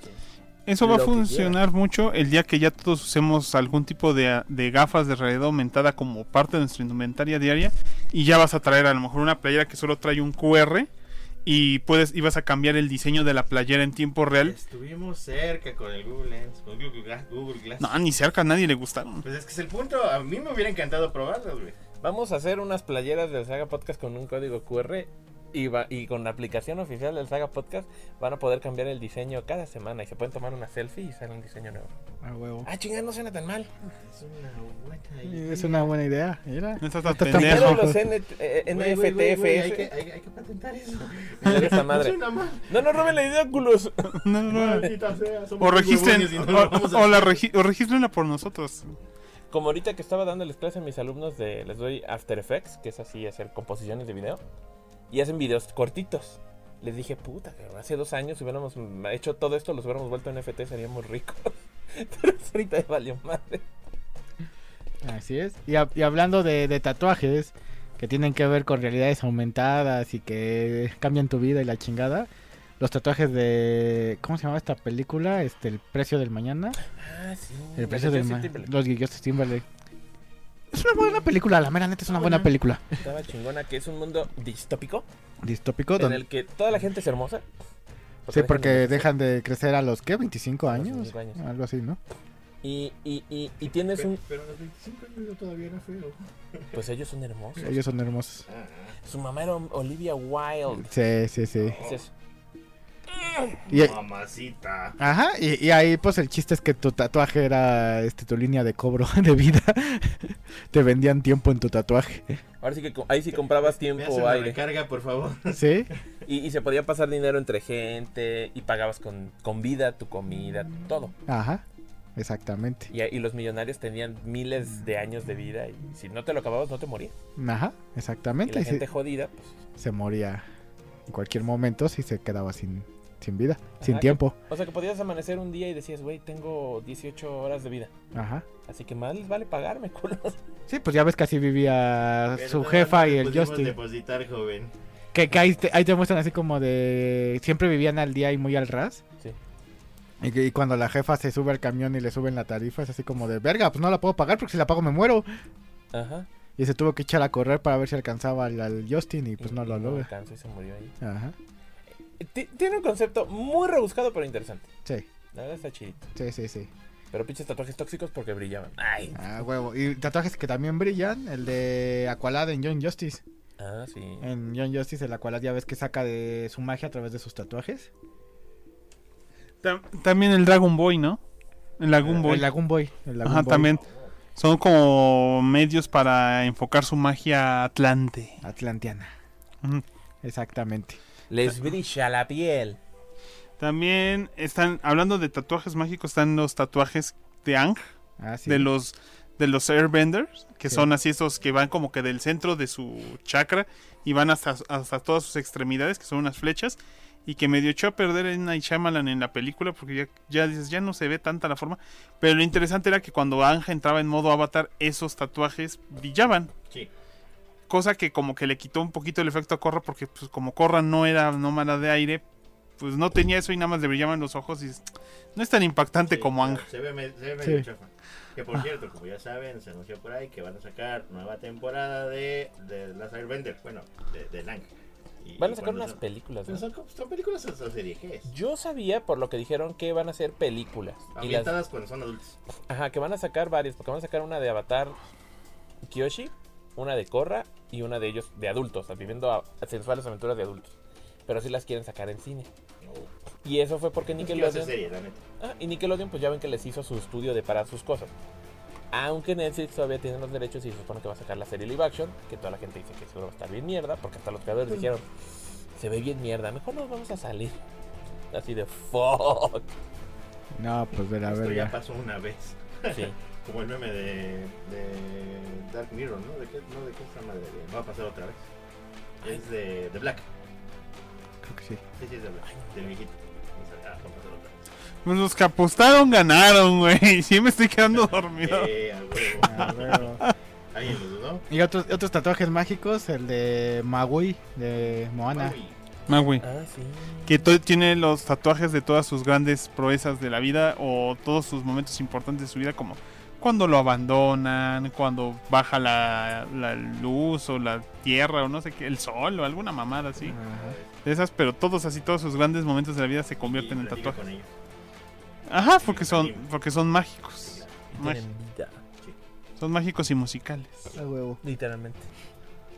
Speaker 1: Eso va a
Speaker 2: Lo que
Speaker 1: funcionar mucho el día que ya todos usemos algún tipo de, de gafas de realidad aumentada como parte de nuestra indumentaria diaria y ya vas a traer a lo mejor una playera que solo trae un QR y puedes y vas a cambiar el diseño de la playera en tiempo real.
Speaker 6: Estuvimos cerca con el Google Lens, con Google Glass. Google Glass.
Speaker 1: No, ni cerca a nadie le gustaron.
Speaker 6: Pues es que es el punto, a mí me hubiera encantado probarlos, güey.
Speaker 2: Vamos a hacer unas playeras del Saga Podcast con un código QR y, va- y con la aplicación oficial del Saga Podcast van a poder cambiar el diseño cada semana y se pueden tomar una selfie y sale un diseño nuevo.
Speaker 4: A huevo.
Speaker 2: Ah, chingada, no suena tan mal.
Speaker 6: Es una buena
Speaker 4: Es una buena idea. Mira.
Speaker 1: No estás tan
Speaker 4: Está tan
Speaker 2: Pero
Speaker 1: pendejo.
Speaker 2: los N- eh,
Speaker 6: Güey, güey, güey, güey, Hay que,
Speaker 2: NFTFS.
Speaker 6: hay, hay que patentar eso.
Speaker 2: Esta madre.
Speaker 6: No suena mal.
Speaker 2: No, no roben la idea, culos.
Speaker 1: No, no, no.
Speaker 6: Maldita sea, somos
Speaker 1: O
Speaker 6: muy
Speaker 1: registren,
Speaker 6: huevones y no
Speaker 1: o,
Speaker 6: lo vamos a
Speaker 1: o la
Speaker 6: hacer.
Speaker 1: regi- o regístrenla por nosotros.
Speaker 2: Como ahorita que estaba dándoles clase a mis alumnos de les doy After Effects, que es así hacer composiciones de video y hacen videos cortitos. Les dije, puta, cabrón, hace dos años si hubiéramos mm, hecho todo esto, los hubiéramos vuelto NFT, seríamos ricos. Pero eso ahorita ya valió madre.
Speaker 4: Así es. Y, hab- y hablando de, de tatuajes que tienen que ver con realidades aumentadas y que cambian tu vida y la chingada. Los tatuajes de. ¿Cómo se llamaba esta película? Este, El precio del mañana.
Speaker 2: Ah, sí.
Speaker 4: El precio del mañana. Los Guillos Timberlake. Es una buena película, la mera neta es una buena
Speaker 2: Buena.
Speaker 4: película.
Speaker 2: Estaba chingona, que es un mundo distópico
Speaker 4: Distópico.
Speaker 2: en
Speaker 4: donde-
Speaker 2: el que toda la gente es hermosa.
Speaker 4: Sí,
Speaker 2: dejan
Speaker 4: porque
Speaker 2: de-
Speaker 4: dejan de crecer a los, ¿qué? ¿25 años?
Speaker 2: 25 años.
Speaker 4: Algo así, ¿no?
Speaker 2: Y, y, y, y tienes un...
Speaker 6: Pero a los 25 años yo todavía era feo.
Speaker 2: Pues ellos son hermosos.
Speaker 4: Ellos son hermosos.
Speaker 2: Su mamá era Olivia Wilde.
Speaker 4: Sí, sí, sí.
Speaker 2: Dices,
Speaker 4: Y,
Speaker 6: Mamacita.
Speaker 4: ajá, y, y ahí pues el chiste es que tu tatuaje era este, tu línea de cobro de vida. Te vendían tiempo en tu tatuaje.
Speaker 2: Ahora sí que co- ahí sí comprabas
Speaker 6: Me hace
Speaker 2: tiempo
Speaker 6: una
Speaker 2: aire.
Speaker 6: recarga, por favor.
Speaker 4: ¿Sí?
Speaker 2: Y, y se podía pasar dinero entre gente y pagabas con, con vida, tu comida, todo.
Speaker 4: Ajá, exactamente.
Speaker 2: Y, y los millonarios tenían miles de años de vida y si no te lo acababas no te morías.
Speaker 4: Ajá,
Speaker 2: Y
Speaker 4: exactamente.
Speaker 2: la
Speaker 4: y se-
Speaker 2: gente jodida, pues,
Speaker 4: se moría en cualquier momento si se quedaba sin, sin vida, sin
Speaker 2: que-
Speaker 4: tiempo.
Speaker 2: O sea que podías amanecer un día y decías, güey, tengo 18 horas de vida.
Speaker 4: Ajá.
Speaker 2: Así que más les vale pagarme, culos.
Speaker 4: Sí, pues ya ves que así vivía su
Speaker 6: Perdón,
Speaker 4: jefa
Speaker 6: no
Speaker 4: y
Speaker 6: te
Speaker 4: el
Speaker 6: pudimos
Speaker 4: Justin.
Speaker 6: depositar, joven.
Speaker 4: Que, que ahí, te, ahí te muestran así como de... Siempre vivían al día y muy al ras.
Speaker 2: Sí.
Speaker 4: Y, que- y cuando la jefa se sube al camión y le suben la tarifa, es así como de... Verga, pues no la puedo pagar porque si la pago me muero.
Speaker 2: Ajá.
Speaker 4: Y se tuvo que echar a correr para ver si alcanzaba al, al Justin y pues
Speaker 2: Y-
Speaker 4: no
Speaker 2: y
Speaker 4: lo logra.
Speaker 2: alcanzó y se murió ahí.
Speaker 4: Ajá.
Speaker 2: Ti- Tiene un concepto muy rebuscado pero interesante.
Speaker 4: Sí,
Speaker 2: La verdad está chidito.
Speaker 4: sí, sí, sí.
Speaker 2: Pero pinches tatuajes tóxicos porque brillaban. Ay.
Speaker 4: Ah, huevo. Y tatuajes que también brillan. El de Aqualad en John Justice.
Speaker 2: Ah, sí.
Speaker 4: En John Justice el Aqualad ya ves que saca de su magia a través de sus tatuajes.
Speaker 1: Tam- también el Dragon Boy, ¿no? El Lagoon Boy.
Speaker 4: Eh, El Lagoon Boy. El Lagoon
Speaker 1: Ajá,
Speaker 4: Boy.
Speaker 1: también. Son como medios para enfocar su magia a atlante.
Speaker 4: Atlantiana.
Speaker 1: Ujú.
Speaker 4: Exactamente.
Speaker 2: Les brilla la piel.
Speaker 1: También están, hablando de tatuajes mágicos, están los tatuajes de Ang,
Speaker 4: Ah, sí.
Speaker 1: de los de los Airbenders, que
Speaker 4: Sí.
Speaker 1: son así esos que van como que del centro de su chakra y van hasta, hasta todas sus extremidades, que son unas flechas, y que medio echó a perder en Night Shyamalan en la película, porque ya, ya dices, ya no se ve tanta la forma. Pero lo interesante era que cuando Ang entraba en modo avatar, esos tatuajes brillaban.
Speaker 6: Sí.
Speaker 1: Cosa que como que le quitó un poquito el efecto a Corra porque pues como Corra no era nómada de aire, pues no tenía eso y nada más le brillaban los ojos y es- no es tan impactante
Speaker 6: Sí,
Speaker 1: como Ang.
Speaker 6: Se ve, me- se ve medio
Speaker 4: Sí.
Speaker 6: chafa. Que por cierto, como ya saben, se anunció por ahí que van a sacar nueva temporada de, de Las Airbender. Bueno, de, de Lang. Y-
Speaker 2: Van
Speaker 6: y
Speaker 2: a sacar
Speaker 6: cuando
Speaker 2: unas
Speaker 6: sa-
Speaker 2: películas. ¿no?
Speaker 6: Pero Son, como- son películas o son series, ¿qué es?
Speaker 2: Yo sabía por lo que dijeron que van a hacer películas. Y las-
Speaker 6: Ambientadas cuando son adultos.
Speaker 2: ajá, que van a sacar varias. Porque van a sacar una de Avatar Kyoshi, una de Korra y una de ellos de adultos. o sea, viviendo a- a sensuales aventuras de adultos. Pero sí las quieren sacar en cine. Y eso fue porque
Speaker 6: Ni que lo
Speaker 2: Nickelodeon.
Speaker 6: hace serie, la neta.
Speaker 2: Ah, y Nickelodeon, pues ya ven que les hizo su estudio de parar sus cosas. Aunque Netflix todavía tiene los derechos y se supone que va a sacar la serie live action, que toda la gente dice que seguro va a estar bien mierda, porque hasta los creadores dijeron, se ve bien mierda, mejor nos vamos a salir. Así de fuck.
Speaker 4: No, pues de la
Speaker 6: Esto ya
Speaker 4: verga.
Speaker 6: pasó una vez.
Speaker 2: Sí.
Speaker 6: Como el meme de, de Dark Mirror, ¿no? ¿De qué, no, de qué esa madre? de, Va a pasar otra vez. Es de, de Black.
Speaker 4: Creo que sí.
Speaker 6: Sí, sí, es de Black. Del viejito. O sea, ah, con pantalón blanco.
Speaker 1: Pues los que apostaron ganaron, güey. Sí me estoy quedando dormido.
Speaker 6: Eh, a huevo.
Speaker 4: Ah, huevo.
Speaker 6: ¿Alguien lo dudó?
Speaker 4: y otros, otros tatuajes mágicos, el de Magui, de Moana.
Speaker 6: Uy,
Speaker 1: Ah, güey.
Speaker 2: Ah, sí.
Speaker 1: Que to- tiene los tatuajes de todas sus grandes proezas de la vida o todos sus momentos importantes de su vida, como cuando lo abandonan, cuando baja la, la luz o la tierra o no sé qué, el sol o alguna mamada así.
Speaker 4: Ajá.
Speaker 1: De esas, pero todos así, todos sus grandes momentos de la vida se convierten
Speaker 6: y
Speaker 1: en
Speaker 6: platica
Speaker 1: tatuajes.
Speaker 6: con ellos.
Speaker 1: Ajá, porque son, porque son mágicos. Mági-
Speaker 2: Tienen vida,
Speaker 1: Son mágicos y musicales.
Speaker 4: Ah, huevo.
Speaker 2: literalmente.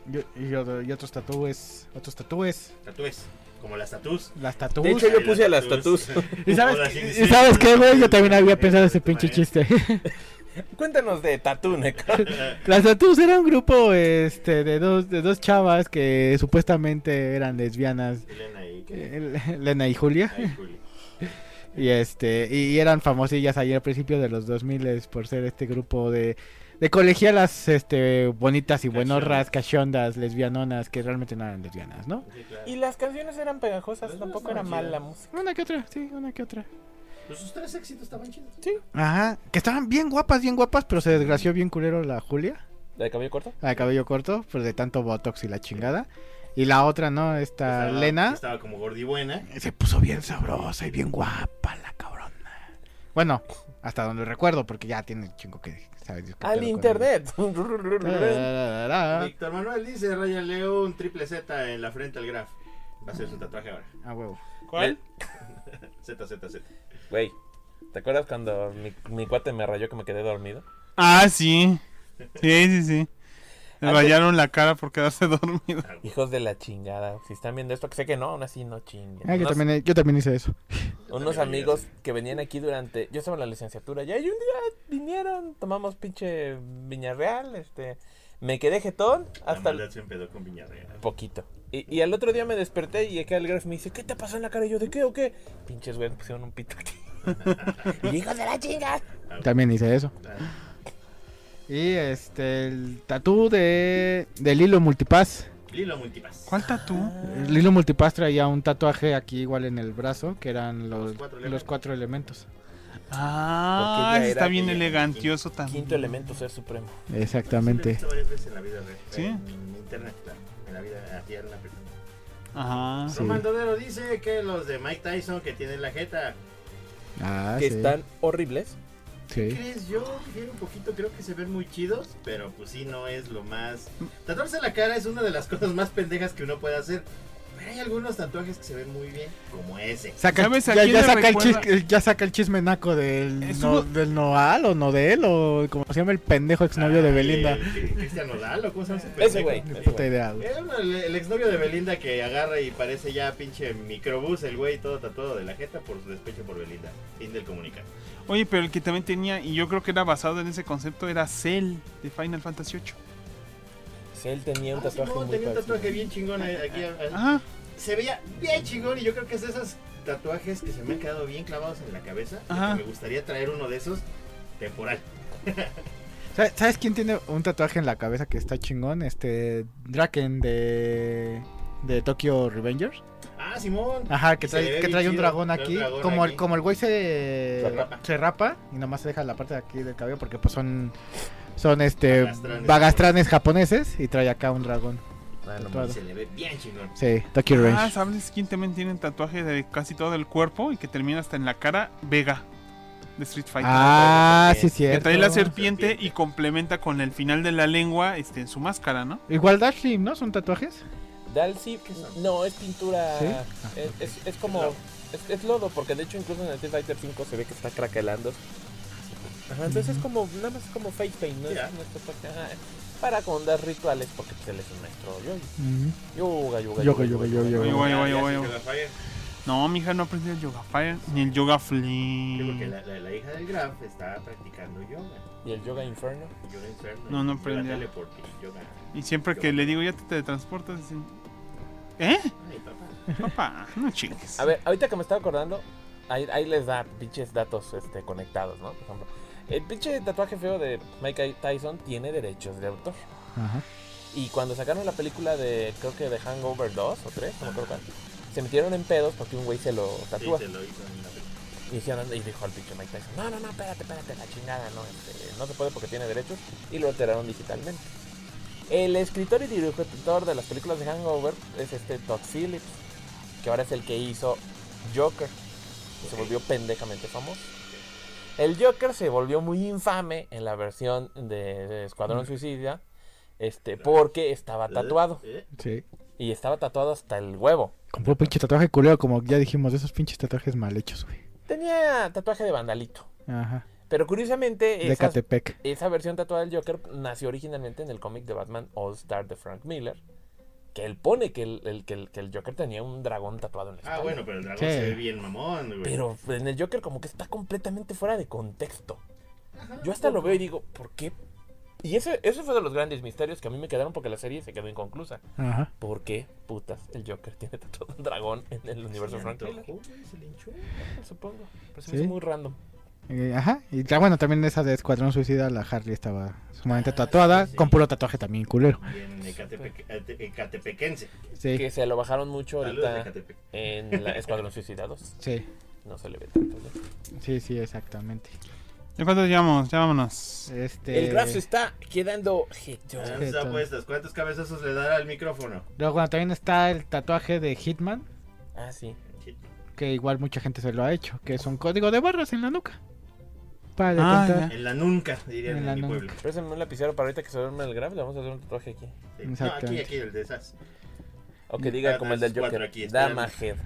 Speaker 4: Yo- Y, yo- y otros tatúes, otros tatúes,
Speaker 6: Tatúes. Como las tatús.
Speaker 4: las
Speaker 2: De
Speaker 4: tatúes.
Speaker 2: hecho, yo puse a las tatús.
Speaker 4: ¿Y sabes,
Speaker 6: Hola,
Speaker 4: qué-
Speaker 6: sí,
Speaker 4: y
Speaker 6: sí,
Speaker 4: sabes
Speaker 6: sí,
Speaker 4: qué,
Speaker 6: sí,
Speaker 4: güey?
Speaker 6: sí,
Speaker 4: Yo
Speaker 6: sí,
Speaker 4: también
Speaker 6: sí,
Speaker 4: había
Speaker 6: sí,
Speaker 4: pensado
Speaker 6: sí,
Speaker 4: ese
Speaker 6: sí,
Speaker 4: pinche
Speaker 6: sí.
Speaker 4: chiste.
Speaker 2: Cuéntanos de Tatú, Necro.
Speaker 4: Las Tattoos era un grupo este, de, dos, de dos chavas que supuestamente eran lesbianas,
Speaker 6: Elena y que.
Speaker 4: eh, Lena y Julia,
Speaker 6: Ay, Julio.
Speaker 4: y este y eran famosillas ahí al principio de los 2000 por ser este grupo de, de colegialas este, bonitas y buenorras, cachondas, lesbianonas, que realmente no eran lesbianas, ¿no?
Speaker 6: Sí, claro.
Speaker 2: Y las canciones eran pegajosas,
Speaker 6: Las
Speaker 2: tampoco
Speaker 6: más
Speaker 2: era
Speaker 6: chidas.
Speaker 2: mal la música.
Speaker 4: Una que otra, sí, una que otra.
Speaker 6: Pues sus tres éxitos estaban chidos.
Speaker 4: Ajá, que estaban bien guapas, bien guapas, pero se desgració bien culero la Julia.
Speaker 2: ¿La de cabello corto?
Speaker 4: La de cabello corto, pues de tanto botox y la chingada. Y la otra, ¿no? Esta
Speaker 6: Estaba-
Speaker 4: Lena
Speaker 6: Estaba como gordibuena.
Speaker 4: se puso bien sabrosa y bien guapa la cabrona. Bueno, hasta donde recuerdo, porque ya tiene chingo que sabe Dios qué pedo
Speaker 2: Al
Speaker 4: con
Speaker 2: internet.
Speaker 4: el- Tararara.
Speaker 6: Víctor Manuel dice: Ryan Leo un triple Z en la frente al Graf. Va a ser su tatuaje ahora.
Speaker 4: Ah, huevo.
Speaker 1: ¿Cuál?
Speaker 6: Z, Z, Z.
Speaker 2: Güey, ¿te acuerdas cuando mi, mi cuate me rayó que me quedé dormido?
Speaker 1: Ah, sí. Sí, sí, sí. Le
Speaker 2: Algo-
Speaker 1: rayaron la cara por quedarse dormido.
Speaker 2: Hijos de la chingada. Si están viendo esto, que sé que no, aún así no chinguen.
Speaker 4: Ah, yo,
Speaker 2: Unos-
Speaker 4: también, yo también hice eso.
Speaker 2: Unos amigos que venían aquí durante. Yo estaba en la licenciatura ya y un día vinieron, tomamos pinche Viñarreal, este. Me quedé jetón
Speaker 6: Hasta
Speaker 2: hasta
Speaker 6: la
Speaker 2: el
Speaker 6: maldad se empedó con Viñarreal.
Speaker 2: poquito. Y, y al otro día me desperté y acá el graf me dice, ¿qué te pasó en la cara? Y yo, ¿de qué o qué? Pinches güey, me pusieron un pito aquí. y hijos de la chinga.
Speaker 4: También hice eso.
Speaker 6: Ah,
Speaker 4: Y este, el tatú de, del hilo multipaz.
Speaker 6: Lilo Multipass.
Speaker 1: ¿Cuál tatú?
Speaker 6: Ah.
Speaker 4: El hilo multipaz traía un tatuaje aquí igual en el brazo, que eran los,
Speaker 6: Los cuatro
Speaker 4: los
Speaker 6: elementos.
Speaker 4: cuatro elementos.
Speaker 1: Ah,
Speaker 2: Porque ya
Speaker 1: ese
Speaker 2: era
Speaker 1: Ah. está bien
Speaker 6: aquella-
Speaker 1: elegantioso también.
Speaker 2: Quinto elemento, ser supremo.
Speaker 6: Siempre he
Speaker 4: Exactamente.
Speaker 6: visto varias veces en la vida real.
Speaker 1: ¿Sí?
Speaker 6: En internet, claro. En la vida así era una persona.
Speaker 1: Ajá.
Speaker 4: Ah, Sí.
Speaker 6: Román Dodero dice que los de Mike Tyson que tienen la jeta.
Speaker 4: Ah,
Speaker 2: que
Speaker 4: sí.
Speaker 2: están horribles.
Speaker 4: Sí.
Speaker 6: ¿Crees? Yo difiero un poquito, creo que se ven muy chidos, pero pues sí no es lo más. Tatuarse la cara es una de las cosas más pendejas que uno puede hacer. Pero hay algunos tatuajes que se ven muy bien, como ese.
Speaker 4: Saca,
Speaker 1: ¿Sabes a
Speaker 4: ya,
Speaker 1: quién
Speaker 4: ya
Speaker 1: le
Speaker 4: saca el
Speaker 1: recuerda? Eh,
Speaker 4: chis- ya saca el chisme naco del,
Speaker 1: Es
Speaker 4: no-
Speaker 1: uno-
Speaker 4: del Noal o Nodel o como se llama el pendejo exnovio de
Speaker 6: Ah,
Speaker 4: Belinda.
Speaker 6: el Cri- Cristian Odal, ¿o cómo se llama ese
Speaker 2: Ese
Speaker 6: pendejo?
Speaker 2: güey.
Speaker 4: Ni
Speaker 2: ese
Speaker 4: puta
Speaker 2: güey.
Speaker 4: idea. güey.
Speaker 6: Era uno, el, el exnovio de Belinda que agarra y parece ya pinche microbús el güey todo tatuado de la jeta por su despecho por Belinda. Fin del comunicado.
Speaker 1: Oye, pero el que también tenía, y yo creo que era basado en ese concepto, era Cell de Final Fantasy VIII.
Speaker 2: Sí, Él tenía un
Speaker 6: Ah, sí,
Speaker 2: tatuaje
Speaker 6: no,
Speaker 2: muy
Speaker 6: tenía un
Speaker 2: parecido.
Speaker 6: tatuaje bien chingón eh, aquí. eh,
Speaker 1: Ajá.
Speaker 6: Se veía bien chingón y yo creo que es de esos tatuajes que se me han quedado bien clavados en la cabeza. y
Speaker 1: Ajá.
Speaker 6: que Me gustaría traer uno de esos temporal.
Speaker 4: ¿Sabes, sabes quién tiene un tatuaje en la cabeza que está chingón? Este Draken de de Tokyo Revengers.
Speaker 6: Ah, Simón.
Speaker 4: Ajá, que
Speaker 6: Y se le
Speaker 4: trae,
Speaker 6: ve
Speaker 4: que
Speaker 6: bien
Speaker 4: trae un
Speaker 6: chido,
Speaker 4: dragón
Speaker 6: trae un
Speaker 4: aquí.
Speaker 6: dragón
Speaker 4: como el
Speaker 6: aquí.
Speaker 4: como el güey
Speaker 6: Se
Speaker 4: se
Speaker 6: rapa.
Speaker 4: se rapa y nomás se deja la parte de aquí del cabello porque pues son son este
Speaker 6: Bagastranes.
Speaker 4: bagastranes japoneses y trae acá un dragón.
Speaker 2: Ah, no,
Speaker 4: tatuado.
Speaker 6: Se le ve bien chingón.
Speaker 4: Sí, Tokyo
Speaker 1: Ah,
Speaker 4: Revengers.
Speaker 1: ¿sabes quién también tiene un tatuaje de casi todo el cuerpo y que termina hasta en la cara? Vega, de Street Fighter.
Speaker 4: Ah, sí,
Speaker 1: que
Speaker 4: cierto.
Speaker 1: trae la serpiente
Speaker 6: Serpiente.
Speaker 1: y complementa con el final de la lengua este, en su máscara, ¿no?
Speaker 4: Igual Dashley, ¿no? Son tatuajes.
Speaker 2: Dalsy,
Speaker 6: son?
Speaker 2: no, es pintura.
Speaker 4: ¿Sí?
Speaker 2: Es, es- es como. Es, es lodo, porque de hecho incluso en el Street Fighter 5 se ve que está craquelando. Ajá, entonces es como, nada más es como face paint, ¿no? Es
Speaker 6: Ya.
Speaker 2: un tatuaje, ajá, para contar rituales, porque pues, él es un maestro. Yo, yoga, yoga,
Speaker 4: Yoga, yoga, yoga,
Speaker 1: yoga. Oye, oye,
Speaker 6: Ya, ya
Speaker 1: oye,
Speaker 6: se
Speaker 1: oye.
Speaker 6: quedó fire.
Speaker 1: No, mija, no aprendió el Yoga Fire ni el Yoga
Speaker 6: Sí, porque
Speaker 1: Flame.
Speaker 6: la, la- la hija del Graf está practicando yoga.
Speaker 2: Y el yoga inferno.
Speaker 6: Yoga inferno.
Speaker 1: No, no
Speaker 6: yoga
Speaker 1: aprendió.
Speaker 6: teleporting, yoga.
Speaker 1: Y siempre que le digo, ya te teletransportas, dicen, ¿eh?
Speaker 6: Ay, papá.
Speaker 1: Papá, no chingues.
Speaker 2: A ver, ahorita que me estaba acordando, ahí, ahí les da pinches datos este, conectados, ¿no? Por ejemplo, el pinche tatuaje feo de Mike Tyson tiene derechos de autor.
Speaker 4: Ajá.
Speaker 2: Y cuando sacaron la película de, creo que de Hangover 2 o 3, no me acuerdo cuál, se metieron en pedos porque un güey se lo
Speaker 6: Sí,
Speaker 2: tatúa.
Speaker 6: se lo hizo en la película.
Speaker 2: Y, hicieron- y dijo al pinche Mike Tyson, no, no, no, espérate, espérate, la chingada, no, este, no se puede porque tiene derechos, y lo alteraron digitalmente. El escritor y director de las películas de Hangover es este Todd Phillips, que ahora es el que hizo Joker. que Se
Speaker 6: Ok.
Speaker 2: volvió pendejamente famoso. El Joker se volvió muy infame en la versión de, de Escuadrón Suicida, este, porque estaba tatuado.
Speaker 6: Mm. ¿Eh?
Speaker 4: Sí.
Speaker 2: Y estaba tatuado hasta el huevo.
Speaker 4: Con un pinche tatuaje culero, como ya dijimos, de esos pinches tatuajes mal hechos, güey.
Speaker 2: Tenía tatuaje de vandalito.
Speaker 4: Ajá.
Speaker 2: Pero curiosamente,
Speaker 4: De
Speaker 2: esas-
Speaker 4: Catepec.
Speaker 2: Esa versión tatuada del Joker nació originalmente en el cómic de Batman All Star de Frank Miller, que él pone que el, el- que el- que el Joker tenía un dragón tatuado en la espalda.
Speaker 6: Ah, bueno, pero el dragón
Speaker 4: Sí.
Speaker 6: se ve bien mamón, güey.
Speaker 2: Pero en el Joker como que está completamente fuera de contexto. Yo hasta lo veo y digo, ¿por qué? Y ese, ese fue de los grandes misterios que a mí me quedaron porque la serie se quedó inconclusa.
Speaker 4: Ajá.
Speaker 2: ¿Por qué putas el Joker tiene tatuado un dragón en el universo de
Speaker 6: Se
Speaker 2: Frank Miller? Uh,
Speaker 6: antojó, güey, se le hinchó.
Speaker 2: Supongo. Pero se
Speaker 4: Sí.
Speaker 2: me hizo muy random.
Speaker 4: Eh, Ajá. Y ya, bueno, también esa de Escuadrón Suicida, la Harley estaba sumamente tatuada,
Speaker 6: sí.
Speaker 4: con puro tatuaje también culero.
Speaker 6: Bien ecatepec- ate- ecatepequense.
Speaker 4: Sí.
Speaker 2: Que se lo bajaron mucho
Speaker 6: Saludos de
Speaker 2: ahorita
Speaker 6: Ecatepec.
Speaker 2: en la Escuadrón Suicidados.
Speaker 4: Sí,
Speaker 2: No se le ve tanto. ¿no?
Speaker 4: sí, sí, exactamente.
Speaker 1: ¿Ya cuántos llevamos? Ya vámonos.
Speaker 4: Este...
Speaker 2: El Graf se está quedando jetón.
Speaker 6: Ah,
Speaker 4: Sujeto.
Speaker 6: apuestas, ¿cuántos cabezazos le dará al micrófono?
Speaker 4: Luego, bueno, también está el tatuaje de Hitman,
Speaker 2: Ah, sí.
Speaker 4: que igual mucha gente se lo ha hecho, que es un código de barras en la nuca. Para
Speaker 1: Ah,
Speaker 4: contar-
Speaker 1: ya.
Speaker 6: En la nunca, dirían
Speaker 4: En
Speaker 6: en,
Speaker 4: la
Speaker 6: mi
Speaker 4: nunca.
Speaker 6: pueblo.
Speaker 2: Pero un lapicero para ahorita que se duerme el Graf, le vamos a hacer un tatuaje aquí.
Speaker 6: Sí. No, aquí,
Speaker 4: Exactamente.
Speaker 6: aquí, el de esas.
Speaker 2: O que diga
Speaker 6: Ah,
Speaker 2: como el
Speaker 6: das
Speaker 2: del Joker.
Speaker 6: cuatro aquí, espérame.
Speaker 2: Dama Head.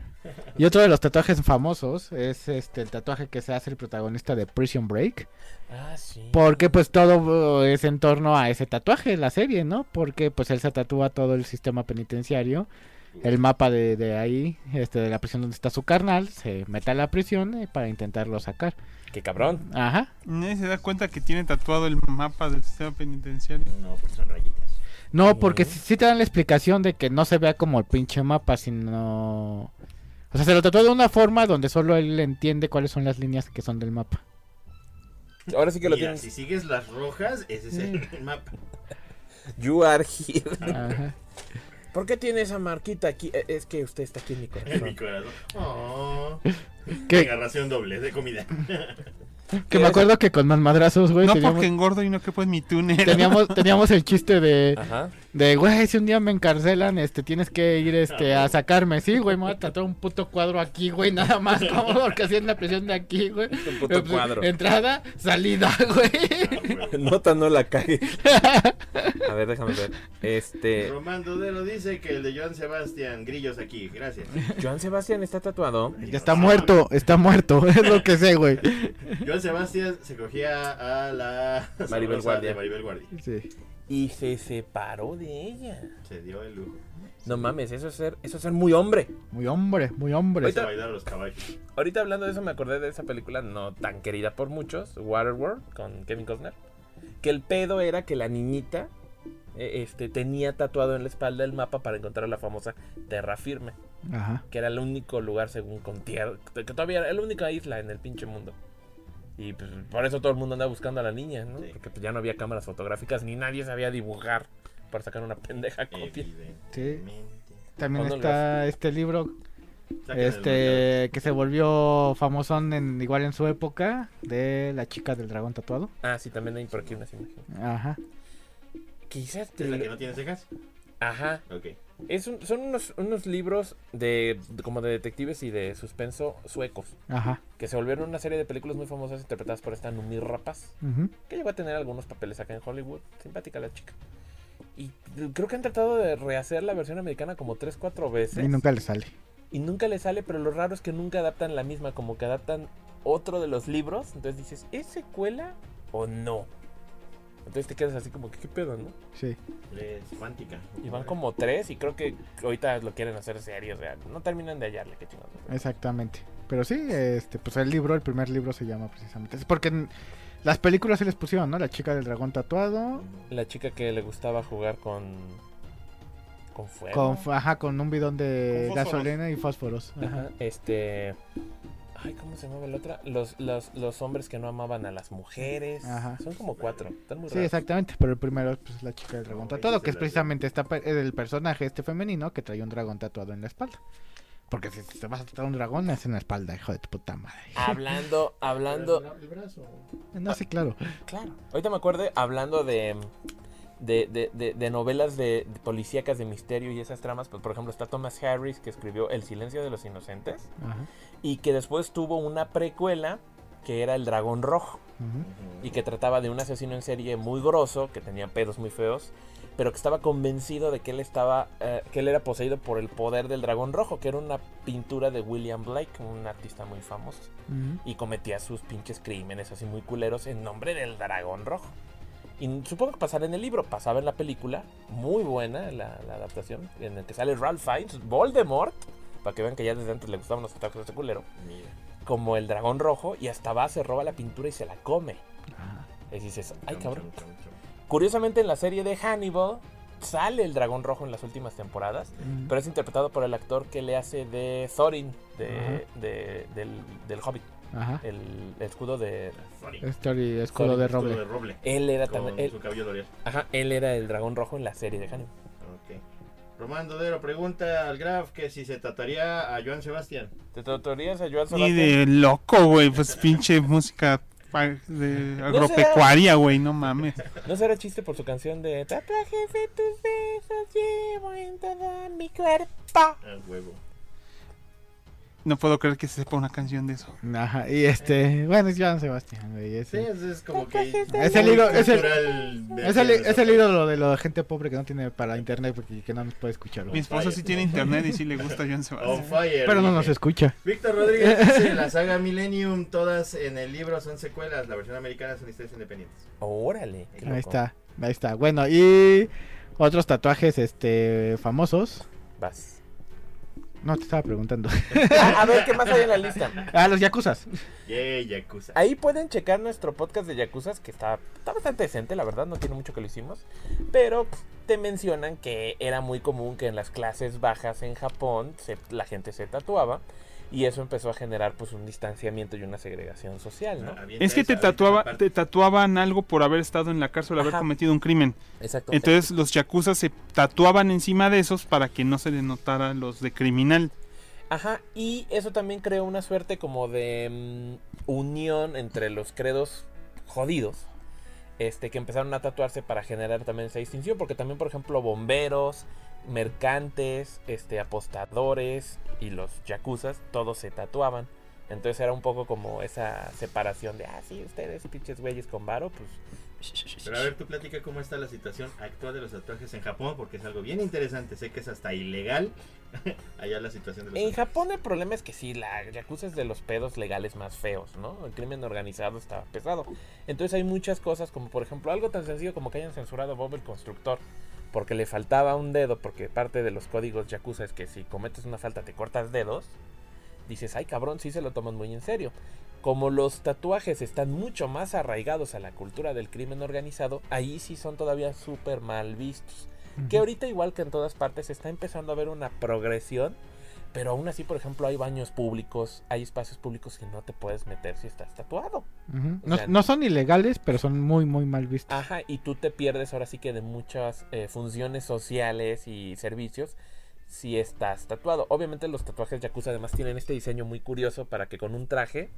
Speaker 4: Y otro de los tatuajes famosos es este el tatuaje que se hace el protagonista de Prison Break,
Speaker 2: Ah, sí.
Speaker 4: porque pues todo eh, es en torno a ese tatuaje, la serie, ¿no? Porque pues él se tatúa todo el sistema penitenciario, el mapa de, de ahí, este de la prisión donde está su carnal, se mete a la prisión eh, para intentarlo sacar.
Speaker 2: Qué cabrón.
Speaker 4: Ajá.
Speaker 1: Nadie se da cuenta que tiene tatuado el mapa del sistema penitenciario.
Speaker 6: No, pues son rayitas.
Speaker 4: No, porque
Speaker 2: Ujú.
Speaker 4: sí, sí te dan la explicación de que no se vea como el pinche mapa, sino... O sea, se lo trató de una forma donde solo él entiende cuáles son las líneas que son del mapa.
Speaker 2: Ahora sí que lo
Speaker 6: Mira,
Speaker 2: tienes.
Speaker 6: si sigues las rojas, ese es el
Speaker 4: Mm.
Speaker 6: mapa.
Speaker 2: You are here.
Speaker 4: Ajá.
Speaker 2: ¿Por qué tiene esa marquita aquí? Eh, Es que usted está aquí en mi
Speaker 6: En mi
Speaker 2: corazón.
Speaker 6: corazón. Oh,
Speaker 4: Que,
Speaker 6: agarración doble de comida. Ah,
Speaker 4: que
Speaker 2: Eh,
Speaker 4: me acuerdo que con más madrazos, güey,
Speaker 1: No
Speaker 4: teníamos,
Speaker 1: porque engordo y no que pues mi túnel.
Speaker 4: teníamos, teníamos el chiste de,
Speaker 2: Ajá.
Speaker 4: de, güey, si un día me encarcelan, este, tienes que ir, este, a sacarme. Sí, güey, me voy a tatuar un puto cuadro aquí, güey, nada más, como lo que hacían la prisión de aquí, güey.
Speaker 2: Un
Speaker 4: Eh,
Speaker 2: puto
Speaker 4: pues,
Speaker 2: cuadro.
Speaker 4: Entrada, salida, güey.
Speaker 2: Nota no la cague. A ver, déjame ver.
Speaker 4: Eh,
Speaker 2: Este.
Speaker 6: Román Dodero dice que el de Joan Sebastián, grillos aquí, gracias.
Speaker 2: Joan Sebastián está tatuado.
Speaker 4: Ya está muerto, está muerto, es lo que sé, güey.
Speaker 6: Joan Sebastián se cogía a la
Speaker 2: Maribel
Speaker 6: sabrosa
Speaker 2: Guardia.
Speaker 6: de Maribel Guardia.
Speaker 4: Sí.
Speaker 2: Y se separó de ella.
Speaker 6: Se dio el lujo.
Speaker 2: No mames, eso es ser, eso es ser muy hombre.
Speaker 4: Muy hombre, muy hombre.
Speaker 6: Se bailar los caballos.
Speaker 2: Ahorita hablando de eso me acordé de esa película no tan querida por muchos, Waterworld, con Kevin Costner. Que el pedo era que la niñita eh, este, tenía tatuado en la espalda el mapa para encontrar la famosa Terra Firme,
Speaker 4: Ajá.
Speaker 2: que era el único lugar según con tierra, que todavía era la única isla en el pinche mundo. Y pues, por eso todo el mundo andaba buscando a la niña, ¿no?
Speaker 6: Sí.
Speaker 2: Porque pues, ya no había cámaras fotográficas ni nadie sabía dibujar para sacar una pendeja copia.
Speaker 6: Evidentemente.
Speaker 4: También
Speaker 2: Cuando
Speaker 4: está este libro
Speaker 6: Sácala del mercado.
Speaker 4: este que se volvió famosón en, igual en su época de la chica del dragón tatuado.
Speaker 2: Ah, sí, también hay por aquí unas imágenes.
Speaker 4: Ajá.
Speaker 2: Quizás te
Speaker 6: ¿Es la
Speaker 2: lo-
Speaker 6: que no tiene cejas?
Speaker 2: Ajá,
Speaker 6: Ok.
Speaker 2: Es un- son unos, unos libros de, de- como de detectives y de suspenso suecos,
Speaker 4: Ajá.
Speaker 2: que se volvieron una serie de películas muy famosas interpretadas por esta Numi Rapaz,
Speaker 4: ujú.
Speaker 2: que llegó a tener algunos papeles acá en Hollywood. Simpática la chica. Y creo que han tratado de rehacer la versión americana como 3, 4 veces.
Speaker 4: Y nunca le sale.
Speaker 2: y nunca le sale, pero lo raro es que nunca adaptan la misma, como que adaptan otro de los libros. Entonces dices, ¿es secuela o no? Entonces te quedas así como que qué pedo, ¿no?
Speaker 4: Sí.
Speaker 6: Es cuántica.
Speaker 2: Y van como tres y creo que ahorita lo quieren hacer serio, o sea, no terminan de hallarle, qué chingados.
Speaker 4: Exactamente. Pero sí, este, pues el libro, el primer libro se llama precisamente. Es porque en las películas se les pusieron, ¿no? La chica del dragón tatuado.
Speaker 2: La chica que le gustaba jugar con. con fuego.
Speaker 4: Con, f- ajá, con un bidón de
Speaker 1: Con fósforos.
Speaker 4: gasolina y fósforos. Ajá.
Speaker 2: Ajá, Este. Ay, ¿cómo se llamaba la otra? Los, los, los hombres que no amaban a las mujeres.
Speaker 4: Ajá.
Speaker 2: Son como cuatro. Están muy
Speaker 4: Sí,
Speaker 2: raros.
Speaker 4: exactamente, pero el primero pues, es la chica del dragón
Speaker 6: No, güey,
Speaker 4: tatuado,
Speaker 6: esa
Speaker 4: que es
Speaker 6: es la de-
Speaker 4: precisamente esta, per- el personaje este femenino que trae un dragón tatuado en la espalda. Porque si te vas a tatuar un dragón, es en la espalda, hijo de tu puta madre.
Speaker 2: Hablando, hablando.
Speaker 6: El brazo.
Speaker 4: No, sí, claro.
Speaker 2: Claro. Ahorita me acuerdo hablando de, de, de- de- de novelas de, de policíacas de misterio y esas tramas. pues, por ejemplo, está Thomas Harris que escribió El silencio de los inocentes
Speaker 4: Ajá,
Speaker 2: y que después tuvo una precuela que era El dragón rojo
Speaker 4: ujú.
Speaker 2: y que trataba de un asesino en serie muy grosso que tenía pedos muy feos, pero que estaba convencido de que él estaba eh, que él era poseído por el poder del dragón rojo, que era una pintura de William Blake, un artista muy famoso
Speaker 4: Ujú.
Speaker 2: y cometía sus pinches crímenes así muy culeros en nombre del dragón rojo. Y supongo que pasará en el libro, pasaba en la película, muy buena la, la adaptación, en el que sale Ralph Fiennes, Voldemort, para que vean que ya desde antes le gustaban los ataques de este culero,
Speaker 6: Mira.
Speaker 2: como el dragón rojo, y hasta va, se roba la pintura y se la come.
Speaker 4: Ajá.
Speaker 2: Y dices, ay
Speaker 6: Chum,
Speaker 2: cabrón.
Speaker 6: chum, chum, chum.
Speaker 2: Curiosamente en la serie de Hannibal sale el dragón rojo en las últimas temporadas,
Speaker 4: Ujú.
Speaker 2: pero es interpretado por el actor que le hace de Thorin, de,
Speaker 4: Ajá.
Speaker 2: de- del, del Hobbit,
Speaker 4: Ajá.
Speaker 2: el- el escudo de,
Speaker 6: Sorry.
Speaker 2: Eh,
Speaker 4: Story, escudo
Speaker 2: Sorry,
Speaker 4: de
Speaker 6: Escudo
Speaker 4: roble.
Speaker 6: de roble.
Speaker 2: Él era
Speaker 6: Con
Speaker 2: también. Él,
Speaker 6: su cabello L'Oreal.
Speaker 2: ajá, él era el dragón rojo en la serie de Hannibal.
Speaker 6: Ok. Román Dodero pregunta al Graf que si se trataría a Joan Sebastián.
Speaker 2: ¿Te tratarías a Joan
Speaker 1: Ni
Speaker 2: Sebastián?
Speaker 1: de loco, güey. Pues pinche música pa- de agropecuaria, güey. No mames.
Speaker 2: ¿No será chiste por su canción de Tatuajes de tus besos llevo en todo mi cuerpo?
Speaker 6: A huevo.
Speaker 1: No puedo creer que se sepa una canción de eso.
Speaker 4: Ajá, y este, bueno, es Joan Sebastián, güey,
Speaker 6: Sí,
Speaker 4: ese-
Speaker 6: es, es como que.
Speaker 4: Es el libro- es el-
Speaker 6: cultural de
Speaker 4: Es el,
Speaker 6: aquí de
Speaker 4: es el ídolo de la gente pobre que no tiene para internet porque que no nos puede escuchar.
Speaker 1: Mi
Speaker 4: güey.
Speaker 1: esposa sí tiene internet y sí le gusta John
Speaker 6: On
Speaker 1: Sebastián.
Speaker 6: fire.
Speaker 4: Pero no
Speaker 6: dije.
Speaker 4: nos escucha.
Speaker 6: Víctor Rodríguez dice: La saga Millennium, todas en el libro son secuelas. La versión americana son historias independientes.
Speaker 2: Órale. qué
Speaker 4: Ahí
Speaker 2: loco.
Speaker 4: está, ahí está. Bueno, y otros tatuajes este famosos.
Speaker 2: Vas.
Speaker 4: No, te estaba preguntando.
Speaker 2: Ah, a ver, ¿qué más hay en la lista?
Speaker 4: Ah, los yacuzas.
Speaker 6: Yay, Yakuza.
Speaker 2: Ahí pueden checar nuestro podcast de Yakuzas, que está, está bastante decente, la verdad, no tiene mucho que lo hicimos. Pero pues, te mencionan que era muy común que en las clases bajas en Japón se- la gente se tatuaba. Y eso empezó a generar pues un distanciamiento y una segregación social, ¿no?
Speaker 6: Avienta
Speaker 1: Es que
Speaker 6: esa,
Speaker 1: te,
Speaker 6: avienta
Speaker 1: tatuaba,
Speaker 6: esa
Speaker 1: te
Speaker 6: parte.
Speaker 1: tatuaban algo por haber estado en la cárcel, haber
Speaker 2: Ajá.
Speaker 1: cometido un crimen.
Speaker 2: Exacto.
Speaker 1: Entonces los yakuza se tatuaban encima de esos para que no se les notara los de criminal.
Speaker 2: Ajá, y eso también creó una suerte como de mm, unión entre los credos jodidos. Este, que empezaron a tatuarse para generar también esa distinción. Porque también, por ejemplo, bomberos, mercantes, este, apostadores y los yacuzas, todos se tatuaban. Entonces era un poco como esa separación de, ah, sí, ustedes, pinches güeyes con varo, pues.
Speaker 6: Pero a ver, tú platica cómo está la situación actual de los tatuajes en Japón, porque es algo bien interesante. Sé que es hasta ilegal allá la situación de los
Speaker 2: En
Speaker 6: tatuajes.
Speaker 2: Japón el problema es que sí, la yakuza es de los pedos legales más feos, ¿no? El crimen organizado está pesado. Entonces hay muchas cosas, como por ejemplo algo tan sencillo como que hayan censurado a Bob el Constructor, porque le faltaba un dedo, porque parte de los códigos yakuza es que si cometes una falta te cortas dedos, dices, ay cabrón, sí se lo toman muy en serio. Como los tatuajes están mucho más arraigados a la cultura del crimen organizado, ahí sí son todavía súper mal vistos. Que ahorita igual que en todas partes está empezando a haber una progresión pero aún así, por ejemplo, hay baños públicos, hay espacios públicos que no te puedes meter si estás tatuado.
Speaker 4: Ujú.
Speaker 2: O
Speaker 4: no,
Speaker 2: sea- Ah.
Speaker 4: no son ilegales, pero son muy, muy mal vistos.
Speaker 2: Ajá, y tú te pierdes ahora sí que de muchas eh, funciones sociales y servicios si estás tatuado. Obviamente los tatuajes yakuza además tienen este diseño muy curioso para que con un traje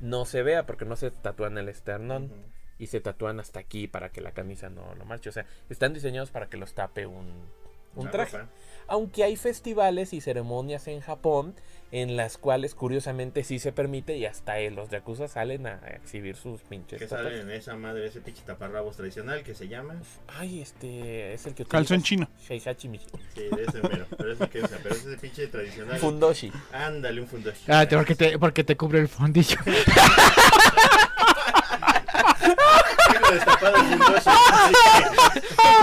Speaker 2: no se vea porque no se tatúan el esternón
Speaker 6: Ujú.
Speaker 2: y se tatúan hasta aquí para que la camisa no lo marche. O sea, están diseñados para que los tape un, un
Speaker 6: La
Speaker 2: traje.
Speaker 6: ropa.
Speaker 2: aunque hay festivales y ceremonias en Japón en las cuales curiosamente sí se permite y hasta eh, los yakuza salen a exhibir sus pinches
Speaker 6: Que
Speaker 2: tatuajes.
Speaker 6: sale en esa madre, ese pinche taparrabos tradicional que se llama.
Speaker 2: Ay, este es el que
Speaker 1: Calzón chino.
Speaker 2: utilizas. Heihachi Michi.
Speaker 6: Sí, de ese mero. Pero es el que usa, pero es ese pinche tradicional.
Speaker 2: Fundoshi.
Speaker 6: Ándale, un fundoshi.
Speaker 4: Ah, te- porque, te, porque te cubre el fondillo.
Speaker 6: Tengo destapado el fundoshi.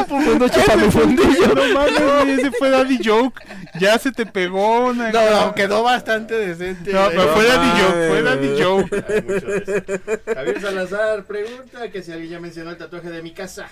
Speaker 4: Fondo chupando el fondillo.
Speaker 1: No mames, güey, ese fue Daddy Joke. Ya se te pegó una.
Speaker 7: No, no, quedó bastante decente.
Speaker 1: No, pero
Speaker 6: No
Speaker 1: fue Daddy
Speaker 6: mames.
Speaker 1: Joke, fue Daddy Joke.
Speaker 6: Hay mucho de eso. Javier Salazar pregunta que si alguien ya mencionó el tatuaje de mi casa.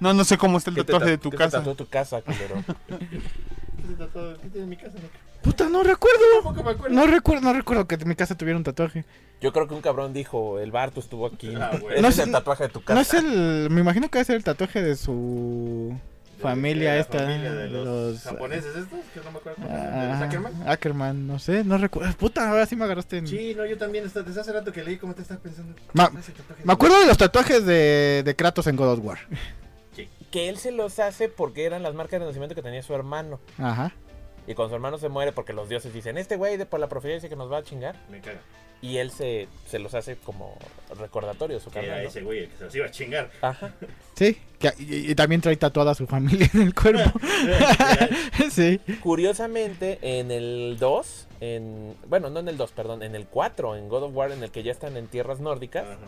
Speaker 1: No, no sé cómo está el
Speaker 2: ¿Qué te
Speaker 1: tatuaje
Speaker 2: ta-
Speaker 1: de tu
Speaker 2: qué te
Speaker 1: casa.
Speaker 2: tatuó tu casa, culero?
Speaker 6: tiene tatuado? ¿Qué tiene en mi casa? Nick?
Speaker 4: Puta, no recuerdo.
Speaker 6: Tampoco me acuerdo.
Speaker 4: No recuerdo, no recuerdo que en mi casa tuviera un tatuaje.
Speaker 2: Yo creo que un cabrón dijo, el Bartu estuvo aquí.
Speaker 6: Ah, güey.
Speaker 2: Ese
Speaker 4: No
Speaker 2: es
Speaker 4: sé-
Speaker 2: el tatuaje de tu casa.
Speaker 4: No es el. Me imagino que es el tatuaje de su
Speaker 6: De-
Speaker 4: familia
Speaker 6: de la
Speaker 4: esta.
Speaker 6: familia de los,
Speaker 4: los-
Speaker 6: japoneses estos, que no me acuerdo cómo se llaman, de los
Speaker 4: Ah,
Speaker 6: Ackerman.
Speaker 4: Ackerman, no sé, no recuerdo. Puta, ahora sí me agarraste en.
Speaker 6: Sí, no, yo también, hasta- desde hace rato que leí cómo te estás pensando.
Speaker 4: Ma-
Speaker 6: Ese tatuaje
Speaker 4: Me
Speaker 6: de-
Speaker 4: acuerdo de los tatuajes de, de Kratos en God of War.
Speaker 2: Que él se los hace porque eran las marcas de nacimiento que tenía su hermano.
Speaker 4: Ajá.
Speaker 2: Y cuando su hermano se muere porque los dioses dicen, este güey de por la profecía que nos va a chingar.
Speaker 6: Me caga.
Speaker 2: Y él se, se los hace como recordatorio a su
Speaker 6: Que era
Speaker 2: carnal. ¿no?
Speaker 6: ese güey el que se los iba a chingar.
Speaker 2: Ajá.
Speaker 4: Sí, que- y, y también trae tatuada a su familia en el cuerpo. sí.
Speaker 2: Curiosamente, en el 2, en, bueno, no en el 2, perdón, en el 4, en God of War, en el que ya están en tierras nórdicas,
Speaker 6: Ajá.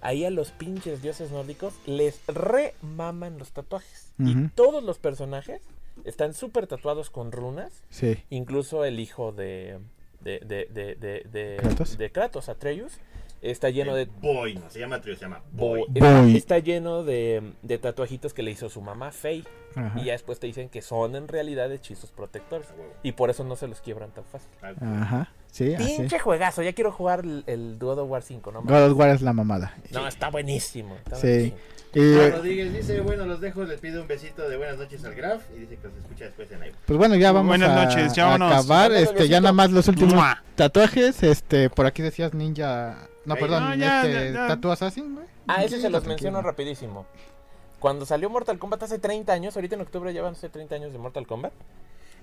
Speaker 2: ahí a los pinches dioses nórdicos les remaman los tatuajes. Y
Speaker 4: Ujú.
Speaker 2: todos los personajes están súper tatuados con runas,
Speaker 4: Sí.
Speaker 2: incluso el hijo de, de, de, de, de, de-
Speaker 4: ¿Kratos?
Speaker 2: de Kratos, Atreus, está lleno de...
Speaker 6: Boy, no se llama trío, se llama Boy.
Speaker 2: bo-
Speaker 4: Boy.
Speaker 2: Está lleno de, de tatuajitos que le hizo su mamá Faye.
Speaker 4: Ajá.
Speaker 2: Y ya después te dicen que son en realidad hechizos protectores.
Speaker 6: A huevo.
Speaker 2: Y por eso no se los quiebran tan fácil.
Speaker 6: Ah,
Speaker 4: Ajá. Sí, así.
Speaker 2: Pinche juegazo, ya quiero jugar el, el God of War 5, no mames.
Speaker 4: God of War es la mamada. eh,
Speaker 2: No, está buenísimo. está
Speaker 4: Sí.
Speaker 2: buenísimo.
Speaker 4: Y
Speaker 6: Juan Rodríguez dice, bueno, los dejo, les pido un besito de buenas noches al Graf y dice que los escucha después en live.
Speaker 4: pues bueno, ya vamos
Speaker 1: Buenas
Speaker 4: a,
Speaker 1: noches, ya
Speaker 4: a
Speaker 1: vámonos.
Speaker 4: acabar.
Speaker 2: Vámonos,
Speaker 4: Este, ya
Speaker 2: Diosito.
Speaker 4: nada más los últimos
Speaker 1: ¡Mua!
Speaker 4: tatuajes. Este, por aquí decías ninja. No,
Speaker 6: Ahí,
Speaker 4: perdón,
Speaker 1: no, ya,
Speaker 4: este,
Speaker 1: ya, ya.
Speaker 4: Tattoo Assassin, güey.
Speaker 2: Ah, ese
Speaker 4: Sí,
Speaker 2: se los
Speaker 4: tranquilo.
Speaker 2: menciono rapidísimo. Cuando salió Mortal Kombat hace 30 años, ahorita en octubre ya van a ser 30 años de Mortal Kombat.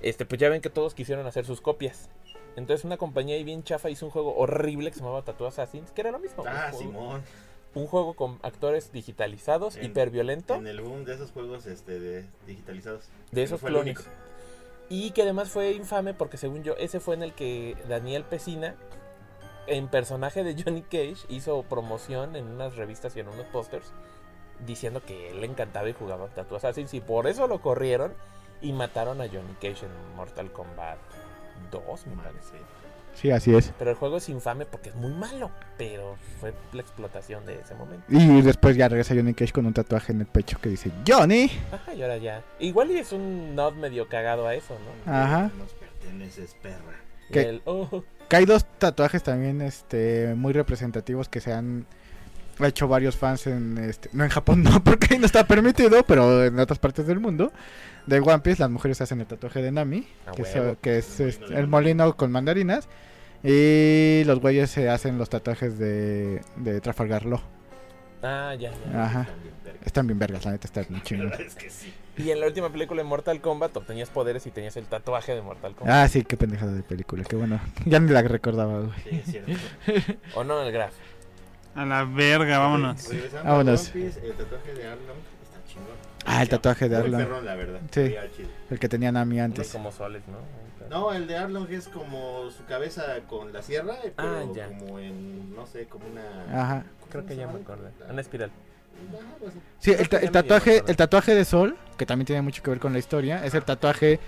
Speaker 2: Este, pues ya ven que todos quisieron hacer sus copias. Entonces una compañía ahí bien chafa hizo un juego horrible que se llamaba Tattoo Assassins, que era lo mismo.
Speaker 6: Ah,
Speaker 2: un, juego,
Speaker 6: Simón.
Speaker 2: un juego con actores digitalizados,
Speaker 6: En-
Speaker 2: hiperviolento.
Speaker 6: En el boom de esos juegos este, de- digitalizados.
Speaker 2: De esos
Speaker 6: Fue el
Speaker 2: clones.
Speaker 6: único.
Speaker 2: Y que además fue infame porque según yo, ese fue en el que Daniel Pesina, en personaje de Johnny Cage, hizo promoción en unas revistas y en unos pósters diciendo que él le encantaba y jugaba Tattoo Assassins y por eso lo corrieron y mataron a Johnny Cage en Mortal Kombat 2, me
Speaker 6: Madre,
Speaker 2: parece.
Speaker 6: sí.
Speaker 4: Sí, así es.
Speaker 2: Pero el juego es infame porque es muy malo, pero fue la explotación de ese momento.
Speaker 4: Y después ya regresa Johnny Cage con un tatuaje en el pecho que dice Johnny.
Speaker 2: Ajá, y ahora ya. Igual y es un nod medio cagado a eso, ¿no?
Speaker 4: Ajá.
Speaker 6: Nos perteneces, perra.
Speaker 4: ¿Qué?
Speaker 2: El, "Oh,
Speaker 4: Que hay dos tatuajes también este muy representativos que se han hecho varios fans en este no en Japón no porque ahí no está permitido pero en otras partes del mundo de One Piece las mujeres hacen el tatuaje de Nami
Speaker 2: A
Speaker 4: que, es,
Speaker 2: huevo.
Speaker 4: que es,
Speaker 6: Ah, El
Speaker 4: este,
Speaker 6: molino de
Speaker 4: el molino con mandarinas y los güeyes se hacen los tatuajes de, de Trafalgar Law
Speaker 2: ah, ya, ya.
Speaker 4: ajá
Speaker 6: Están bien verga.
Speaker 4: están bien vergas la neta está bien
Speaker 6: La
Speaker 4: chingón
Speaker 6: verdad es que sí.
Speaker 2: Y en la última película de Mortal Kombat obtenías poderes y tenías el tatuaje de Mortal Kombat.
Speaker 4: ah sí qué pendejada de película qué bueno ya ni la recordaba güey
Speaker 6: Sí, es cierto.
Speaker 1: Ah.
Speaker 2: ¿O no, el Graf?
Speaker 1: A la verga, vámonos.
Speaker 6: Regresando
Speaker 4: Vámonos.
Speaker 6: a One Piece, el tatuaje de Arlong está chingón.
Speaker 4: ah el tatuaje de
Speaker 6: Muy
Speaker 4: Arlon
Speaker 6: perrón, la verdad.
Speaker 4: Sí.
Speaker 6: Está chido.
Speaker 4: el que tenía Nami
Speaker 2: No es
Speaker 4: antes
Speaker 2: como Soles, ¿no?
Speaker 6: No, el de Arlong es como su cabeza con la sierra, pero
Speaker 2: Ah, ya.
Speaker 6: como en, no sé, como una... Ah, pues,
Speaker 4: ajá
Speaker 2: Creo que ya me acordé. Una espiral.
Speaker 6: Ajá, algo así.
Speaker 4: Sí,
Speaker 2: Creo
Speaker 4: el,
Speaker 2: que
Speaker 4: ta-
Speaker 2: ya me
Speaker 4: el tatuaje,
Speaker 2: acordé.
Speaker 4: el tatuaje de Sol, que también tiene mucho que ver con la historia, es el tatuaje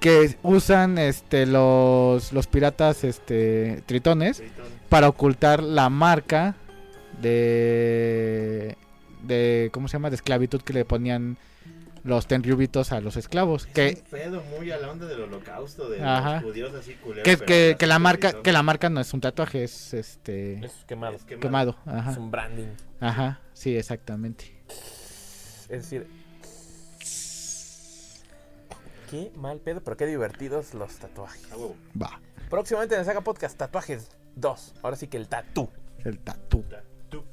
Speaker 4: que usan este los, los piratas este tritones
Speaker 6: Tritón.
Speaker 4: para ocultar la marca de de cómo se llama de esclavitud que le ponían los tenryubitos a los esclavos,
Speaker 6: Es
Speaker 4: que
Speaker 6: un pedo muy a la onda del holocausto, de
Speaker 4: Ajá.
Speaker 6: los judíos así culeros.
Speaker 4: que,
Speaker 6: pero
Speaker 4: que,
Speaker 6: atrás
Speaker 4: que la
Speaker 6: del
Speaker 4: marca
Speaker 6: tritón.
Speaker 4: que la marca no es un tatuaje, es este
Speaker 2: Es quemado.
Speaker 6: Es quemado.
Speaker 4: quemado, ajá.
Speaker 2: Es un branding.
Speaker 4: Ajá, sí, exactamente.
Speaker 2: Es decir... Qué mal pedo, pero qué divertidos los tatuajes.
Speaker 6: A huevo.
Speaker 4: Va,
Speaker 2: Próximamente en Saga Podcast, tatuajes 2. Ahora sí que el tatú.
Speaker 4: el tatu.
Speaker 6: Ta- tu-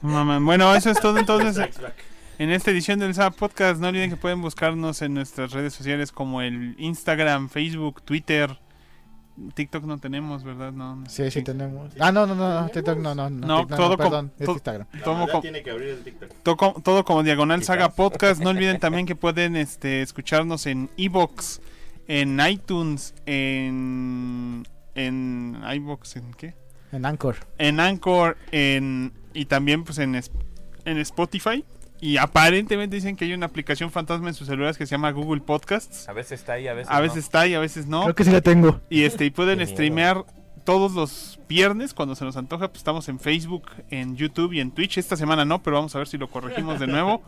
Speaker 1: Mamá, Bueno, eso es todo entonces
Speaker 6: strikes back.
Speaker 1: en esta edición del SAP Podcast. No olviden que pueden buscarnos en nuestras redes sociales como el Instagram, Facebook, Twitter. TikTok no tenemos, ¿verdad? No, no.
Speaker 4: Sí, sí tenemos. Ah, no, no, no, no, TikTok no, no, no,
Speaker 1: No,
Speaker 4: TikTok
Speaker 1: todo con-
Speaker 4: perdón, es
Speaker 1: to-
Speaker 4: Instagram.
Speaker 6: La
Speaker 1: Tomo
Speaker 6: maldad
Speaker 1: com-
Speaker 6: tiene que abrir el TikTok.
Speaker 1: Toco- todo como Diagonal
Speaker 2: Quizás.
Speaker 1: Saga Podcast. No olviden también que pueden este, escucharnos en Evox, en iTunes, en. En iVoox, ¿en qué?
Speaker 4: En Anchor.
Speaker 1: En Anchor, en. Y también pues en, es- en Spotify. Y aparentemente dicen que hay una aplicación fantasma en sus celulares que se llama Google Podcasts.
Speaker 2: A veces está ahí, a veces
Speaker 1: A
Speaker 2: no.
Speaker 1: veces está y a veces no.
Speaker 4: Creo que sí la tengo.
Speaker 1: Y este, y pueden
Speaker 2: Qué miedo.
Speaker 1: streamear todos los viernes cuando se nos antoja. Pues estamos en Facebook, en YouTube y en Twitch. Esta semana no, pero vamos a ver si lo corregimos de nuevo.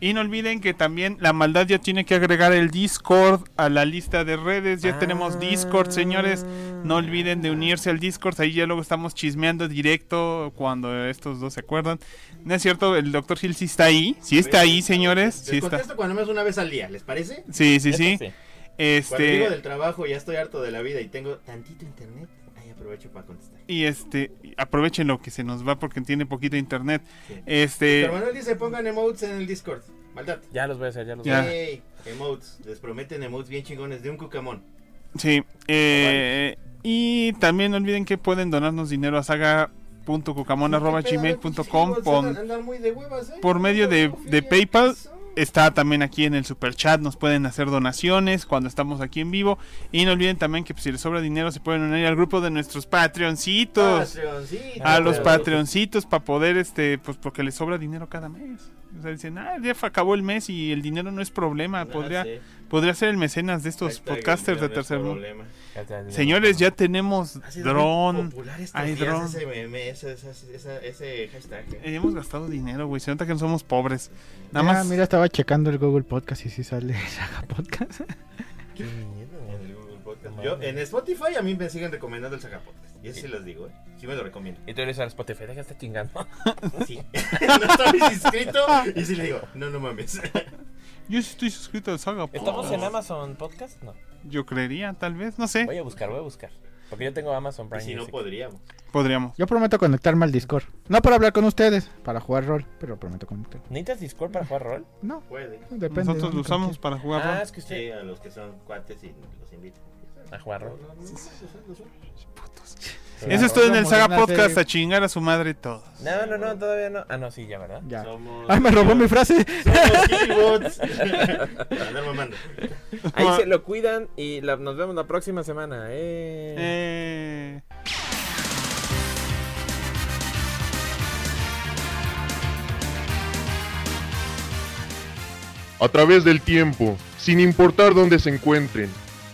Speaker 1: Y no olviden que también la maldad ya tiene que agregar el Discord a la lista de redes. Ya
Speaker 2: Ah.
Speaker 1: tenemos Discord, señores. No olviden de unirse al Discord. Ahí ya luego estamos chismeando directo cuando estos dos se acuerdan. No es cierto, el Dr. Hill sí está ahí. Sí está ahí, señores. Sí
Speaker 6: Les
Speaker 1: está.
Speaker 6: contesto cuando menos una vez al día, ¿les parece?
Speaker 1: Sí, sí, sí.
Speaker 2: Eso sí.
Speaker 6: Cuando llego
Speaker 1: Este.
Speaker 6: del trabajo, ya estoy harto de la vida y tengo tantito internet, ahí aprovecho para contestar.
Speaker 1: Y este. Aprovechen lo que se nos va porque tiene poquito internet.
Speaker 6: Sí.
Speaker 1: Este.
Speaker 6: Pero Manuel dice, pongan emotes en el Discord. Maldad.
Speaker 2: Ya los voy a hacer, ya los
Speaker 1: Ya.
Speaker 2: voy a hacer.
Speaker 6: Yay, emotes. Les prometen emotes bien chingones de un cucamón.
Speaker 1: Sí. eh, y también no olviden que pueden donarnos dinero a saga.cucamon.gmail.com por,
Speaker 6: Andan muy de huevas, ¿eh?
Speaker 1: por medio de, de PayPal. Está también aquí en el super chat, nos pueden hacer donaciones cuando estamos aquí en vivo. Y no olviden también que pues, si les sobra dinero se pueden unir al grupo de nuestros
Speaker 6: Ah,
Speaker 1: patreoncitos.
Speaker 6: Patreoncito.
Speaker 1: A los
Speaker 6: Pero-
Speaker 1: patreoncitos para poder, este, pues porque les sobra dinero cada mes. O sea, dicen, ah, ya fue- acabó el mes y el dinero no es problema.
Speaker 6: Ah,
Speaker 1: Podría,
Speaker 6: sí.
Speaker 1: podría ser el mecenas de estos
Speaker 6: Hashtag
Speaker 1: podcasters de
Speaker 6: no es
Speaker 1: tercer mundo.
Speaker 6: problema.
Speaker 2: Ya te-
Speaker 1: Señores, ya tenemos
Speaker 2: Ah,
Speaker 6: Ha sido muy
Speaker 1: dron.
Speaker 6: popular estos
Speaker 1: hay
Speaker 6: días
Speaker 1: dron.
Speaker 6: Ese, meme, ese, ese- ese- ese hashtag. ¿eh?
Speaker 1: Eh, Hemos gastado dinero, güey. Se nota que no somos pobres. Nada
Speaker 4: Ah,
Speaker 1: más.
Speaker 4: mira, estaba checando el Google Podcast y sí sale Saga Podcast.
Speaker 2: Qué miedo.
Speaker 6: En el Google Podcast. Yo, en Spotify a mí me siguen recomendando el Zacapodcast. Y eso sí les digo, ¿eh? Sí me lo recomiendo.
Speaker 2: Y tú eres al Spotify, deja de estar chingando.
Speaker 6: Sí. no estás inscrito. Y sí le digo, no, no mames.
Speaker 1: Yo sí estoy suscrito al Saga.
Speaker 2: ¿Estamos en
Speaker 1: Podcast.
Speaker 2: Amazon Podcast? No.
Speaker 1: Yo creería, tal vez. No sé.
Speaker 2: Voy a buscar, voy a buscar. Porque yo tengo Amazon
Speaker 6: Y
Speaker 2: Prime.
Speaker 6: si no
Speaker 2: Music.
Speaker 6: podríamos.
Speaker 1: Podríamos.
Speaker 4: Yo prometo conectarme al Discord. No para hablar con ustedes, para jugar rol, pero prometo conectarme.
Speaker 2: ¿Necesitas Discord para jugar rol?
Speaker 4: No,
Speaker 6: Puede.
Speaker 4: depende.
Speaker 1: Nosotros lo usamos para jugar.
Speaker 2: Ah,
Speaker 1: rol.
Speaker 2: es que
Speaker 6: Sí,
Speaker 2: usted.
Speaker 6: a los que son cuates y los invitan.
Speaker 2: A jugar rol.
Speaker 1: Eso es todo en el
Speaker 4: Somos
Speaker 1: Saga
Speaker 4: una
Speaker 1: Podcast.
Speaker 4: serie.
Speaker 1: A chingar a su madre todos.
Speaker 2: No, no, no, todavía no. Ah, no, sí, ya, ¿verdad?
Speaker 4: Ya. Ay, me robó mi frase.
Speaker 6: Somos Andar mamando.
Speaker 2: Ahí se lo cuidan y la- nos vemos la próxima semana. Eh.
Speaker 1: Eh.
Speaker 9: a través del tiempo, sin importar dónde se encuentren.